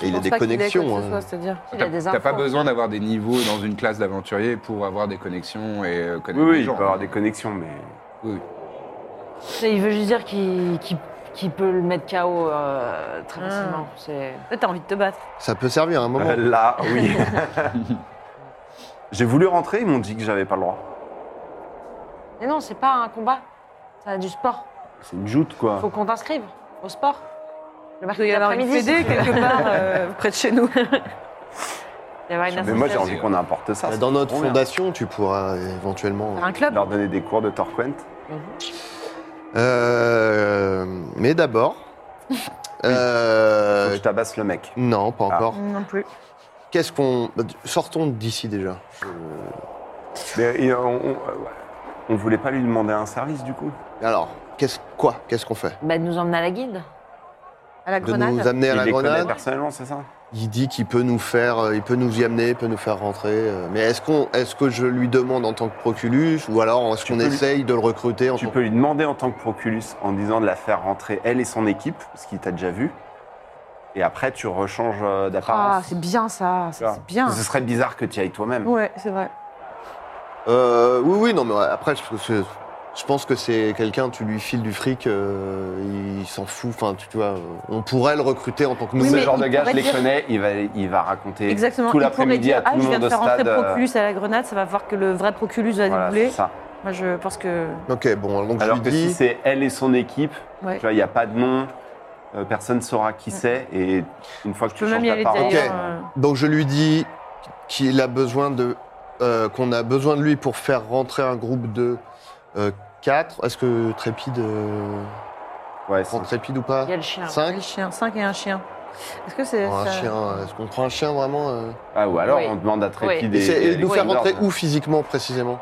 [SPEAKER 4] Et il a des connexions. hein.
[SPEAKER 5] C'est-à-dire.
[SPEAKER 2] Il a
[SPEAKER 1] T'as-
[SPEAKER 2] des
[SPEAKER 1] T'as pas
[SPEAKER 2] infos.
[SPEAKER 1] besoin d'avoir des niveaux dans une classe d'aventurier pour avoir des connexions et euh,
[SPEAKER 3] Oui,
[SPEAKER 1] connaître
[SPEAKER 3] oui,
[SPEAKER 1] les
[SPEAKER 3] il
[SPEAKER 1] gens.
[SPEAKER 3] peut avoir des connexions, mais.
[SPEAKER 1] Oui, oui.
[SPEAKER 2] C'est- Il veut juste dire qu'il qu'il- qu'il peut le mettre KO euh, très
[SPEAKER 5] Ah.
[SPEAKER 2] facilement. C'est.
[SPEAKER 5] T'as envie de te battre.
[SPEAKER 4] Ça peut servir à un moment.
[SPEAKER 3] Euh, là, oui. J'ai voulu rentrer, ils m'ont dit que j'avais pas le droit.
[SPEAKER 2] Mais non, c'est pas un combat. C'est du sport.
[SPEAKER 3] C'est une joute, quoi.
[SPEAKER 2] Faut qu'on t'inscrive au sport. Le
[SPEAKER 5] Il doit
[SPEAKER 2] mercredi
[SPEAKER 5] y avoir une
[SPEAKER 2] après-midi.
[SPEAKER 5] fédé quelque part euh, près de chez nous.
[SPEAKER 2] Il doit y avoir une
[SPEAKER 3] Ah, Mais moi, j'ai
[SPEAKER 2] association.
[SPEAKER 3] envie qu'on importe ça.
[SPEAKER 4] Bah,
[SPEAKER 3] c'est
[SPEAKER 4] Dans notre
[SPEAKER 3] trop bien.
[SPEAKER 4] fondation, tu pourras éventuellement.
[SPEAKER 5] Un club.
[SPEAKER 3] Leur donner des cours de Torquent.
[SPEAKER 4] Euh, mais d'abord. euh,
[SPEAKER 3] Faut que je tabasse le mec.
[SPEAKER 4] Non, pas
[SPEAKER 3] Ah.
[SPEAKER 4] encore.
[SPEAKER 5] Non plus.
[SPEAKER 4] Qu'est-ce qu'on. bah, Sortons d'ici déjà.
[SPEAKER 3] Mais et, euh, on, on- euh, ouais. on voulait pas lui demander un service, du coup
[SPEAKER 4] Alors, qu'est-ce quoi Qu'est-ce qu'on fait
[SPEAKER 2] Bah, de nous emmener à la guilde.
[SPEAKER 5] À la
[SPEAKER 4] de
[SPEAKER 5] grenade.
[SPEAKER 4] nous amener à
[SPEAKER 3] Il
[SPEAKER 4] la
[SPEAKER 3] les connaît
[SPEAKER 4] grenade.
[SPEAKER 3] personnellement, c'est ça
[SPEAKER 4] Il dit qu'il peut nous faire, euh, il peut nous y amener, il peut nous faire rentrer. euh, Mais est-ce qu'on, est-ce que je lui demande en tant que proculus, ou alors est-ce
[SPEAKER 3] Tu
[SPEAKER 4] qu'on
[SPEAKER 3] peux lui-
[SPEAKER 4] essaye de le recruter en
[SPEAKER 3] Tu
[SPEAKER 4] tant
[SPEAKER 3] peux lui demander en tant que Proculus en disant de la faire rentrer elle et son équipe, parce qu'il t'a déjà vu. Et après, tu rechanges euh,
[SPEAKER 5] Ah,
[SPEAKER 3] d'apparence.
[SPEAKER 5] c'est bien ça,
[SPEAKER 3] Tu
[SPEAKER 5] ça,
[SPEAKER 3] vois.
[SPEAKER 5] c'est bien.
[SPEAKER 3] Ce serait bizarre que tu y ailles toi-même.
[SPEAKER 5] Ouais, c'est vrai.
[SPEAKER 4] Euh, oui, oui, non, mais après, je, je- je pense que c'est quelqu'un, tu lui files du fric, euh, il s'en fout. Enfin, tu, tu vois, on pourrait le recruter en tant que
[SPEAKER 5] Oui,
[SPEAKER 4] nouvel.
[SPEAKER 3] Ce
[SPEAKER 5] mais
[SPEAKER 3] genre
[SPEAKER 5] il
[SPEAKER 3] de gars, je
[SPEAKER 5] pourrait
[SPEAKER 3] les
[SPEAKER 5] dire-
[SPEAKER 3] connais, il va, il va raconter
[SPEAKER 5] Exactement.
[SPEAKER 3] tout
[SPEAKER 5] il pourrait
[SPEAKER 3] l'après-midi
[SPEAKER 5] dire,
[SPEAKER 3] à tout
[SPEAKER 5] ah,
[SPEAKER 3] le
[SPEAKER 5] je viens
[SPEAKER 3] monde
[SPEAKER 5] de
[SPEAKER 3] au
[SPEAKER 5] faire rentrer
[SPEAKER 3] stade. euh,
[SPEAKER 5] Proculus à la grenade, ça va voir que le vrai Proculus va
[SPEAKER 3] voilà,
[SPEAKER 5] débouler.
[SPEAKER 3] c'est ça.
[SPEAKER 5] Moi, je pense que.
[SPEAKER 4] Ok, bon, donc
[SPEAKER 3] Alors
[SPEAKER 4] je
[SPEAKER 3] que
[SPEAKER 4] lui dis.
[SPEAKER 3] si c'est elle et son équipe,
[SPEAKER 5] Ouais.
[SPEAKER 3] tu vois, il n'y a pas de nom, euh, personne ne saura qui c'est, et une fois que
[SPEAKER 5] Je
[SPEAKER 3] tu
[SPEAKER 5] peux
[SPEAKER 3] changes
[SPEAKER 5] même y aller
[SPEAKER 3] d'apparence,
[SPEAKER 5] d'ailleurs.
[SPEAKER 3] euh,
[SPEAKER 5] euh,
[SPEAKER 4] Donc je lui dis qu'il a besoin de euh, qu'on a besoin de lui pour faire rentrer un groupe de 4. Est-ce que Trépide euh,
[SPEAKER 3] ouais, c'est-
[SPEAKER 4] prend Trépide ou pas
[SPEAKER 2] Il y a le chien.
[SPEAKER 5] Un
[SPEAKER 4] 5
[SPEAKER 5] chien, 5 et un chien. Est-ce que c'est.
[SPEAKER 4] Oh, Un
[SPEAKER 5] ça-
[SPEAKER 4] chien. euh, Est-ce qu'on prend un chien vraiment euh
[SPEAKER 3] Ah, ou alors
[SPEAKER 2] Oui.
[SPEAKER 3] on demande à Trépide
[SPEAKER 4] Et,
[SPEAKER 3] et,
[SPEAKER 4] c'est- et
[SPEAKER 3] et
[SPEAKER 4] nous faire
[SPEAKER 3] Alexander,
[SPEAKER 4] rentrer
[SPEAKER 3] ça.
[SPEAKER 4] où physiquement précisément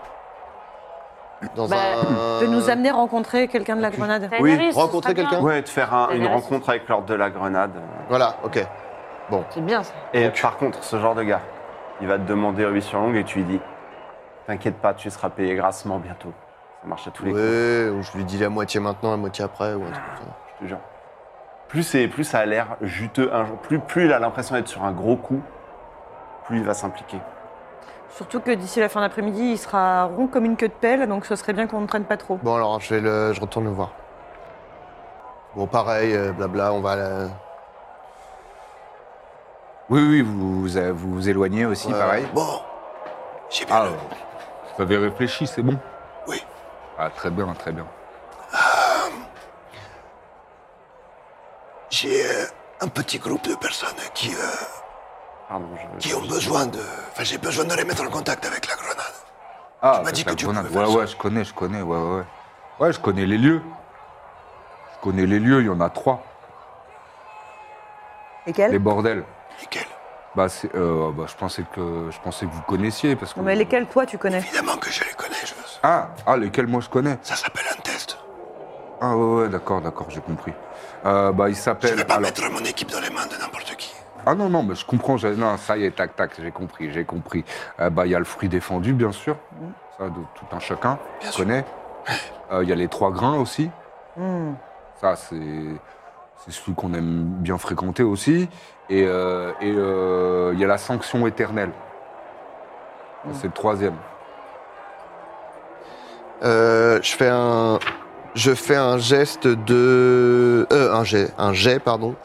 [SPEAKER 4] Dans
[SPEAKER 2] Bah,
[SPEAKER 4] un.
[SPEAKER 5] De nous amener rencontrer quelqu'un de la grenade.
[SPEAKER 2] Daenerys,
[SPEAKER 4] Oui,
[SPEAKER 2] ce serait
[SPEAKER 4] rencontrer
[SPEAKER 2] bien.
[SPEAKER 4] quelqu'un.
[SPEAKER 3] Ouais, de faire un- une
[SPEAKER 2] Daenerys.
[SPEAKER 3] rencontre avec l'ordre de la grenade.
[SPEAKER 4] Voilà, ok.
[SPEAKER 2] C'est bien ça.
[SPEAKER 3] Et par contre, ce genre de gars, il va te demander 8 sur longue et tu lui dis T'inquiète pas, tu seras payé grassement bientôt. Ça marche à tous les coups,
[SPEAKER 4] Ouais, ou je lui dis la moitié maintenant, la moitié après, ou un truc comme ça.
[SPEAKER 3] je te jure. Plus, c'est- plus ça a l'air juteux un jour, plus, plus il a l'impression d'être sur un gros coup, plus il va s'impliquer.
[SPEAKER 5] Surtout que d'ici la fin d'après-midi, il sera rond comme une queue de pelle, donc ce serait bien qu'on ne traîne pas trop.
[SPEAKER 4] Bon alors, je, vais le, je retourne le voir. Bon, pareil, euh, blabla, on va... à la-
[SPEAKER 1] Oui, oui, vous vous, euh, vous, vous éloignez aussi,
[SPEAKER 4] Ouais.
[SPEAKER 1] pareil.
[SPEAKER 4] Bon,
[SPEAKER 9] J'ai bien.
[SPEAKER 1] Ah, euh, vous avez réfléchi, c'est bon
[SPEAKER 9] Oui.
[SPEAKER 1] Ah, très bien, très bien.
[SPEAKER 9] Euh, J'ai euh, un petit groupe de personnes qui, euh,
[SPEAKER 3] Pardon, je.
[SPEAKER 9] qui ont besoin de. Enfin, j'ai besoin de les mettre en contact avec la grenade.
[SPEAKER 1] Ah,
[SPEAKER 9] m'as dit
[SPEAKER 1] la
[SPEAKER 9] que tu
[SPEAKER 1] grenade.
[SPEAKER 9] pouvais
[SPEAKER 1] Ouais,
[SPEAKER 9] faire
[SPEAKER 1] ouais, je connais, je connais, ouais, ouais. ouais. Ouais, je connais les lieux. Je connais les lieux, il y en a trois. Les
[SPEAKER 5] Lesquels
[SPEAKER 1] bordels.
[SPEAKER 9] Lesquels
[SPEAKER 1] Bah, c'est, euh, bah, je pensais que je pensais que vous connaissiez parce que.
[SPEAKER 5] Non, mais lesquels toi tu connais
[SPEAKER 9] Évidemment que je les connais, je veux.
[SPEAKER 1] Ah, ah, lesquels moi je connais.
[SPEAKER 9] Ça s'appelle un test.
[SPEAKER 1] Ah ouais, ouais d'accord, d'accord, j'ai compris. Euh, bah, il
[SPEAKER 9] Je ne vais
[SPEAKER 1] s'appelle.
[SPEAKER 9] pas
[SPEAKER 1] alors-
[SPEAKER 9] mettre mon équipe dans les mains de n'importe qui.
[SPEAKER 1] Ah non, non, mais je comprends. j'ai- Non, ça y est, tac, tac, j'ai compris, j'ai compris. Euh, bah, il y a le fruit défendu, bien sûr. Ça, de tout un chacun
[SPEAKER 9] Bien sûr.
[SPEAKER 1] connaît. Euh, Il y a les trois grains aussi.
[SPEAKER 5] Hmm.
[SPEAKER 1] Ça, c'est c'est celui qu'on aime bien fréquenter aussi. Et euh, et, euh, il y a la sanction éternelle. Ça, C'est le troisième.
[SPEAKER 4] Euh, je fais un... Je fais un geste de... Euh, un jet, un jet, pardon,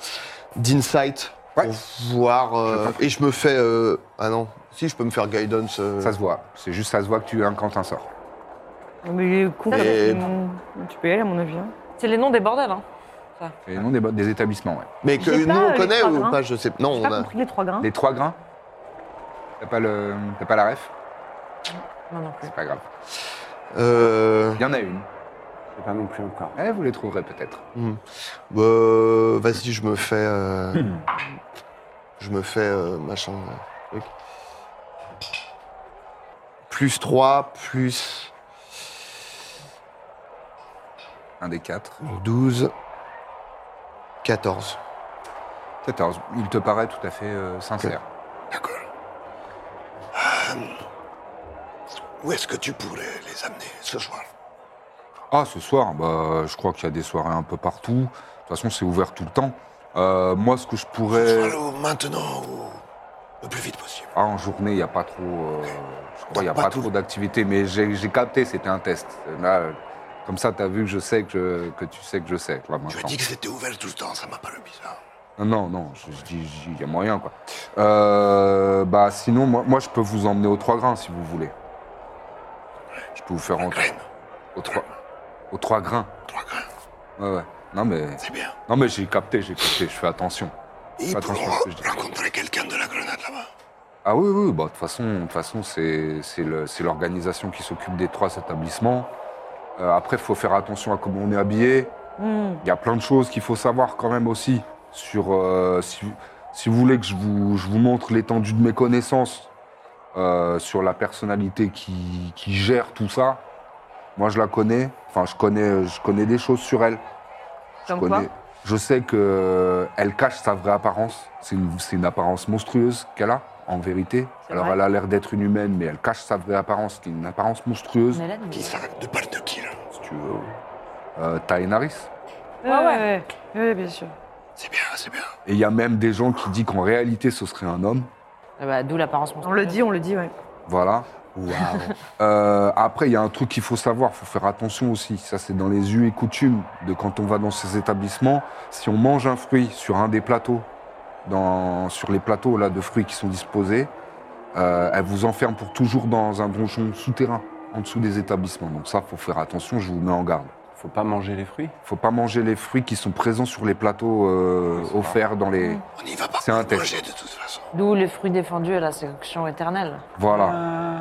[SPEAKER 4] d'insight.
[SPEAKER 1] Ouais.
[SPEAKER 4] Pour voir... euh,
[SPEAKER 1] Je t'en prie.
[SPEAKER 4] et je me fais... euh, ah non, si, je peux me faire guidance. euh,
[SPEAKER 1] Ça se voit. C'est juste ça se voit que tu incantes un sort.
[SPEAKER 5] Mais il est con.
[SPEAKER 4] Et-
[SPEAKER 5] comme- Tu peux y aller, à mon avis. hein.
[SPEAKER 2] C'est les noms des bordels. Hein.
[SPEAKER 1] Et non des, bo- des établissements, ouais.
[SPEAKER 4] Mais que
[SPEAKER 5] J'ai
[SPEAKER 4] nous,
[SPEAKER 5] pas, euh,
[SPEAKER 4] on
[SPEAKER 5] les
[SPEAKER 4] connaît
[SPEAKER 5] trois
[SPEAKER 4] ou
[SPEAKER 5] grains.
[SPEAKER 4] pas Je sais... Non,
[SPEAKER 5] J'ai
[SPEAKER 4] on
[SPEAKER 5] pas
[SPEAKER 4] a...
[SPEAKER 5] compris les trois grains.
[SPEAKER 1] Les trois grains T'as pas, le... t'as pas la ref
[SPEAKER 2] Non, non plus.
[SPEAKER 1] C'est pas grave.
[SPEAKER 4] Euh...
[SPEAKER 1] Il y en a une.
[SPEAKER 3] sais pas non plus encore.
[SPEAKER 1] Eh, vous les trouverez peut-être.
[SPEAKER 4] Hmm. Euh, Vas-y, je me fais. euh,
[SPEAKER 1] Hmm.
[SPEAKER 4] je me fais euh, machin. euh, truc. Plus 3, plus
[SPEAKER 1] Un des quatre.
[SPEAKER 4] 12, 14.
[SPEAKER 1] 14. Il te paraît tout à fait euh, sincère.
[SPEAKER 9] D'accord. Euh, où est-ce que tu pourrais les amener ce soir
[SPEAKER 1] Ah, ce soir, bah, je crois qu'il y a des soirées un peu partout. De toute façon, c'est ouvert tout le temps. Euh, moi, ce que je
[SPEAKER 9] Ce
[SPEAKER 1] pourrais.
[SPEAKER 9] soir ou maintenant ou le plus vite possible
[SPEAKER 1] Ah, en journée, il n'y a pas trop. euh, je crois qu'il n'y a
[SPEAKER 9] Pas
[SPEAKER 1] pas,
[SPEAKER 9] tout.
[SPEAKER 1] trop d'activités, mais j'ai j'ai capté, c'était un test. Là, euh, comme ça, tu as vu que je sais que, je- que tu sais que je sais. Là,
[SPEAKER 9] Tu as
[SPEAKER 1] maintenant.
[SPEAKER 9] dit que c'était ouvert tout le temps, ça m'a paru bizarre.
[SPEAKER 1] Non, non, je, je dis, je dis, il y a moyen, quoi. Euh, bah, sinon, moi, moi, je peux vous emmener aux Trois Grains, si vous voulez. Je peux vous faire rentrer
[SPEAKER 9] Graines,
[SPEAKER 1] aux Trois, aux trois Grains.
[SPEAKER 9] trois grains,
[SPEAKER 1] Ouais, ouais. Non, mais,
[SPEAKER 9] c'est bien.
[SPEAKER 1] non, mais j'ai capté, j'ai capté, je fais attention.
[SPEAKER 9] Et ils
[SPEAKER 1] Pas trop
[SPEAKER 9] pourront
[SPEAKER 1] ce que je dis.
[SPEAKER 9] rencontrer quelqu'un de la grenade là-bas.
[SPEAKER 1] Ah oui, oui, bah, de toute façon, de toute façon c'est c'est le- c'est l'organisation qui s'occupe des trois établissements. Euh, après, il faut faire attention à comment on est habillé.
[SPEAKER 5] Hmm.
[SPEAKER 1] Il y a plein de choses qu'il faut savoir quand même aussi. Sur, euh, si, vous- si vous voulez que je vous, je vous montre l'étendue de mes connaissances euh, sur la personnalité qui, qui gère tout ça, moi je la connais. Enfin, je connais, je connais des choses sur elle.
[SPEAKER 5] Comme
[SPEAKER 1] je
[SPEAKER 5] quoi
[SPEAKER 1] connais, Je sais qu'elle cache sa vraie apparence. C'est une, c'est une apparence monstrueuse qu'elle a, en vérité. Alors, elle a l'air d'être une humaine, mais elle cache sa vraie apparence, qui est une apparence monstrueuse.
[SPEAKER 2] là, nous.
[SPEAKER 9] Qui ça De part de qui, là
[SPEAKER 1] Si tu veux. Euh, Taenaris.
[SPEAKER 6] Ouais, ouais, ouais, bien sûr.
[SPEAKER 9] C'est bien, c'est bien.
[SPEAKER 1] Et il y a même des gens qui disent qu'en réalité, ce serait un homme.
[SPEAKER 2] Ah bah, D'où l'apparence monstrueuse.
[SPEAKER 6] On le dit, on le dit, ouais.
[SPEAKER 1] Voilà. Euh, après, il y a un truc qu'il faut savoir, faut faire attention aussi. Ça, c'est dans les us et coutumes de quand on va dans ces établissements. Si on mange un fruit sur un des plateaux, dans, sur les plateaux là de fruits qui sont disposés, euh, elle vous enferme pour toujours dans un donjon souterrain, en dessous des établissements. Donc ça, faut faire attention. Je vous mets en garde.
[SPEAKER 3] Faut pas manger les fruits.
[SPEAKER 1] Faut pas manger les fruits qui sont présents sur les plateaux euh,
[SPEAKER 3] Oui, c'est
[SPEAKER 1] offerts dans les.
[SPEAKER 9] On y va pas
[SPEAKER 1] C'est un
[SPEAKER 9] pour le
[SPEAKER 1] test.
[SPEAKER 9] manger, de toute façon.
[SPEAKER 2] D'où le fruit défendu à la séduction éternelle.
[SPEAKER 1] Voilà.
[SPEAKER 5] Ah.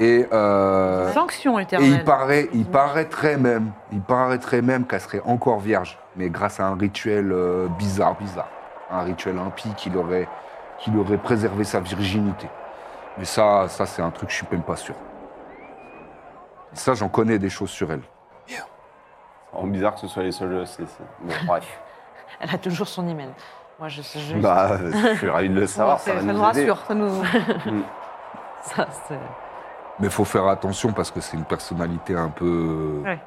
[SPEAKER 1] Et euh,
[SPEAKER 6] Sanction
[SPEAKER 1] Et
[SPEAKER 6] éternelle.
[SPEAKER 1] il, paraît, il paraîtrait même, il paraîtrait même qu'elle serait encore vierge, mais grâce à un rituel euh, bizarre, bizarre, un rituel impie qui l'aurait, qui l'aurait préservé sa virginité. Mais ça, ça c'est un truc, je suis même pas sûr. Ça, j'en connais des choses sur elle.
[SPEAKER 3] C'est bizarre que ce soit les seuls. c'est- c'est- Bon, bref.
[SPEAKER 2] Elle a toujours son hymen. Moi, je sais juste.
[SPEAKER 3] bah, je suis ravi de le savoir.
[SPEAKER 6] ça,
[SPEAKER 3] Ça, va
[SPEAKER 6] nous,
[SPEAKER 3] nous aider. Mm.
[SPEAKER 6] rassure, ça nous.
[SPEAKER 2] Ça, c'est.
[SPEAKER 1] Mais faut faire attention parce que c'est une personnalité un peu.
[SPEAKER 6] Ouais.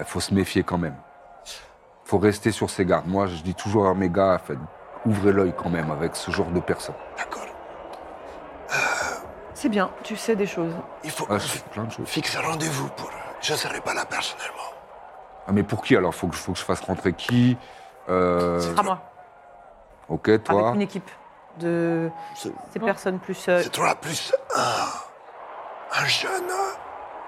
[SPEAKER 1] Il faut se méfier quand même. Faut rester sur ses gardes. Moi, je dis toujours à mes gars, faites- ouvrez l'œil quand même avec ce genre de personnes.
[SPEAKER 9] D'accord.
[SPEAKER 6] C'est bien, tu sais des choses.
[SPEAKER 9] Il faut
[SPEAKER 1] Ah,
[SPEAKER 9] qu'on
[SPEAKER 1] je sais plein de choses.
[SPEAKER 9] fixe un rendez-vous pour. Je serai pas là personnellement.
[SPEAKER 1] Ah, mais pour qui alors faut que, faut que je fasse rentrer qui Euh,
[SPEAKER 6] À moi,
[SPEAKER 1] Ok, toi.
[SPEAKER 6] avec une équipe de
[SPEAKER 9] C'est-
[SPEAKER 6] ces personnes plus. euh,
[SPEAKER 9] C'est trois plus un. Un jeune,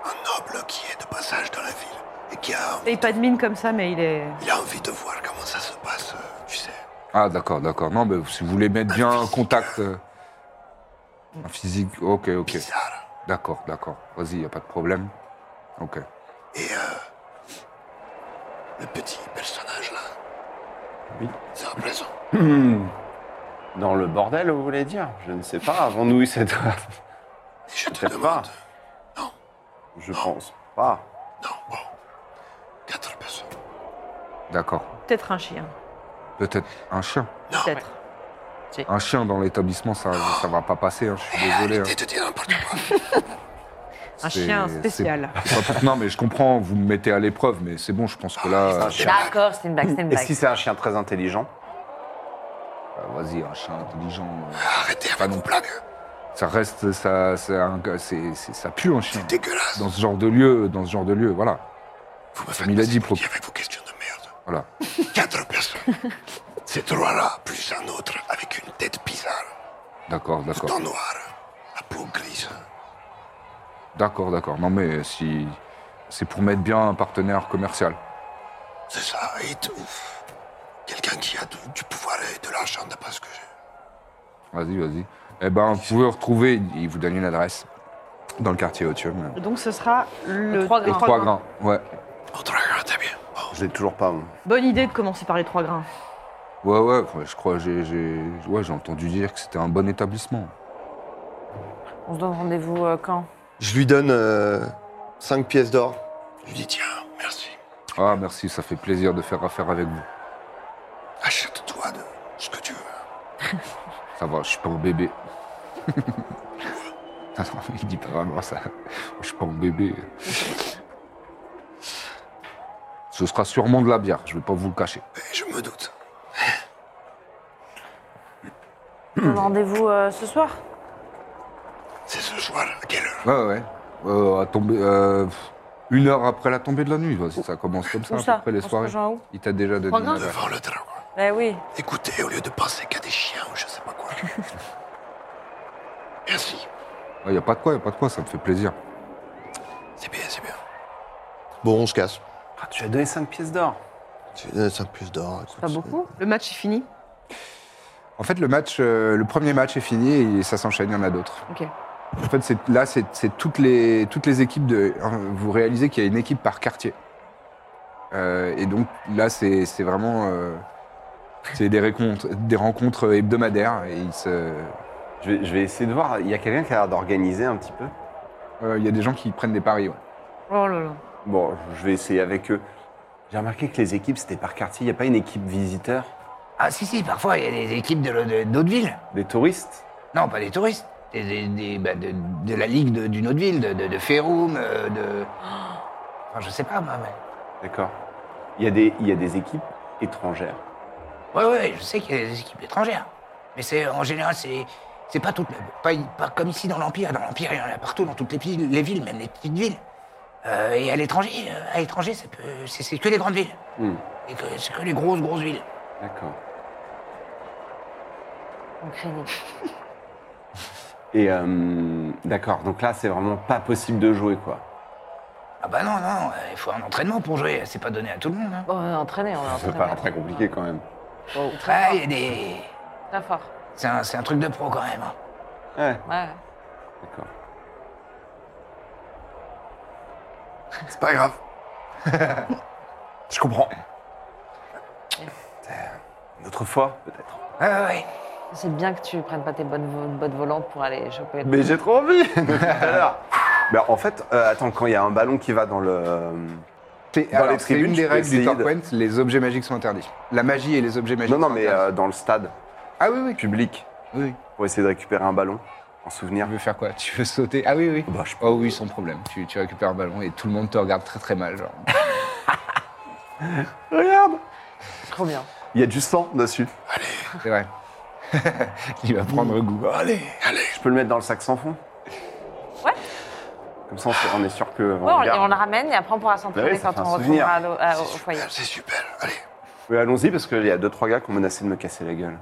[SPEAKER 9] un noble qui est de passage dans la ville et qui a,
[SPEAKER 6] Il n'est pas de mine comme ça, mais il est.
[SPEAKER 9] il a envie de voir comment ça se passe, euh, tu sais.
[SPEAKER 1] Ah, d'accord, d'accord. Non, mais si vous voulez mettre bien un contact. euh, Un physique. Ok, ok.
[SPEAKER 9] Bizarre.
[SPEAKER 1] D'accord, d'accord. Vas-y, y a pas de problème. Ok.
[SPEAKER 9] Et euh, le petit personnage là.
[SPEAKER 3] Oui. Hmm.
[SPEAKER 9] C'est un plaisant.
[SPEAKER 3] Dans le bordel, vous voulez dire Je ne sais pas. Avant nous, c'est toi.
[SPEAKER 9] Je te
[SPEAKER 3] Peut-être pas.
[SPEAKER 9] demande.
[SPEAKER 3] Je pense pas.
[SPEAKER 9] Non, bon. Quatre personnes.
[SPEAKER 1] D'accord.
[SPEAKER 6] Peut-être un chien.
[SPEAKER 1] Peut-être un chien.
[SPEAKER 9] Non, mais
[SPEAKER 6] Peut-être.
[SPEAKER 1] Un chien dans l'établissement, ça, ça va pas passer. hein, Je suis désolé. hein.
[SPEAKER 9] Oh. Eh, arrêtez de dire n'importe quoi.
[SPEAKER 6] Un
[SPEAKER 1] C'est-
[SPEAKER 6] chien
[SPEAKER 1] c'est-
[SPEAKER 6] spécial.
[SPEAKER 1] c'est pas pour- Non, mais je comprends. Vous me mettez à l'épreuve, mais c'est bon. Je pense que
[SPEAKER 9] Ah,
[SPEAKER 1] là,
[SPEAKER 3] Ah,
[SPEAKER 1] euh,
[SPEAKER 2] D'accord, c'est une blague, c'est une
[SPEAKER 3] Et
[SPEAKER 2] blague.
[SPEAKER 3] si c'est un chien très intelligent
[SPEAKER 1] Bah, vas-y, un chien intelligent. euh,
[SPEAKER 9] Arrêtez
[SPEAKER 1] Pas
[SPEAKER 9] avec
[SPEAKER 1] non
[SPEAKER 9] vos
[SPEAKER 1] plus.
[SPEAKER 9] blagues.
[SPEAKER 1] Ça reste, ça, ça, c'est- c'est- ça pue un chien.
[SPEAKER 9] Dégueulasse.
[SPEAKER 1] dans ce genre de lieu, dans ce genre de lieu, voilà.
[SPEAKER 9] Vous me
[SPEAKER 1] il a dit, Pro-
[SPEAKER 9] Il y avait vos questions de merde.
[SPEAKER 1] Voilà.
[SPEAKER 9] Quatre personnes. Ces trois-là, plus un autre avec une tête bizarre,
[SPEAKER 1] D'accord,
[SPEAKER 9] tout en
[SPEAKER 1] d'accord.
[SPEAKER 9] noir, la peau grise.
[SPEAKER 1] D'accord, d'accord. Non mais si c'est pour mettre bien un partenaire commercial.
[SPEAKER 9] C'est ça, et tout. Quelqu'un qui a du, du pouvoir et de l'argent, d'après ce que j'ai.
[SPEAKER 1] Vas-y, vas-y. Eh ben, vous pouvez retrouver, il vous donne une adresse dans le quartier Autium.
[SPEAKER 6] Donc ce sera le.
[SPEAKER 2] Le trois
[SPEAKER 1] Les
[SPEAKER 2] grains.
[SPEAKER 1] trois grains, ouais.
[SPEAKER 9] Mon dragon, t'es bien. Bon,
[SPEAKER 4] Je l'ai toujours pas. moi.
[SPEAKER 6] Bonne idée de commencer par les trois grains.
[SPEAKER 1] Ouais, ouais, ouais, je crois, j'ai, j'ai, ouais, j'ai entendu dire que c'était un bon établissement.
[SPEAKER 2] On se donne rendez-vous euh, quand
[SPEAKER 4] Je lui donne 5 pièces d'or.
[SPEAKER 9] je lui dis, tiens, merci.
[SPEAKER 1] Ah, merci, ça fait plaisir de faire affaire avec vous.
[SPEAKER 9] Achète-toi de ce que tu veux.
[SPEAKER 1] Ça va, je suis pas un bébé. Non, non, il dit pas vraiment ça. Je suis pas un bébé. Ce sera sûrement de la bière, je vais pas vous le cacher.
[SPEAKER 9] Et Eh, je me doute.
[SPEAKER 2] On se donne rendez-vous euh, ce soir
[SPEAKER 9] C'est ce soir, à quelle heure
[SPEAKER 1] Ouais, ouais. Euh, à tomber, euh, une heure après la tombée de la nuit, vas-y, ça commence comme ça,
[SPEAKER 2] Où
[SPEAKER 1] à
[SPEAKER 2] ça
[SPEAKER 1] peu près les
[SPEAKER 2] On se
[SPEAKER 1] soirées.
[SPEAKER 2] rejoint où
[SPEAKER 1] Il t'a déjà donné.
[SPEAKER 2] Programme
[SPEAKER 1] une adresse.
[SPEAKER 9] Devant le dragon.
[SPEAKER 2] Eh oui.
[SPEAKER 9] Écoutez, au lieu de penser qu'à des chiens ou je sais pas quoi. merci.
[SPEAKER 1] Ouais, y a pas de quoi, y a pas de quoi, ça me fait plaisir.
[SPEAKER 9] C'est bien, c'est bien.
[SPEAKER 4] Bon, on se casse.
[SPEAKER 3] Ah, tu as donné 5 pièces d'or.
[SPEAKER 4] Je lui donne 5 pièces d'or. écoute,
[SPEAKER 2] Pas beaucoup
[SPEAKER 6] Le match est fini.
[SPEAKER 1] En fait, le match, euh, le premier match est fini et ça s'enchaîne, il y en a d'autres.
[SPEAKER 6] Ok.
[SPEAKER 1] En fait, c'est- là, c'est c'est toutes les, toutes les équipes de. Vous réalisez qu'il y a une équipe par quartier. Euh, et donc, là, c'est c'est vraiment. euh, c'est des, rencontres- des rencontres hebdomadaires. et Il se-
[SPEAKER 3] Je vais, je vais essayer de voir. Il y a quelqu'un qui a l'air d'organiser un petit peu.
[SPEAKER 1] euh, il y a des gens qui prennent des paris. ouais.
[SPEAKER 6] Oh là là.
[SPEAKER 3] Bon, je vais essayer avec eux. J'ai remarqué que les équipes, c'était par quartier. Il n'y a pas une équipe visiteur
[SPEAKER 10] Ah si, si, parfois il y a des équipes de l'au- de- d'autres villes.
[SPEAKER 3] Des touristes
[SPEAKER 10] Non, pas des touristes. Des, des- des- bah, de, de la ligue de- d'une autre ville, de, de, de Feroum, euh, de... Enfin, je sais pas, moi, mais...
[SPEAKER 3] D'accord. Il y, a des- il y a des équipes étrangères.
[SPEAKER 10] Ouais, ouais, je sais qu'il y a des équipes étrangères. Mais c'est, en général, c'est... C'est pas toute la... Pas, pas comme ici dans l'Empire. Dans l'Empire, il y en a partout, dans toutes les, villes- les villes, même les petites villes. Euh, et à l'étranger, euh, à l'étranger, ça peut- c'est, c'est que les grandes villes.
[SPEAKER 3] Hmm,
[SPEAKER 10] Et que, c'est que les grosses, grosses villes.
[SPEAKER 3] D'accord.
[SPEAKER 2] On craignait.
[SPEAKER 3] Et euh, d'accord, donc là, c'est vraiment pas possible de jouer, quoi.
[SPEAKER 10] Ah bah non, non, euh, il faut un entraînement pour jouer, c'est pas donné à tout le monde. Hein.
[SPEAKER 2] Bon, on est entraîné, on est
[SPEAKER 3] C'est
[SPEAKER 2] entraîné.
[SPEAKER 3] pas très compliqué, quand même.
[SPEAKER 2] Très
[SPEAKER 10] Ouais,
[SPEAKER 2] fort.
[SPEAKER 10] il y a des...
[SPEAKER 2] Très fort.
[SPEAKER 10] C'est un, c'est un truc de pro quand même. hein.
[SPEAKER 3] Ouais,
[SPEAKER 2] Ouais.
[SPEAKER 3] d'accord.
[SPEAKER 9] C'est pas grave. Je comprends.
[SPEAKER 3] Une autre fois, peut-être.
[SPEAKER 10] Ouais, ouais, ouais.
[SPEAKER 2] C'est bien que tu prennes pas tes bonnes vo- bottes volantes pour aller choper. le-
[SPEAKER 3] Mais j'ai trop envie Alors, bah, en fait, euh, attends, quand il y a un ballon qui va dans le...
[SPEAKER 1] C'est
[SPEAKER 3] Dans
[SPEAKER 1] alors,
[SPEAKER 3] les
[SPEAKER 1] c'est
[SPEAKER 3] tribunes,
[SPEAKER 1] une
[SPEAKER 3] tu
[SPEAKER 1] des
[SPEAKER 3] peux
[SPEAKER 1] règles du
[SPEAKER 3] essayer de-
[SPEAKER 1] Torpoint, les objets magiques sont interdits. La magie et les objets magiques
[SPEAKER 3] Non, non,
[SPEAKER 1] sont
[SPEAKER 3] mais
[SPEAKER 1] interdits.
[SPEAKER 3] euh, dans le stade
[SPEAKER 1] Ah oui, oui.
[SPEAKER 3] public,
[SPEAKER 1] oui, oui.
[SPEAKER 3] pour essayer de récupérer un ballon, en souvenir.
[SPEAKER 1] Tu veux faire quoi Tu veux sauter Ah oui, oui.
[SPEAKER 3] Bah, je-
[SPEAKER 1] Oh oui, sans problème. Tu, tu récupères un ballon et tout le monde te regarde très très mal. Genre.
[SPEAKER 3] Regarde
[SPEAKER 2] Trop bien.
[SPEAKER 3] Il y a du sang dessus.
[SPEAKER 1] C'est vrai. Il va prendre
[SPEAKER 4] Mmh.
[SPEAKER 1] goût.
[SPEAKER 9] Allez, allez.
[SPEAKER 3] Je peux le mettre dans le sac sans fond
[SPEAKER 2] Ouais.
[SPEAKER 3] Comme ça, on est- on est sûr que... on
[SPEAKER 2] Ouais, on, et
[SPEAKER 3] garde.
[SPEAKER 2] on la ramène et après on pourra
[SPEAKER 3] Bah
[SPEAKER 2] s'entraîner
[SPEAKER 3] oui, ça
[SPEAKER 2] quand
[SPEAKER 3] fait
[SPEAKER 2] on
[SPEAKER 3] un souvenir.
[SPEAKER 2] retournera à l'eau- à- au
[SPEAKER 9] C'est
[SPEAKER 2] foyer.
[SPEAKER 9] super, C'est super. Allez.
[SPEAKER 3] Oui, Euh, allons-y, parce qu'il y a deux, trois gars qui ont menacé de me casser la gueule.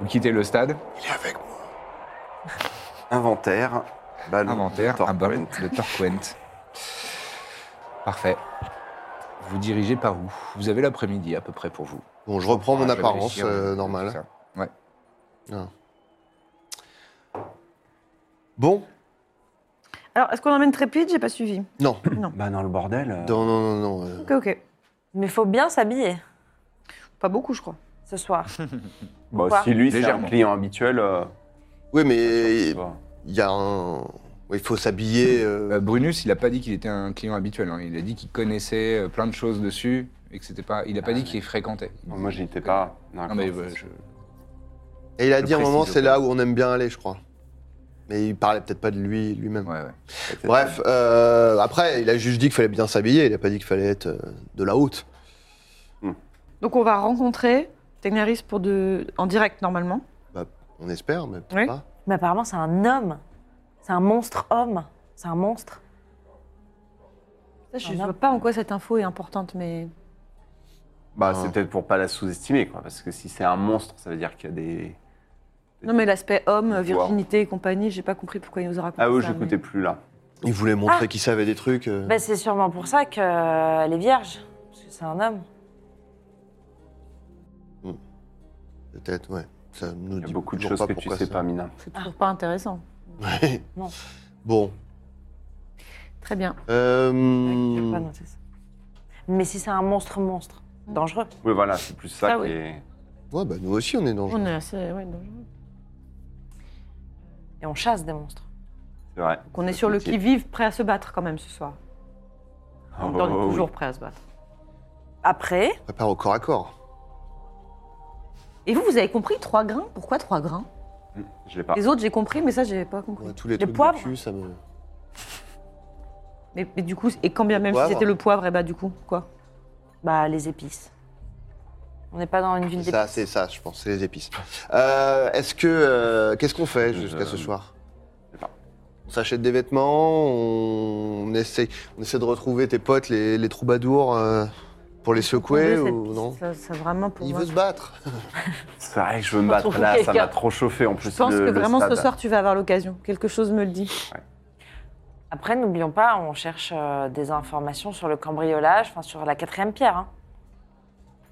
[SPEAKER 1] Vous quittez le stade.
[SPEAKER 9] Il est avec moi.
[SPEAKER 3] Inventaire, ballon,
[SPEAKER 1] Inventaire, un
[SPEAKER 3] torpent.
[SPEAKER 1] ballon de Torquent. Parfait. Vous dirigez par où Vous avez l'après-midi à peu près pour vous.
[SPEAKER 4] Bon, je reprends mon
[SPEAKER 1] Ah, je vais
[SPEAKER 4] apparence
[SPEAKER 1] réussir,
[SPEAKER 4] euh, Ah.
[SPEAKER 1] oui.
[SPEAKER 4] normale.
[SPEAKER 1] Ça. Ouais.
[SPEAKER 4] Bon
[SPEAKER 6] Alors, est-ce qu'on emmène Trépide J'ai pas suivi.
[SPEAKER 4] Non,
[SPEAKER 3] Bah, dans le bordel... euh,
[SPEAKER 4] non, non, non. non, euh,
[SPEAKER 6] Ok, ok.
[SPEAKER 2] Mais faut bien s'habiller
[SPEAKER 6] Pas beaucoup, je crois.
[SPEAKER 2] ce soir.
[SPEAKER 3] Bah,
[SPEAKER 2] Pourquoi
[SPEAKER 3] si lui, c'est un
[SPEAKER 1] Légèrement.
[SPEAKER 3] client habituel... euh,
[SPEAKER 4] Oui, mais
[SPEAKER 3] tu vois.
[SPEAKER 4] il y a un. Il faut s'habiller. euh,
[SPEAKER 1] Euh, Brunus, il n'a pas dit qu'il était un client habituel. hein. Il a dit qu'il connaissait euh, plein de choses dessus et que c'était pas. Il n'a pas dit qu'il fréquentait.
[SPEAKER 3] Non, Ah, Moi, j'y étais pas.
[SPEAKER 1] Non mais
[SPEAKER 3] d'accord.
[SPEAKER 1] euh, je-
[SPEAKER 4] Et il a
[SPEAKER 1] le
[SPEAKER 4] dit à un moment,
[SPEAKER 1] précise,
[SPEAKER 4] c'est
[SPEAKER 1] ok.
[SPEAKER 4] là où on aime bien aller, je crois. Mais il parlait peut-être pas de lui lui-même.
[SPEAKER 1] ouais, ouais.
[SPEAKER 4] Bref, euh, après, il a juste dit qu'il fallait bien s'habiller. Il a pas dit qu'il fallait être euh, de la haute.
[SPEAKER 6] Donc, on va rencontrer Tegnaris pour de... en direct, normalement.
[SPEAKER 4] Bah, On espère, mais peut-être
[SPEAKER 6] Oui.
[SPEAKER 4] pas.
[SPEAKER 2] Mais apparemment, c'est un homme. C'est un monstre homme. C'est un monstre.
[SPEAKER 6] Ça, je
[SPEAKER 2] Un
[SPEAKER 6] ne
[SPEAKER 2] homme.
[SPEAKER 6] vois pas en quoi cette info est importante, mais
[SPEAKER 3] Bah,
[SPEAKER 4] Ah.
[SPEAKER 3] c'est peut-être pour pas la sous-estimer, quoi. Parce que si c'est un monstre, ça veut dire qu'il y a des.
[SPEAKER 6] Non, mais l'aspect homme,
[SPEAKER 3] Voir.
[SPEAKER 6] virginité et compagnie, j'ai pas compris pourquoi il nous a raconté.
[SPEAKER 3] Ah oui,
[SPEAKER 6] ça,
[SPEAKER 3] j'écoutais plus là.
[SPEAKER 4] Il voulait montrer qu'il savait des trucs. euh.
[SPEAKER 2] Bah, c'est sûrement pour ça qu'elle est vierge. Parce que c'est un homme.
[SPEAKER 4] hmm. Peut-être, ouais. Ça nous
[SPEAKER 3] Il y a
[SPEAKER 4] dit
[SPEAKER 3] beaucoup de
[SPEAKER 4] toujours
[SPEAKER 3] choses
[SPEAKER 4] pas
[SPEAKER 3] que tu
[SPEAKER 4] pourquoi
[SPEAKER 3] sais
[SPEAKER 4] ça.
[SPEAKER 3] pas, Mina.
[SPEAKER 6] mais C'est toujours pas intéressant.
[SPEAKER 4] Ouais.
[SPEAKER 2] Non.
[SPEAKER 4] Bon.
[SPEAKER 6] Très bien.
[SPEAKER 4] Euh,
[SPEAKER 2] J'ai pas noté ça. Mais si c'est un monstre monstre, dangereux.
[SPEAKER 3] Oui, voilà, c'est plus
[SPEAKER 6] Ça,
[SPEAKER 3] ça, qui
[SPEAKER 6] Ah oui.
[SPEAKER 3] est.
[SPEAKER 4] Ouais, bah nous aussi, on est dangereux.
[SPEAKER 6] On est assez ouais, dangereux.
[SPEAKER 2] Et on chasse des monstres.
[SPEAKER 3] C'est vrai.
[SPEAKER 6] Donc, on est sur le
[SPEAKER 3] Petit.
[SPEAKER 6] qui-vive, prêt à se battre quand même ce soir.
[SPEAKER 3] Oh,
[SPEAKER 6] on est
[SPEAKER 3] oh,
[SPEAKER 6] toujours
[SPEAKER 3] oui.
[SPEAKER 6] prêt à se battre.
[SPEAKER 2] Après,
[SPEAKER 4] Prépare au corps à corps.
[SPEAKER 6] Et vous, vous avez compris trois grains Pourquoi trois grains
[SPEAKER 3] Je l'ai pas.
[SPEAKER 6] Les autres, j'ai compris, mais ça, j'avais pas
[SPEAKER 4] Ah. On
[SPEAKER 6] compris.
[SPEAKER 4] a tous les
[SPEAKER 2] Les
[SPEAKER 4] trucs
[SPEAKER 2] poivres.
[SPEAKER 4] de cul, ça me.
[SPEAKER 6] Mais, mais du coup, et quand bien
[SPEAKER 4] Le
[SPEAKER 6] même
[SPEAKER 4] poivre.
[SPEAKER 6] si c'était le poivre, et bah du coup, quoi
[SPEAKER 2] bah, les épices. On n'est pas dans une ville
[SPEAKER 4] C'est ça,
[SPEAKER 2] d'épices.
[SPEAKER 4] c'est ça, je pense, c'est les épices. Euh, Est-ce que. euh, Qu'est-ce qu'on fait jusqu'à ce
[SPEAKER 3] Euh,
[SPEAKER 4] soir
[SPEAKER 3] je sais pas.
[SPEAKER 4] On s'achète des vêtements, on... on essaie, on essaie de retrouver tes potes, les, les troubadours, euh, pour les secouer
[SPEAKER 6] Cette
[SPEAKER 4] ou
[SPEAKER 6] piste,
[SPEAKER 4] non
[SPEAKER 6] ça, ça, vraiment pour
[SPEAKER 4] Il
[SPEAKER 6] moi.
[SPEAKER 4] veut se battre.
[SPEAKER 3] C'est vrai que je veux me
[SPEAKER 2] trouve
[SPEAKER 3] battre. Là, ça
[SPEAKER 2] quelqu'un.
[SPEAKER 3] m'a trop chauffé en plus.
[SPEAKER 6] Je pense
[SPEAKER 3] le-
[SPEAKER 6] que
[SPEAKER 3] le
[SPEAKER 6] vraiment ce
[SPEAKER 3] stade.
[SPEAKER 6] soir, tu vas avoir l'occasion. Quelque chose me le dit.
[SPEAKER 2] Après, n'oublions pas, on cherche euh, des informations sur le cambriolage, enfin sur la quatrième pierre. hein.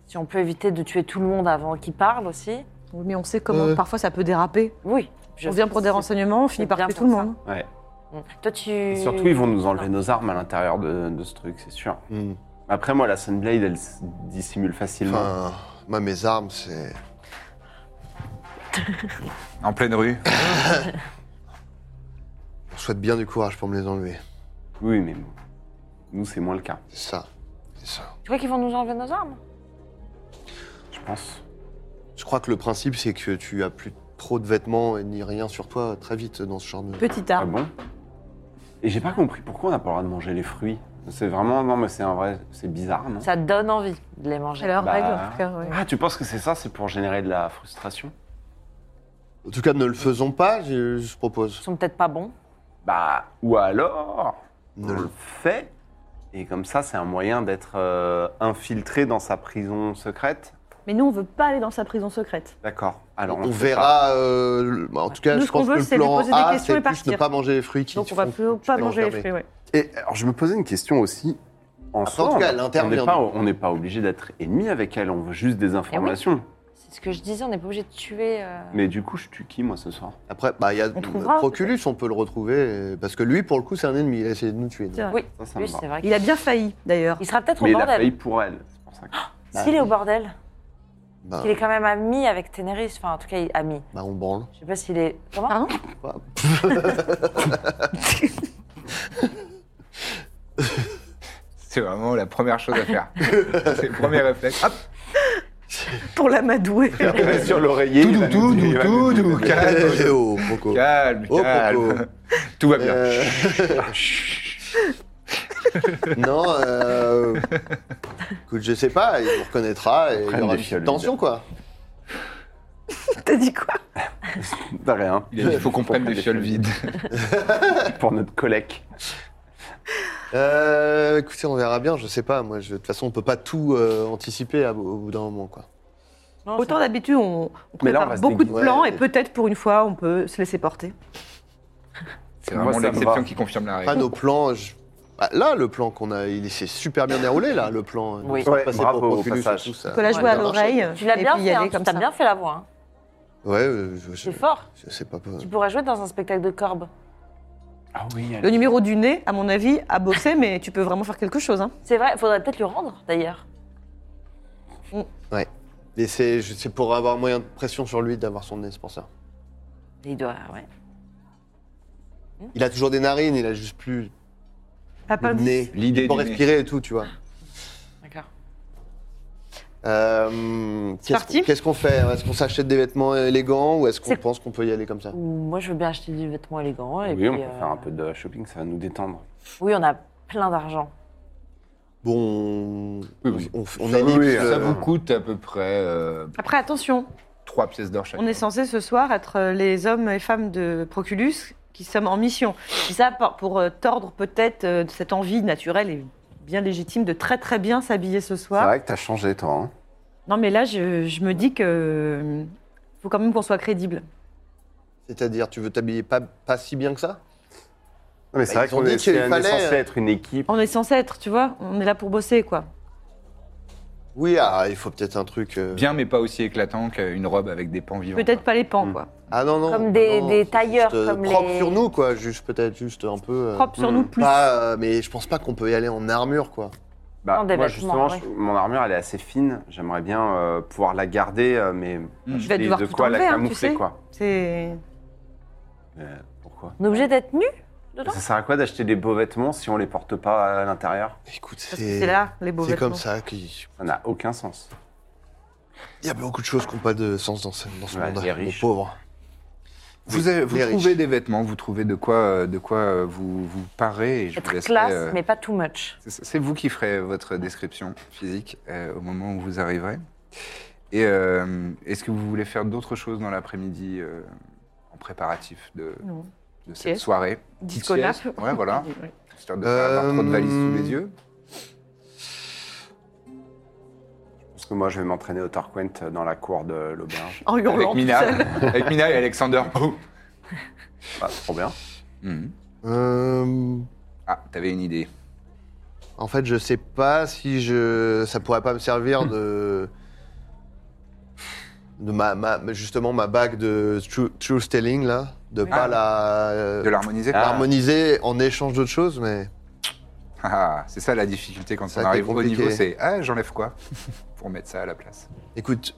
[SPEAKER 2] Si on peut éviter de tuer tout le monde avant qu'il parle aussi.
[SPEAKER 6] Oui, Mais on sait comment
[SPEAKER 4] Ouais.
[SPEAKER 6] parfois ça peut déraper.
[SPEAKER 2] Oui. je-
[SPEAKER 6] on vient pour des
[SPEAKER 2] c'est-
[SPEAKER 6] renseignements, on finit par
[SPEAKER 2] bien
[SPEAKER 6] tuer tout
[SPEAKER 2] pour
[SPEAKER 6] le
[SPEAKER 2] ça.
[SPEAKER 6] monde.
[SPEAKER 3] Ouais.
[SPEAKER 2] Mm. Toi, tu.
[SPEAKER 3] Et surtout, ils vont nous enlever
[SPEAKER 6] Ah.
[SPEAKER 3] nos armes à l'intérieur de, de ce truc, c'est sûr.
[SPEAKER 4] Hmm.
[SPEAKER 3] Après, moi, la Sunblade, elle se dissimule facilement.
[SPEAKER 4] Enfin, moi, mes armes, c'est.
[SPEAKER 1] En pleine rue.
[SPEAKER 4] On souhaite bien du courage pour me les enlever.
[SPEAKER 3] Oui, mais bon. Nous, c'est moins le cas.
[SPEAKER 4] C'est ça.
[SPEAKER 3] C'est ça.
[SPEAKER 2] Tu crois qu'ils vont nous enlever nos armes
[SPEAKER 3] Je pense.
[SPEAKER 4] Je crois que le principe, c'est que tu as plus trop de vêtements et ni rien sur toi très vite dans ce genre de.
[SPEAKER 5] Petit arbre.
[SPEAKER 3] Ah bon Et j'ai pas compris pourquoi on n'a pas le droit de manger les fruits. C'est vraiment. Non, mais c'est un vrai. C'est bizarre, non
[SPEAKER 2] Ça donne envie de les manger.
[SPEAKER 6] leur
[SPEAKER 3] Bah,
[SPEAKER 6] règle, en tout cas, ouais.
[SPEAKER 3] Ah, tu penses que c'est ça C'est pour générer de la frustration
[SPEAKER 4] En tout cas, ne le faisons pas, je, je propose.
[SPEAKER 2] Ils sont peut-être pas bons.
[SPEAKER 3] Bah, ou alors, on le fait, et comme ça, c'est un moyen d'être euh, infiltré dans sa prison secrète.
[SPEAKER 6] Mais nous, on veut pas aller dans sa prison secrète.
[SPEAKER 3] D'accord. Alors,
[SPEAKER 4] on,
[SPEAKER 3] le fait pas.
[SPEAKER 4] verra. euh, le- bah, en tout cas,
[SPEAKER 6] Nous,
[SPEAKER 4] je
[SPEAKER 6] ce qu'on
[SPEAKER 4] pense
[SPEAKER 6] veut,
[SPEAKER 4] que le
[SPEAKER 6] c'est lui
[SPEAKER 4] plan
[SPEAKER 6] poser des
[SPEAKER 4] A,
[SPEAKER 6] questions
[SPEAKER 4] c'est
[SPEAKER 6] et
[SPEAKER 4] plus
[SPEAKER 6] partir.
[SPEAKER 4] ne pas manger les fruits qui
[SPEAKER 6] Donc,
[SPEAKER 4] te
[SPEAKER 6] on va
[SPEAKER 4] font-
[SPEAKER 6] plus pas
[SPEAKER 4] peux
[SPEAKER 6] manger les
[SPEAKER 4] l'enfermer.
[SPEAKER 6] fruits, ouais.
[SPEAKER 3] Et alors, je me posais une question aussi. En
[SPEAKER 4] Après,
[SPEAKER 3] soi,
[SPEAKER 4] en tout
[SPEAKER 3] on-
[SPEAKER 4] cas, elle
[SPEAKER 3] on
[SPEAKER 4] intervient,
[SPEAKER 3] n'est pas,
[SPEAKER 4] donc.
[SPEAKER 3] on n'est pas obligé d'être ennemi avec elle, on veut juste
[SPEAKER 6] Eh
[SPEAKER 3] des informations.
[SPEAKER 2] C'est ce que je disais, on n'est pas obligé de tuer. euh,
[SPEAKER 3] Mais du coup, je tue qui, moi, ce soir
[SPEAKER 4] Après, bah, il y a
[SPEAKER 2] On trouvera,
[SPEAKER 4] Proculus, on peut le retrouver. euh, Parce que lui, pour le coup, c'est un ennemi. Il a essayé de nous tuer. donc.
[SPEAKER 6] C'est vrai.
[SPEAKER 2] Oui,
[SPEAKER 3] Ça, ça
[SPEAKER 2] oui,
[SPEAKER 3] me va.
[SPEAKER 2] c'est vrai.
[SPEAKER 6] Il a bien failli, d'ailleurs.
[SPEAKER 2] Il sera peut-être au
[SPEAKER 3] Mais il a
[SPEAKER 2] bordel.
[SPEAKER 3] failli pour elle. C'est pour ça que-
[SPEAKER 6] Ah,
[SPEAKER 2] S'il est au bordel,
[SPEAKER 3] Ah.
[SPEAKER 4] Bah,
[SPEAKER 2] qu'il est quand même ami avec Ténéris, enfin en tout cas il- ami.
[SPEAKER 4] bah, on branle.
[SPEAKER 2] Je sais pas s'il est. Comment
[SPEAKER 6] Pardon
[SPEAKER 1] C'est vraiment la première chose à faire. c'est le premier réflexe. Hop
[SPEAKER 6] Pour l'amadouer.
[SPEAKER 3] Sur l'oreiller. il va nous
[SPEAKER 1] Tout
[SPEAKER 3] dire, il
[SPEAKER 1] doux, tout
[SPEAKER 3] va nous dire.
[SPEAKER 1] doux, calme,
[SPEAKER 4] Eh oh, Proco.
[SPEAKER 1] calme,
[SPEAKER 4] Oh,
[SPEAKER 1] calme.
[SPEAKER 4] Coco.
[SPEAKER 1] Tout va bien.
[SPEAKER 4] Euh, non, euh... écoute, je sais pas, il vous reconnaîtra et il y
[SPEAKER 3] Prenne
[SPEAKER 4] aura
[SPEAKER 3] des
[SPEAKER 4] une petite
[SPEAKER 3] fioles,
[SPEAKER 4] tension quoi.
[SPEAKER 6] T'as dit quoi
[SPEAKER 3] T'as rien.
[SPEAKER 1] Il a dit, faut qu'on prenne des fioles vides.
[SPEAKER 3] Pour notre collègue.
[SPEAKER 4] Euh, écoutez, on verra bien, je sais pas. Moi, je- de toute façon, on peut pas tout euh, anticiper à- au bout d'un moment quoi.
[SPEAKER 2] Non,
[SPEAKER 6] Autant d'habitude, on, on
[SPEAKER 3] Mais là,
[SPEAKER 6] prépare
[SPEAKER 3] on va se
[SPEAKER 6] beaucoup de
[SPEAKER 4] déguiser.
[SPEAKER 6] plans
[SPEAKER 4] Ouais.
[SPEAKER 6] et peut-être pour une fois, on peut se laisser porter.
[SPEAKER 1] C'est
[SPEAKER 3] Moi,
[SPEAKER 1] vraiment
[SPEAKER 3] ça me
[SPEAKER 1] l'exception
[SPEAKER 3] va.
[SPEAKER 1] qui confirme la
[SPEAKER 4] Après,
[SPEAKER 1] règle.
[SPEAKER 4] nos plans. je- bah, là, le plan qu'on a, il s'est super bien déroulé là, le plan. euh,
[SPEAKER 2] Oui.
[SPEAKER 4] de
[SPEAKER 3] Ouais,
[SPEAKER 4] passer
[SPEAKER 3] bravo,
[SPEAKER 4] pour
[SPEAKER 3] au
[SPEAKER 4] Proculus et
[SPEAKER 3] passage.
[SPEAKER 4] tout, ça-
[SPEAKER 6] Faut la
[SPEAKER 4] ça
[SPEAKER 6] jouer
[SPEAKER 4] a
[SPEAKER 6] à
[SPEAKER 4] bien
[SPEAKER 6] l'oreille.
[SPEAKER 2] Tu l'as
[SPEAKER 6] et
[SPEAKER 2] bien
[SPEAKER 6] puis y
[SPEAKER 2] fait,
[SPEAKER 6] aller
[SPEAKER 2] hein, tu
[SPEAKER 6] comme
[SPEAKER 2] t'as
[SPEAKER 6] ça.
[SPEAKER 2] bien fait la voix. hein.
[SPEAKER 4] marché. Ouais, euh, je, je,
[SPEAKER 2] C'est fort.
[SPEAKER 4] je sais pas.
[SPEAKER 2] Tu pourras jouer dans un spectacle de corbe.
[SPEAKER 3] Ah oui,
[SPEAKER 6] Le numéro du nez, à mon avis, a bossé, mais tu peux vraiment faire quelque chose. Hein.
[SPEAKER 2] C'est vrai, faudrait peut-être le rendre d'ailleurs.
[SPEAKER 4] Mais c'est je- c'est pour avoir moyen de pression sur lui d'avoir son nez, c'est pour ça.
[SPEAKER 2] Il doit, ouais.
[SPEAKER 4] Il a toujours des narines, il a juste plus le
[SPEAKER 6] Appendice.
[SPEAKER 4] nez.
[SPEAKER 1] L'idée
[SPEAKER 4] Pour
[SPEAKER 1] du nez.
[SPEAKER 4] respirer et tout, tu vois.
[SPEAKER 2] D'accord.
[SPEAKER 4] Euh,
[SPEAKER 6] C'est
[SPEAKER 4] qu'est-ce,
[SPEAKER 6] parti
[SPEAKER 4] qu'on- qu'est-ce qu'on fait hein Est-ce qu'on s'achète des vêtements élégants ou est-ce qu'on
[SPEAKER 2] C'est-
[SPEAKER 4] pense qu'on peut y aller comme ça
[SPEAKER 2] Moi, je veux bien acheter des vêtements élégants. Et
[SPEAKER 3] Oui,
[SPEAKER 2] puis,
[SPEAKER 3] on peut
[SPEAKER 2] euh,
[SPEAKER 3] faire un peu de shopping, ça va nous détendre.
[SPEAKER 2] Oui, on a plein d'argent.
[SPEAKER 4] Bon, on,
[SPEAKER 1] oui.
[SPEAKER 4] on, on
[SPEAKER 1] Ça,
[SPEAKER 4] ellipse,
[SPEAKER 1] oui, ça
[SPEAKER 4] euh,
[SPEAKER 1] vous coûte à peu près euh,
[SPEAKER 6] Après, attention,
[SPEAKER 1] trois pièces d'or chaque.
[SPEAKER 6] on est censé ce soir être euh, les hommes et femmes de Proculus qui sommes en mission. Et ça pour, pour, euh, tordre peut-être euh, cette envie naturelle et bien légitime de très très bien s'habiller ce
[SPEAKER 3] C'est
[SPEAKER 6] soir.
[SPEAKER 3] vrai que t'as changé, toi. hein.
[SPEAKER 6] Non, mais là, je, je me dis que euh, faut quand même qu'on soit crédible.
[SPEAKER 4] C'est-à-dire, tu veux t'habiller pas, pas si bien que ça
[SPEAKER 3] Non, mais c'est
[SPEAKER 4] Bah,
[SPEAKER 3] vrai
[SPEAKER 4] ils ont
[SPEAKER 3] qu'on
[SPEAKER 4] dit
[SPEAKER 3] est,
[SPEAKER 4] qu'il
[SPEAKER 3] c'est- on est
[SPEAKER 4] fallait,
[SPEAKER 3] censé
[SPEAKER 4] euh,
[SPEAKER 3] être une équipe.
[SPEAKER 6] On est censé être, tu vois, on est là pour bosser, quoi.
[SPEAKER 4] Oui, ah, il faut peut-être un truc. euh,
[SPEAKER 1] Bien, mais pas aussi éclatant qu'une
[SPEAKER 3] oh,
[SPEAKER 1] robe
[SPEAKER 3] bah,
[SPEAKER 1] avec des pans vivants.
[SPEAKER 6] Peut-être pas les pans,
[SPEAKER 1] Mm.
[SPEAKER 6] quoi.
[SPEAKER 4] Ah non, non.
[SPEAKER 2] Comme des-
[SPEAKER 4] non,
[SPEAKER 2] des
[SPEAKER 4] c'est
[SPEAKER 2] tailleurs,
[SPEAKER 4] juste, euh,
[SPEAKER 2] comme
[SPEAKER 4] propre
[SPEAKER 2] les-
[SPEAKER 4] sur nous, quoi. Juste, peut-être juste un peu. euh,
[SPEAKER 6] Propre sur
[SPEAKER 3] Mm.
[SPEAKER 6] nous plus.
[SPEAKER 4] pas, euh, mais je pense pas qu'on peut y aller en armure, quoi.
[SPEAKER 3] Bah,
[SPEAKER 2] Non, des
[SPEAKER 3] moi,
[SPEAKER 2] vêtements,
[SPEAKER 3] justement, je- mon armure, elle est assez fine. J'aimerais bien euh, pouvoir la garder, euh, mais
[SPEAKER 4] Mm.
[SPEAKER 6] Tu vas
[SPEAKER 3] et
[SPEAKER 6] devoir
[SPEAKER 3] de
[SPEAKER 6] tout
[SPEAKER 3] quoi la
[SPEAKER 6] enlever, hein, tu
[SPEAKER 3] camoufler,
[SPEAKER 6] sais.
[SPEAKER 3] quoi.
[SPEAKER 6] C'est.
[SPEAKER 3] Euh, pourquoi
[SPEAKER 2] On est obligé d'être nus
[SPEAKER 3] Ça sert à quoi d'acheter des beaux vêtements si on les porte pas à l'intérieur
[SPEAKER 4] Écoute,
[SPEAKER 6] Parce que c'est là, les beaux
[SPEAKER 4] C'est
[SPEAKER 6] vêtements.
[SPEAKER 4] comme ça qu'il
[SPEAKER 3] Ça n'a aucun sens.
[SPEAKER 4] il y a beaucoup de choses qui n'ont pas de sens dans ce, dans ce
[SPEAKER 3] Ouais,
[SPEAKER 4] monde.
[SPEAKER 3] les
[SPEAKER 4] Les,
[SPEAKER 3] riches.
[SPEAKER 4] pauvres.
[SPEAKER 1] Vous, avez- vous
[SPEAKER 4] Les riches.
[SPEAKER 1] trouvez des vêtements, vous trouvez de quoi, euh, de quoi euh, vous, vous parez. Et je vous
[SPEAKER 2] Être
[SPEAKER 1] laisserai,
[SPEAKER 2] classe,
[SPEAKER 1] euh,
[SPEAKER 2] mais pas too much.
[SPEAKER 1] C'est c'est vous qui ferez votre description physique euh, au moment où vous arriverez. Et euh, est-ce que vous voulez faire d'autres choses dans l'après-midi euh, en préparatif de,
[SPEAKER 6] Non.
[SPEAKER 1] de cette
[SPEAKER 6] Sieste.
[SPEAKER 1] soirée Petite
[SPEAKER 6] Disco
[SPEAKER 1] sieste.
[SPEAKER 6] nappe.
[SPEAKER 1] Ouais, voilà.
[SPEAKER 6] Ouais.
[SPEAKER 1] Histoire de pas avoir trop de valises sous les
[SPEAKER 4] Euh,
[SPEAKER 1] yeux.
[SPEAKER 3] Parce que moi, je vais m'entraîner au Torquent euh, dans la cour de l'auberge.
[SPEAKER 6] En hurlant.
[SPEAKER 1] Avec Mina, avec Mina et Alexander. Oh.
[SPEAKER 3] Bah, trop bien.
[SPEAKER 1] Mhm.
[SPEAKER 4] Euh,
[SPEAKER 1] Ah, t'avais une idée.
[SPEAKER 4] en fait, je sais pas si je, ça pourrait pas me servir de, de ma, ma- justement ma bague de true, truth telling là, de
[SPEAKER 6] Ah.
[SPEAKER 4] pas la, euh,
[SPEAKER 1] De l'harmoniser
[SPEAKER 3] Ah.
[SPEAKER 4] harmoniser en échange d'autres choses, mais
[SPEAKER 1] Ah, C'est ça la difficulté quand
[SPEAKER 4] Ça
[SPEAKER 1] on
[SPEAKER 4] a été
[SPEAKER 1] arrive au
[SPEAKER 4] compliqué.
[SPEAKER 1] niveau, c'est ah, j'enlève quoi Pour mettre ça à la place.
[SPEAKER 4] écoute,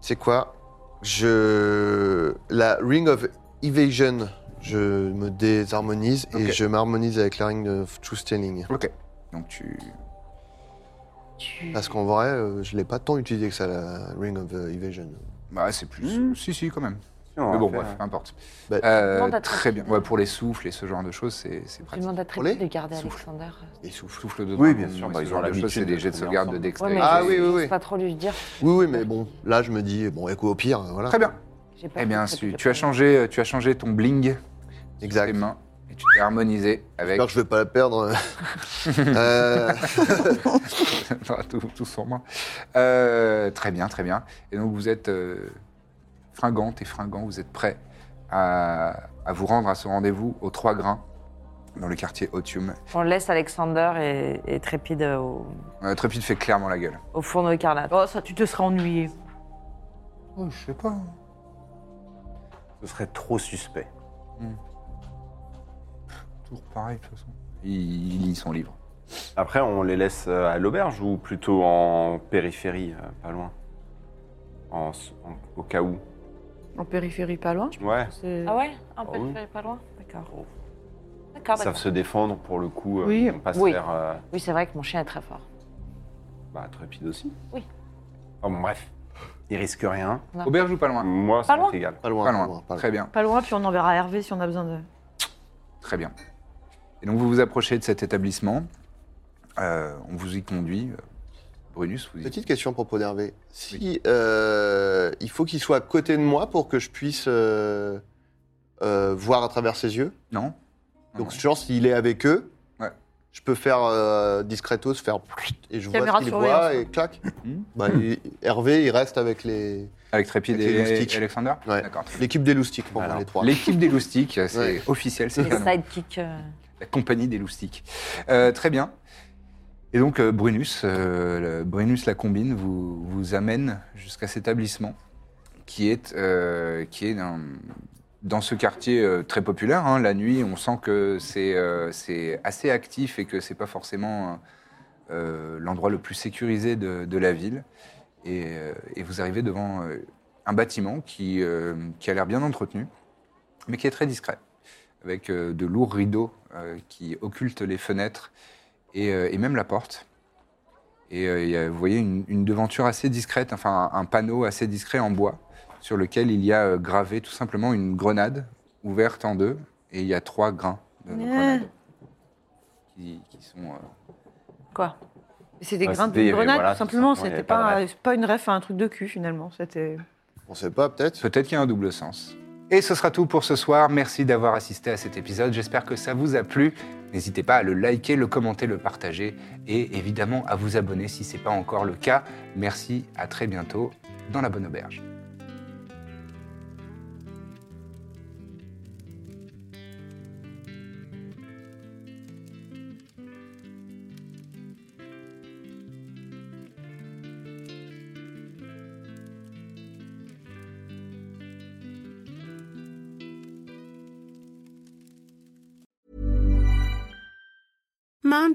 [SPEAKER 4] c'est quoi Je, la ring of evasion, je me désharmonise
[SPEAKER 1] Ok.
[SPEAKER 4] et je m'harmonise avec la ring of truth telling.
[SPEAKER 1] Ok. Donc tu.
[SPEAKER 4] Parce qu'en vrai, euh, je l'ai pas tant utilisé que ça, la Ring of euh, Evasion.
[SPEAKER 1] Bah, c'est plus. Si, si, quand même.
[SPEAKER 4] Hmm. on
[SPEAKER 1] Mais
[SPEAKER 4] va
[SPEAKER 1] bon,
[SPEAKER 4] faire,
[SPEAKER 1] bref,
[SPEAKER 4] hein.
[SPEAKER 1] importe.
[SPEAKER 4] Bah,
[SPEAKER 1] Euh,
[SPEAKER 2] Demande à ta-
[SPEAKER 1] très bien. Ouais, pour les souffles et ce genre de choses, c'est c'est
[SPEAKER 2] Tu
[SPEAKER 1] pratique.
[SPEAKER 2] demandes à Trip de garder Alexander.
[SPEAKER 4] Et souffle.
[SPEAKER 1] Souffle de
[SPEAKER 3] Oui,
[SPEAKER 1] dragon,
[SPEAKER 3] bien sûr,
[SPEAKER 1] et
[SPEAKER 3] bah,
[SPEAKER 1] ce
[SPEAKER 3] ils
[SPEAKER 1] genre
[SPEAKER 3] ont
[SPEAKER 1] de choses,
[SPEAKER 3] l'habitude
[SPEAKER 1] c'est des
[SPEAKER 3] de
[SPEAKER 1] jets de
[SPEAKER 3] travailler
[SPEAKER 1] sauvegarde de
[SPEAKER 3] ensemble.
[SPEAKER 1] dextérité.
[SPEAKER 4] Ah oui, oui,
[SPEAKER 2] j'ose
[SPEAKER 4] oui.
[SPEAKER 2] pas trop lui dire.
[SPEAKER 4] Oui, oui, mais bon, là, je me dis, bon, écoute, au pire, voilà.
[SPEAKER 1] Très bien.
[SPEAKER 2] J'ai pas
[SPEAKER 1] Eh
[SPEAKER 2] fait
[SPEAKER 1] bien,
[SPEAKER 2] de Trip
[SPEAKER 1] tu,
[SPEAKER 2] de
[SPEAKER 1] tu as
[SPEAKER 2] premier.
[SPEAKER 1] changé, euh, tu as changé ton bling sur tes
[SPEAKER 4] Exact.
[SPEAKER 1] mains et tu t'es harmonisé avec.
[SPEAKER 4] J'espère que je vais pas la perdre. Euh,
[SPEAKER 1] T'auras tout, tout sur moi. Euh, très bien, très bien. Et donc vous êtes euh, fringante et fringant, vous êtes prêts à, à vous rendre à ce rendez-vous aux Trois Grains dans le quartier Otium.
[SPEAKER 2] On laisse Alexander et, et Trépide au,
[SPEAKER 1] Euh, Trépide fait clairement la gueule.
[SPEAKER 2] au fourneau écarlate.
[SPEAKER 6] Oh, ça, tu te seras ennuyé.
[SPEAKER 1] Oh, je sais pas.
[SPEAKER 3] Ce serait trop suspect.
[SPEAKER 1] Hmm. Toujours pareil de toute façon. Il, il lit son livre.
[SPEAKER 3] Ah. Après, on les laisse euh, à l'auberge ou plutôt en périphérie, euh, pas loin En s- en- Au cas où.
[SPEAKER 6] En périphérie, pas loin. je
[SPEAKER 3] Ouais.
[SPEAKER 6] pense que c'est-
[SPEAKER 2] Ah ouais Un peu
[SPEAKER 3] Ah oui.
[SPEAKER 2] de faire pas loin D'accord. D'accord,
[SPEAKER 3] Ils savent
[SPEAKER 2] d'accord.
[SPEAKER 3] se défendre pour le coup. euh,
[SPEAKER 6] Oui.
[SPEAKER 3] Ils vont pas
[SPEAKER 2] Oui.
[SPEAKER 3] se faire euh,
[SPEAKER 2] Oui, c'est vrai que mon chien est très fort.
[SPEAKER 3] bah, trépide aussi.
[SPEAKER 2] Oui.
[SPEAKER 3] Enfin, bon, bref, ils risquent rien.
[SPEAKER 2] Ah.
[SPEAKER 1] Auberge ou pas loin
[SPEAKER 3] Moi,
[SPEAKER 2] Pas
[SPEAKER 3] ça
[SPEAKER 2] loin.
[SPEAKER 3] m'est égal.
[SPEAKER 4] pas loin,
[SPEAKER 1] Pas
[SPEAKER 4] pas
[SPEAKER 1] loin.
[SPEAKER 4] pas
[SPEAKER 1] Très bien.
[SPEAKER 6] Pas loin, puis on enverra Hervé si on a besoin de.
[SPEAKER 1] Très bien. Et donc vous vous approchez de cet établissement. Euh, on vous y conduit. Brunus vous y
[SPEAKER 4] Petite question à propos d'Hervé. Si euh, il faut qu'il soit à côté de moi pour que je puisse euh, euh, voir à travers ses yeux.
[SPEAKER 1] Non
[SPEAKER 4] Donc,
[SPEAKER 1] Ouais.
[SPEAKER 4] genre, s'il est avec eux,
[SPEAKER 1] Ouais.
[SPEAKER 4] je peux faire euh, discretos, faire et je
[SPEAKER 6] Caméra
[SPEAKER 4] vois ce
[SPEAKER 6] de
[SPEAKER 4] qu'il
[SPEAKER 6] surveillance,
[SPEAKER 4] voit
[SPEAKER 6] quoi.
[SPEAKER 4] et clac.
[SPEAKER 1] Hmm.
[SPEAKER 4] Bah, il- Hervé, il reste avec les
[SPEAKER 1] Avec Trépide
[SPEAKER 4] Avec les
[SPEAKER 1] et,
[SPEAKER 4] moustiques.
[SPEAKER 1] Alexander
[SPEAKER 4] Ouais.
[SPEAKER 1] D'accord. très bien.
[SPEAKER 4] l'équipe des loustiques pour moi,
[SPEAKER 3] Alors,
[SPEAKER 4] les trois.
[SPEAKER 1] L'équipe des loustiques, c'est
[SPEAKER 4] Ouais.
[SPEAKER 1] officiel, c'est
[SPEAKER 2] Les
[SPEAKER 1] canon.
[SPEAKER 2] sidekicks. euh,
[SPEAKER 1] la compagnie des loustiques. Euh, très bien. Et donc euh, Brunus, euh, le- Brunus la combine vous, vous amène jusqu'à cet établissement qui est, euh, qui est dans, dans ce quartier euh, très populaire. hein. La nuit, on sent que c'est euh, c'est assez actif et que c'est pas forcément euh, l'endroit le plus sécurisé de, de la ville. Et, euh, et vous arrivez devant euh, un bâtiment qui, euh, qui a l'air bien entretenu, mais qui est très discret avec euh, de lourds rideaux euh, qui occultent les fenêtres et, euh, et même la porte. Et euh, il y a- vous voyez une, une devanture assez discrète, enfin un, un panneau assez discret en bois, sur lequel il y a euh, gravé tout simplement une grenade ouverte en deux, et il y a trois grains de grenade qui, qui sont... euh,
[SPEAKER 2] Quoi
[SPEAKER 6] C'est des
[SPEAKER 3] Ouais,
[SPEAKER 6] grains de
[SPEAKER 3] c'était-
[SPEAKER 6] grenade,
[SPEAKER 3] voilà,
[SPEAKER 6] tout simplement.
[SPEAKER 3] tout simplement, il y
[SPEAKER 6] C'était
[SPEAKER 3] avait pas de
[SPEAKER 6] pas,
[SPEAKER 3] ref.
[SPEAKER 6] c'est pas une ref à un truc de cul, finalement. C'était.
[SPEAKER 4] On sait pas, peut-être.
[SPEAKER 1] Peut-être qu'il y a un double sens. Et ce sera tout pour ce soir. Merci d'avoir assisté à cet épisode. J'espère que ça vous a plu. N'hésitez pas à le liker, le commenter, le partager et évidemment à vous abonner si ce n'est pas encore le cas. Merci, à très bientôt dans la bonne auberge.
[SPEAKER 11] Mom